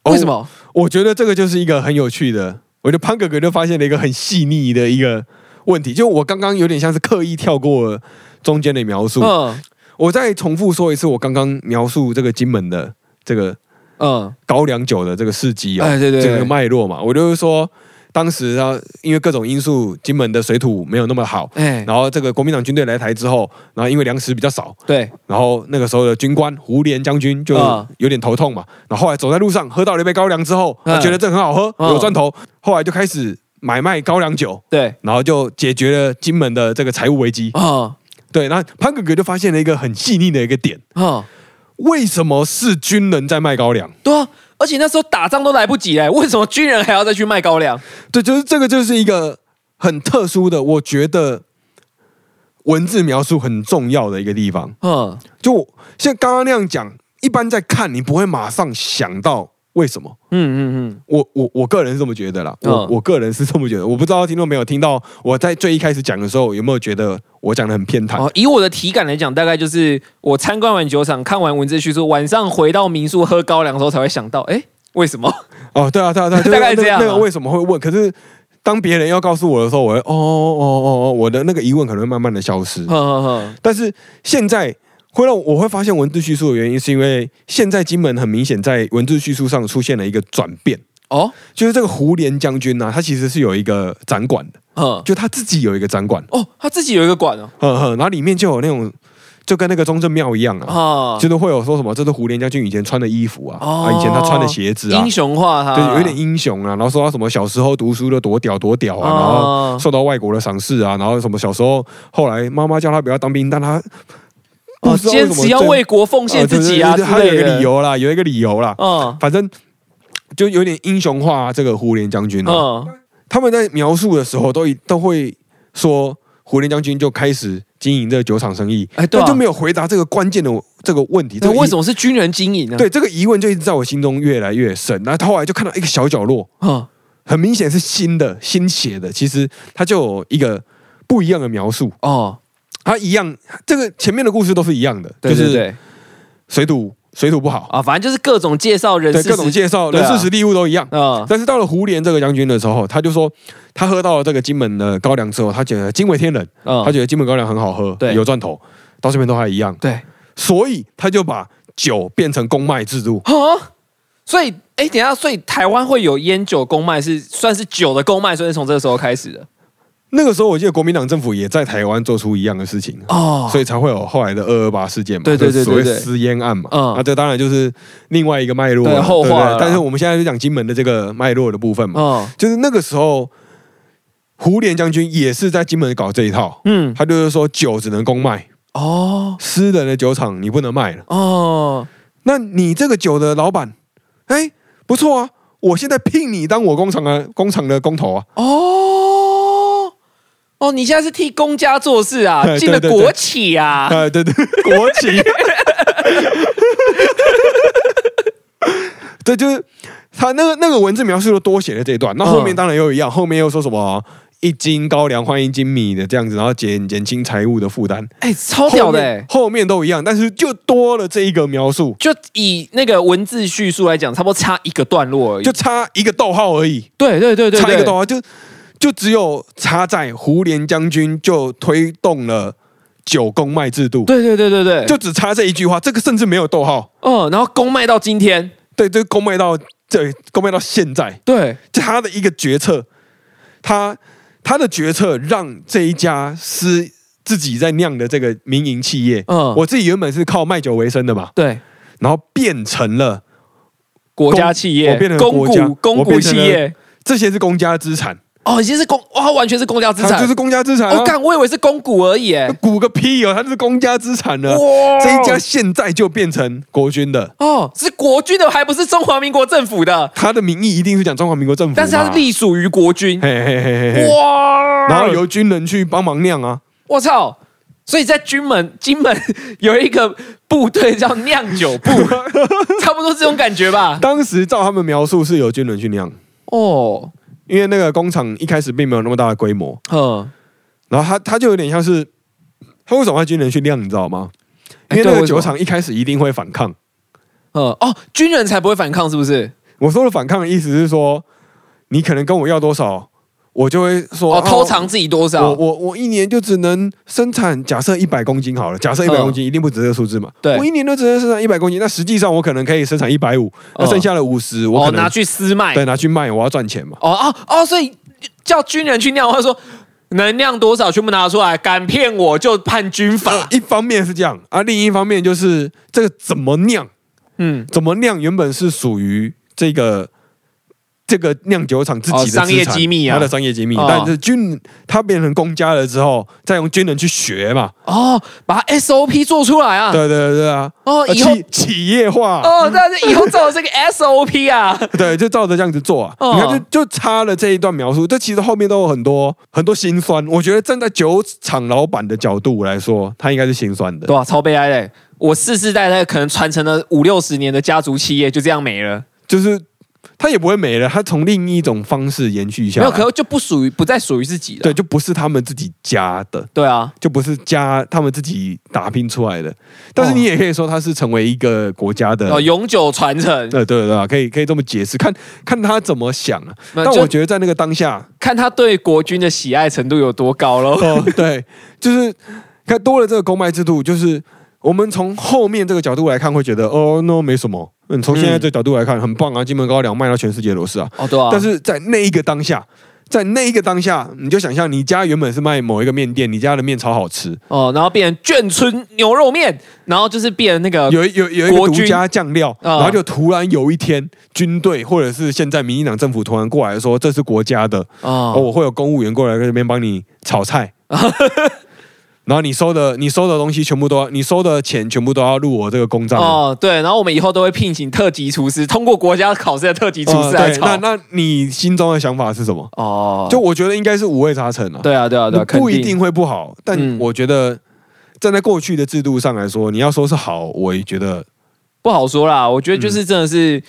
A: 哦
B: 为什么？
A: 我觉得这个就是一个很有趣的，我觉得潘哥哥就发现了一个很细腻的一个问题，就我刚刚有点像是刻意跳过中间的描述，
B: 嗯
A: 我再重复说一次，我刚刚描述这个金门的这个
B: 嗯
A: 高粱酒的这个事迹哦，
B: 哎对对对
A: 整个脉络嘛，我就是说，当时啊，因为各种因素，金门的水土没有那么好，
B: 哎，
A: 然后这个国民党军队来台之后，然后因为粮食比较少，
B: 对，
A: 然后那个时候的军官胡琏将军就
B: 啊
A: 有点头痛嘛，然后后来走在路上喝到了一杯高粱之后，
B: 嗯
A: 他觉得这很好喝，
B: 嗯
A: 有赚头，后来就开始买卖高粱酒。
B: 对，
A: 然后就解决了金门的这个财务危机，
B: 嗯
A: 对。然后潘哥哥就发现了一个很细腻的一个点，
B: 嗯，
A: 为什么是军人在卖高粱？
B: 对啊，而且那时候打仗都来不及嘞，为什么军人还要再去卖高粱？
A: 对，就是这个就是一个很特殊的，我觉得文字描述很重要的一个地方。
B: 嗯，
A: 就我像刚刚那样讲，一般在看你不会马上想到为什么？
B: 嗯嗯
A: 我我我个人是这么觉得啦，我、
B: 嗯
A: 我个人是这么觉得，我不知道听众朋友听到我在最一开始讲的时候有没有觉得我讲的很偏
B: 嗯，
A: 袒？
B: 哦，以我的体感来讲，大概就是我参观完酒厂，看完文字叙述，晚上回到民宿喝高粱的时候才会想到，哎，为什么？
A: 哦，对啊，对啊，对啊，就是
B: 大概这样啊
A: 那个那个为什么会问？可是当别人要告诉我的时候，我会哦哦哦哦，我的那个疑问可能会慢慢的消失。
B: 呵呵呵，
A: 但是现在会让我会发现文字叙述的原因，是因为现在金门很明显在文字叙述上出现了一个转变，
B: 哦，
A: 就是这个胡连将军呢、啊，他其实是有一个展馆的，
B: 嗯，
A: 就他自己有一个展馆，
B: 哦，他自己有一个馆哦，
A: 呵呵，然后里面就有那种就跟那个中正庙一样啊。
B: 啊，
A: 就是会有说什么，这是胡连将军以前穿的衣服啊，
B: 哦
A: 啊，以前他穿的鞋子啊
B: 英，雄化他，
A: 对，有一点英雄啊，然后说他什么小时候读书的多屌多屌啊，然
B: 哦
A: 后受到外国的赏识啊，然后什么小时候后来妈妈叫他不要当兵，但他
B: 哦，
A: 不知道为
B: 坚
A: 什么
B: 持要
A: 真
B: 为国奉献自己啊
A: 呃
B: 之
A: 对对对他有
B: 类
A: 一个
B: 的
A: 理，由啦，有一个理由啦，
B: 嗯
A: 反正就有点英雄化、这个胡琏将军、啊。
B: 嗯，
A: 他们在描述的时候都一都会说胡琏将军就开始经营这个酒厂生意，
B: 哎，对
A: 但
B: 啊
A: 就没有回答这个关键的这个问题。这
B: 那
A: 个疑
B: 为什么是军人经营呢？，
A: 对这个疑问就一直在我心中越来越深。然后他后来就看到一个小角落，
B: 嗯，
A: 很明显是新的新写的，其实他就有一个不一样的描述。
B: 哦，
A: 他一样，这个前面的故事都是一样的，
B: 对对
A: 就是
B: 对，
A: 水土水土不好，
B: 啊，反正就是各种介绍人
A: 对
B: 事，
A: 各种介绍、
B: 对
A: 人
B: 啊
A: 事实地物都一样。
B: 啊，
A: 但是到了胡琏这个将军的时候，他就说他喝到了这个金门的高粱之后，他觉得惊为天人，
B: 嗯
A: 他觉得金门高粱很好喝，
B: 对
A: 有赚头，到这边都还一样，
B: 对，
A: 所以他就把酒变成公卖制 度。
B: 啊，所以哎，等一下，所以台湾会有烟酒公卖是算是酒的公卖，所以是从这个时候开始的
A: 那个时候，我记得国民党政府也在台湾做出一样的事情。
B: 哦
A: 所以才会有后来的二二八事件嘛，
B: 对对
A: 就是
B: 对
A: 所谓
B: 对对
A: 私烟案嘛，
B: 嗯
A: 那这当然就是另外一个脉络了
B: 对后话
A: 对不
B: 了
A: 对但是我们现在就讲金门的这个脉络的部分嘛，
B: 哦，
A: 就是那个时候，胡琏将军也是在金门搞这一套，
B: 嗯，
A: 他就是说酒只能公卖，
B: 哦
A: 私人的酒厂你不能卖了。
B: 哦，
A: 那你这个酒的老板，哎，不错啊，我现在聘你当我工厂的工厂的工头啊，
B: 哦。哦，你现在是替公家做事啊，
A: 对
B: 进了
A: 对对对
B: 国企
A: 啊，
B: 啊，
A: 对对，国企，对，就是他那个那个文字描述都多写了这一段，那后面
B: 嗯
A: 当然又一样，后面又说什么一斤高粱换一斤米的这样子，然后减减轻财务的负担，
B: 哎、超屌的、欸！
A: 后面后面都一样，但是就多了这一个描述，
B: 就以那个文字叙述来讲，差不多差一个段落而已。
A: 就差一个逗号而已。
B: 对对对对，
A: 差一个
B: 对
A: 动画，就就只有差在胡琏将军就推动了九公卖制度，
B: 对对对对对，
A: 就只差这一句话，这个甚至没有逗号，
B: 嗯，然后公卖到今天，
A: 对，就公卖到对公卖到现在，
B: 对，
A: 就他的一个决策，他他的决策让这一家私自己在酿的这个民营企业，
B: 嗯，
A: 我自己原本是靠卖酒为生的嘛，
B: 对
A: 然后变成了
B: 国家企业
A: 我变成，了
B: 公
A: 国家
B: 股公
A: 我
B: 股
A: 变成
B: 企
A: 了
B: 业，
A: 这些是公家资产，
B: 哦，已经是公，哇，它完全是公家资
A: 它
B: 产，
A: 就是公家资产、啊，
B: 我干、我以为是公股而已、欸，
A: 股个屁哦，它就是公家资产了。
B: 哇
A: 这一家现在就变成国军的，
B: 哦，是国军的，还不是中华民国政府的，
A: 它的名义一定是讲中华民国政府嘛，
B: 但是它是隶属于国军，
A: 嘿嘿嘿嘿嘿，
B: 哇，
A: 然后由军人去帮忙酿啊，
B: 我操！所以在军门 金门有一个部队叫酿酒 部，差不多这种感觉吧。
A: 当时照他们描述是由军人去酿，
B: 哦，
A: 因为那个工厂一开始并没有那么大的规模，
B: 呵，
A: 然后他他就有点像是他为什么要军人去酿，你知道吗？
B: 哎
A: 因为
B: 对
A: 那
B: 为
A: 个
B: 什么
A: 酒厂一开始一定会反抗。
B: 呵，哦，军人才不会反抗，是不是？
A: 我说的反抗的意思是说，你可能跟我要多少，我就会说
B: 哦，
A: 啊
B: 偷藏自己多少
A: 我？我我一年就只能生产，假设一百公斤好了，假设一百
B: 嗯
A: 公斤一定不止这个数字嘛。
B: 对
A: 我一年都只能生产一百公斤，那实际上我可能可以生产一百五，那
B: 嗯
A: 剩下的五十我
B: 哦
A: 可，能、
B: 拿去私卖。
A: 对拿去卖，我要赚钱嘛。
B: 哦哦哦，所以叫军人去酿，他说能酿多少全部拿出来，敢骗我就判军法。
A: 一方面是这样啊，另一方面就是这个怎么酿，
B: 嗯，
A: 怎么酿原本是属于这个。这个酿酒厂自己的
B: 哦
A: 资产、
B: 商业机密啊
A: 它的商业机密，
B: 哦
A: 但是军它变成公家了之后，再用军人去学嘛，
B: 哦，把它 SOP 做出来啊。
A: 对对对对啊，
B: 哦，
A: 啊
B: 以后
A: 企企业化，
B: 哦，但是以后照这个 SOP 啊。
A: 对，就照着这样子做啊。
B: 哦
A: 你看，就就差了这一段描述，这其实后面都有很多很多心酸。我觉得站在酒厂老板的角度来说，他应该是心酸的。
B: 对啊，超悲哀的欸。我世世代代可能传承了五六十年的家族企业就这样没了，
A: 就是它也不会没了，它从另一种方式延续下
B: 没
A: 来。
B: 有，可就不属于不再属于自己的。
A: 对，就不是他们自己家的，
B: 对啊，
A: 就不是家他们自己打拼出来的。但是你也可以说它是成为一个国家的。
B: 哦，永久传承。
A: 对对对啊，可以可以这么解释，看看他怎么想啊。
B: 那
A: 但
B: 就
A: 我觉得在那个当下，
B: 看他对国军的喜爱程度有多高喽。
A: 哦，对，就是看多了这个公卖制度，就是我们从后面这个角度来看，会觉得哦，no 没什么。嗯，从现在这个角度来看，很棒啊，金门高粱卖到全世界都是啊。
B: 哦，对啊，
A: 但是在那一个当下，在那一个当下，你就想象你家原本是卖某一个面店，你家的面超好吃，
B: 哦，然后变成眷村牛肉面，然后就是变成那个
A: 有一有有一个
B: 呃国
A: 独
B: 军
A: 家酱料，
B: 啊
A: 然后就突然有一天，军队或者是现在民进党政府突然过来说这是国家的，哦，
B: 哦，
A: 我会有公务员过来这边帮你炒菜， 然后你收的你收的东西全部都要，你收的钱全部都要入我这个公账。哦
B: 哦，对，然后我们以后都会聘请特级厨师，通过国家考试的特级厨师来
A: 呃哦对，
B: 炒
A: 那。那你心中的想法是什么？
B: 哦，
A: 就我觉得应该是五味杂陈啊，
B: 对啊，对啊，对啊，
A: 不
B: 肯
A: 一定会不好，但
B: 嗯
A: 我觉得站在过去的制度上来说，你要说是好，我也觉得
B: 不好说啦。我
A: 嗯
B: 觉得就是真的是，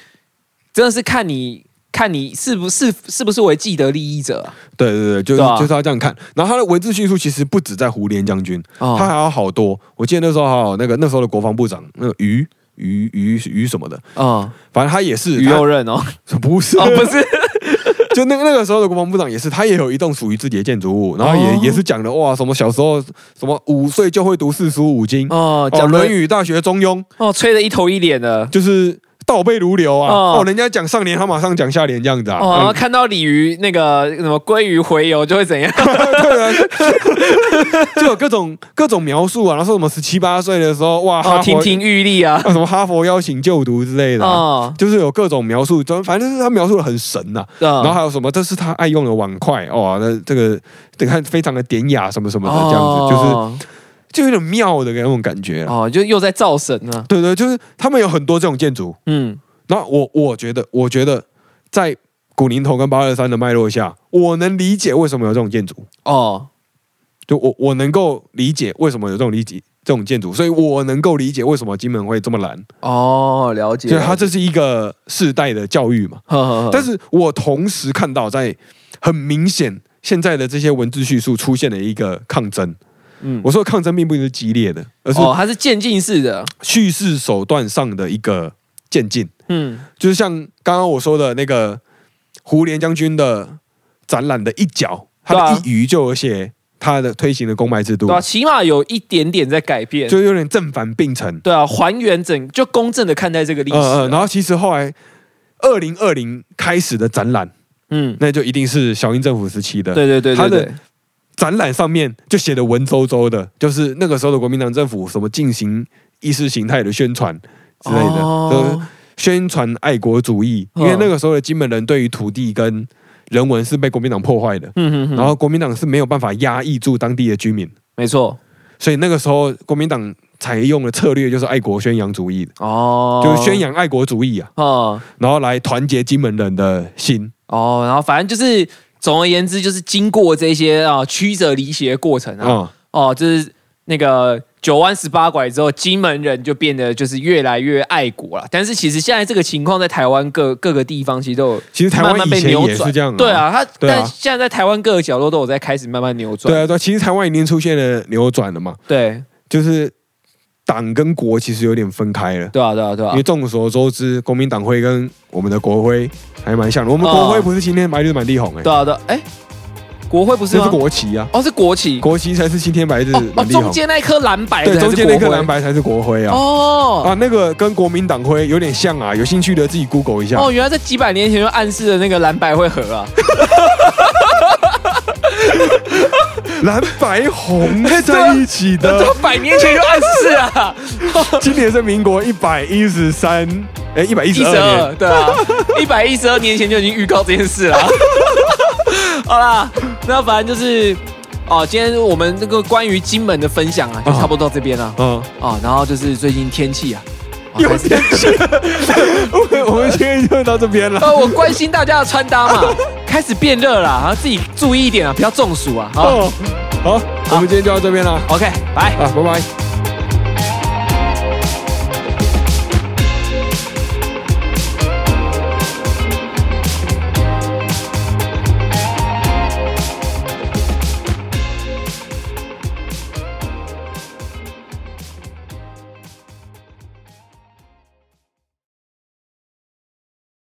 B: 真的是看你看你是不是是不是为既得利益者啊
A: 对对对，就是
B: 对啊
A: 就是要这样看。然后他的文字叙述其实不止在胡琏将军，
B: 哦
A: 他还有好多。我记得那时候还有那个那时候的国防部长那个于于于于什么的，
B: 哦，
A: 反正他也是
B: 鱼肉 任哦，
A: 他不是
B: 哦不是，
A: 就那个那个时候的国防部长也是，他也有一栋属于自己的建筑物，然后也、
B: 哦
A: 也是讲的哇，什么小时候什么五岁就会读四书五经，哦，
B: 哦
A: 《
B: 讲
A: 论
B: 论
A: 语》《大学》《中庸》，
B: 哦，吹得一头一脸的
A: 就是倒背如流啊。哦
B: 哦
A: 人家讲上联，他马上讲下联这样子啊。
B: 哦，然后
A: 哦、
B: 看到鲤鱼那个什么鲑鱼洄游就 会怎样？啊
A: 啊就有各种各种描述啊，然后说什么十七八岁的时候哇，哈
B: 哦，
A: 佛
B: 亭亭玉立啊，
A: 啊什么哈佛邀请就读之类的、啊。
B: 哦，
A: 就是有各种描述，反正就是他描述的很神呐、啊然
B: 然
A: 后还有什么？这是他爱用的碗筷哦，那这个你看非常的典雅什么什么的，这样子、就是就有点妙的那种感觉啊。
B: 哦，就又在造神呢。
A: 对对，就是他们有很多这种建筑。
B: 嗯，
A: 那我我觉得，我觉得在古宁头跟八二三的脉络下，我能理解为什么有这种建筑，
B: 哦，
A: 就我我能够理解为什么有这种理解这种建筑，所以我能够理解为什么金门会这么蓝，
B: 哦，了解。
A: 所以它这是一个世代的教育嘛。
B: 呵呵呵，
A: 但是我同时看到，在很明显现在的这些文字叙述出现了一个抗争。
B: 嗯
A: 我说的抗争并不是激烈的，而是
B: 哦，它是渐进式的。
A: 叙事手段上的一个渐进，
B: 嗯，
A: 就是像刚刚我说的那个胡琏将军的展览的一角，他
B: 对
A: 的
B: 啊
A: 一隅就有写他的推行的公卖制度
B: 对，啊，啊起码有一点点在改变。
A: 就有点正反并成。
B: 对啊，还原整就公正的看待这个历史。啊
A: 呃呃，然后其实后来二零二零开始的展览，
B: 嗯，
A: 那就一定是小英政府时期的。
B: 对对对
A: 它
B: 对
A: 的
B: 对。
A: 展览上面就写的文绉绉的，就是那个时候的国民党政府什么进行意识形态的宣传之类的，就是
B: 哦，
A: 宣传爱国主义，因
B: 嗯
A: 为那个时候的金门人对于土地跟人文是被国民党破坏的，
B: 嗯嗯
A: 然后国民党是没有办法压抑住当地的居民，
B: 没错。
A: 所以那个时候国民党采用的策略就是爱国宣扬主义的，
B: 哦，
A: 就是宣扬爱国主义啊，
B: 哦
A: 然后来团结金门人的心。
B: 哦，然后反正就是，总而言之，就是经过这些啊曲折离奇的过程啊，
A: 啊、
B: 哦，就是那个九弯十八拐之后，金门人就变得就是越来越爱国了。但是其实现在这个情况在台湾各各个地方其实都有
A: 其实台
B: 慢
A: 湾
B: 慢
A: 以
B: 被
A: 前
B: 扭
A: 也
B: 转，
A: 是这样、啊，
B: 对啊，他
A: 对啊
B: 但现在在台湾各个角落都有在开始慢慢扭转
A: 对，啊，对啊，其实台湾已经出现了扭转了嘛。
B: 对
A: 就是党跟国其实有点分开了。
B: 对啊对啊对
A: 因为
B: 啊，
A: 众所周知，国民党徽跟我们的国徽还蛮像的。我们国徽不是青天白日满地红、欸，
B: 哦对啊对啊，哎，国徽不是
A: 这
B: 吗
A: 是？国旗啊，
B: 哦，是国旗，
A: 国旗才是青天白日
B: 哦哦，
A: 满地红。
B: 中间那一颗蓝白的
A: 对，
B: 才是
A: 中间那颗
B: 国徽
A: 蓝白才是国徽啊。
B: 哦。
A: 啊，那个跟国民党徽有点像啊，有兴趣的自己 Google 一下。
B: 哦，原来在几百年前就暗示了那个蓝白会合啊！
A: 蓝白红是在一起 的，
B: 这百年前就暗示啊！
A: 今年是民国一百一十三，哎，一百一
B: 一
A: 十二
B: 十二，
A: 年。
B: 对 啊，一百一十二年前就已经预告这件事 了。好啦，那反正就是哦，今天我们这个关于金门的分享啊，就差不多到这边了
A: 嗯，
B: 哦。然后就是最近天气啊，哦
A: 有
B: 开始
A: 点像。 我们我们今天就到这边了。
B: 呃，我关心大家的穿搭嘛， 开始变热了，然后自己注意一点啊，不要中暑啊。好
A: 哦，好，我们今天就到这边了。
B: ，OK，拜。
A: 啊，拜拜。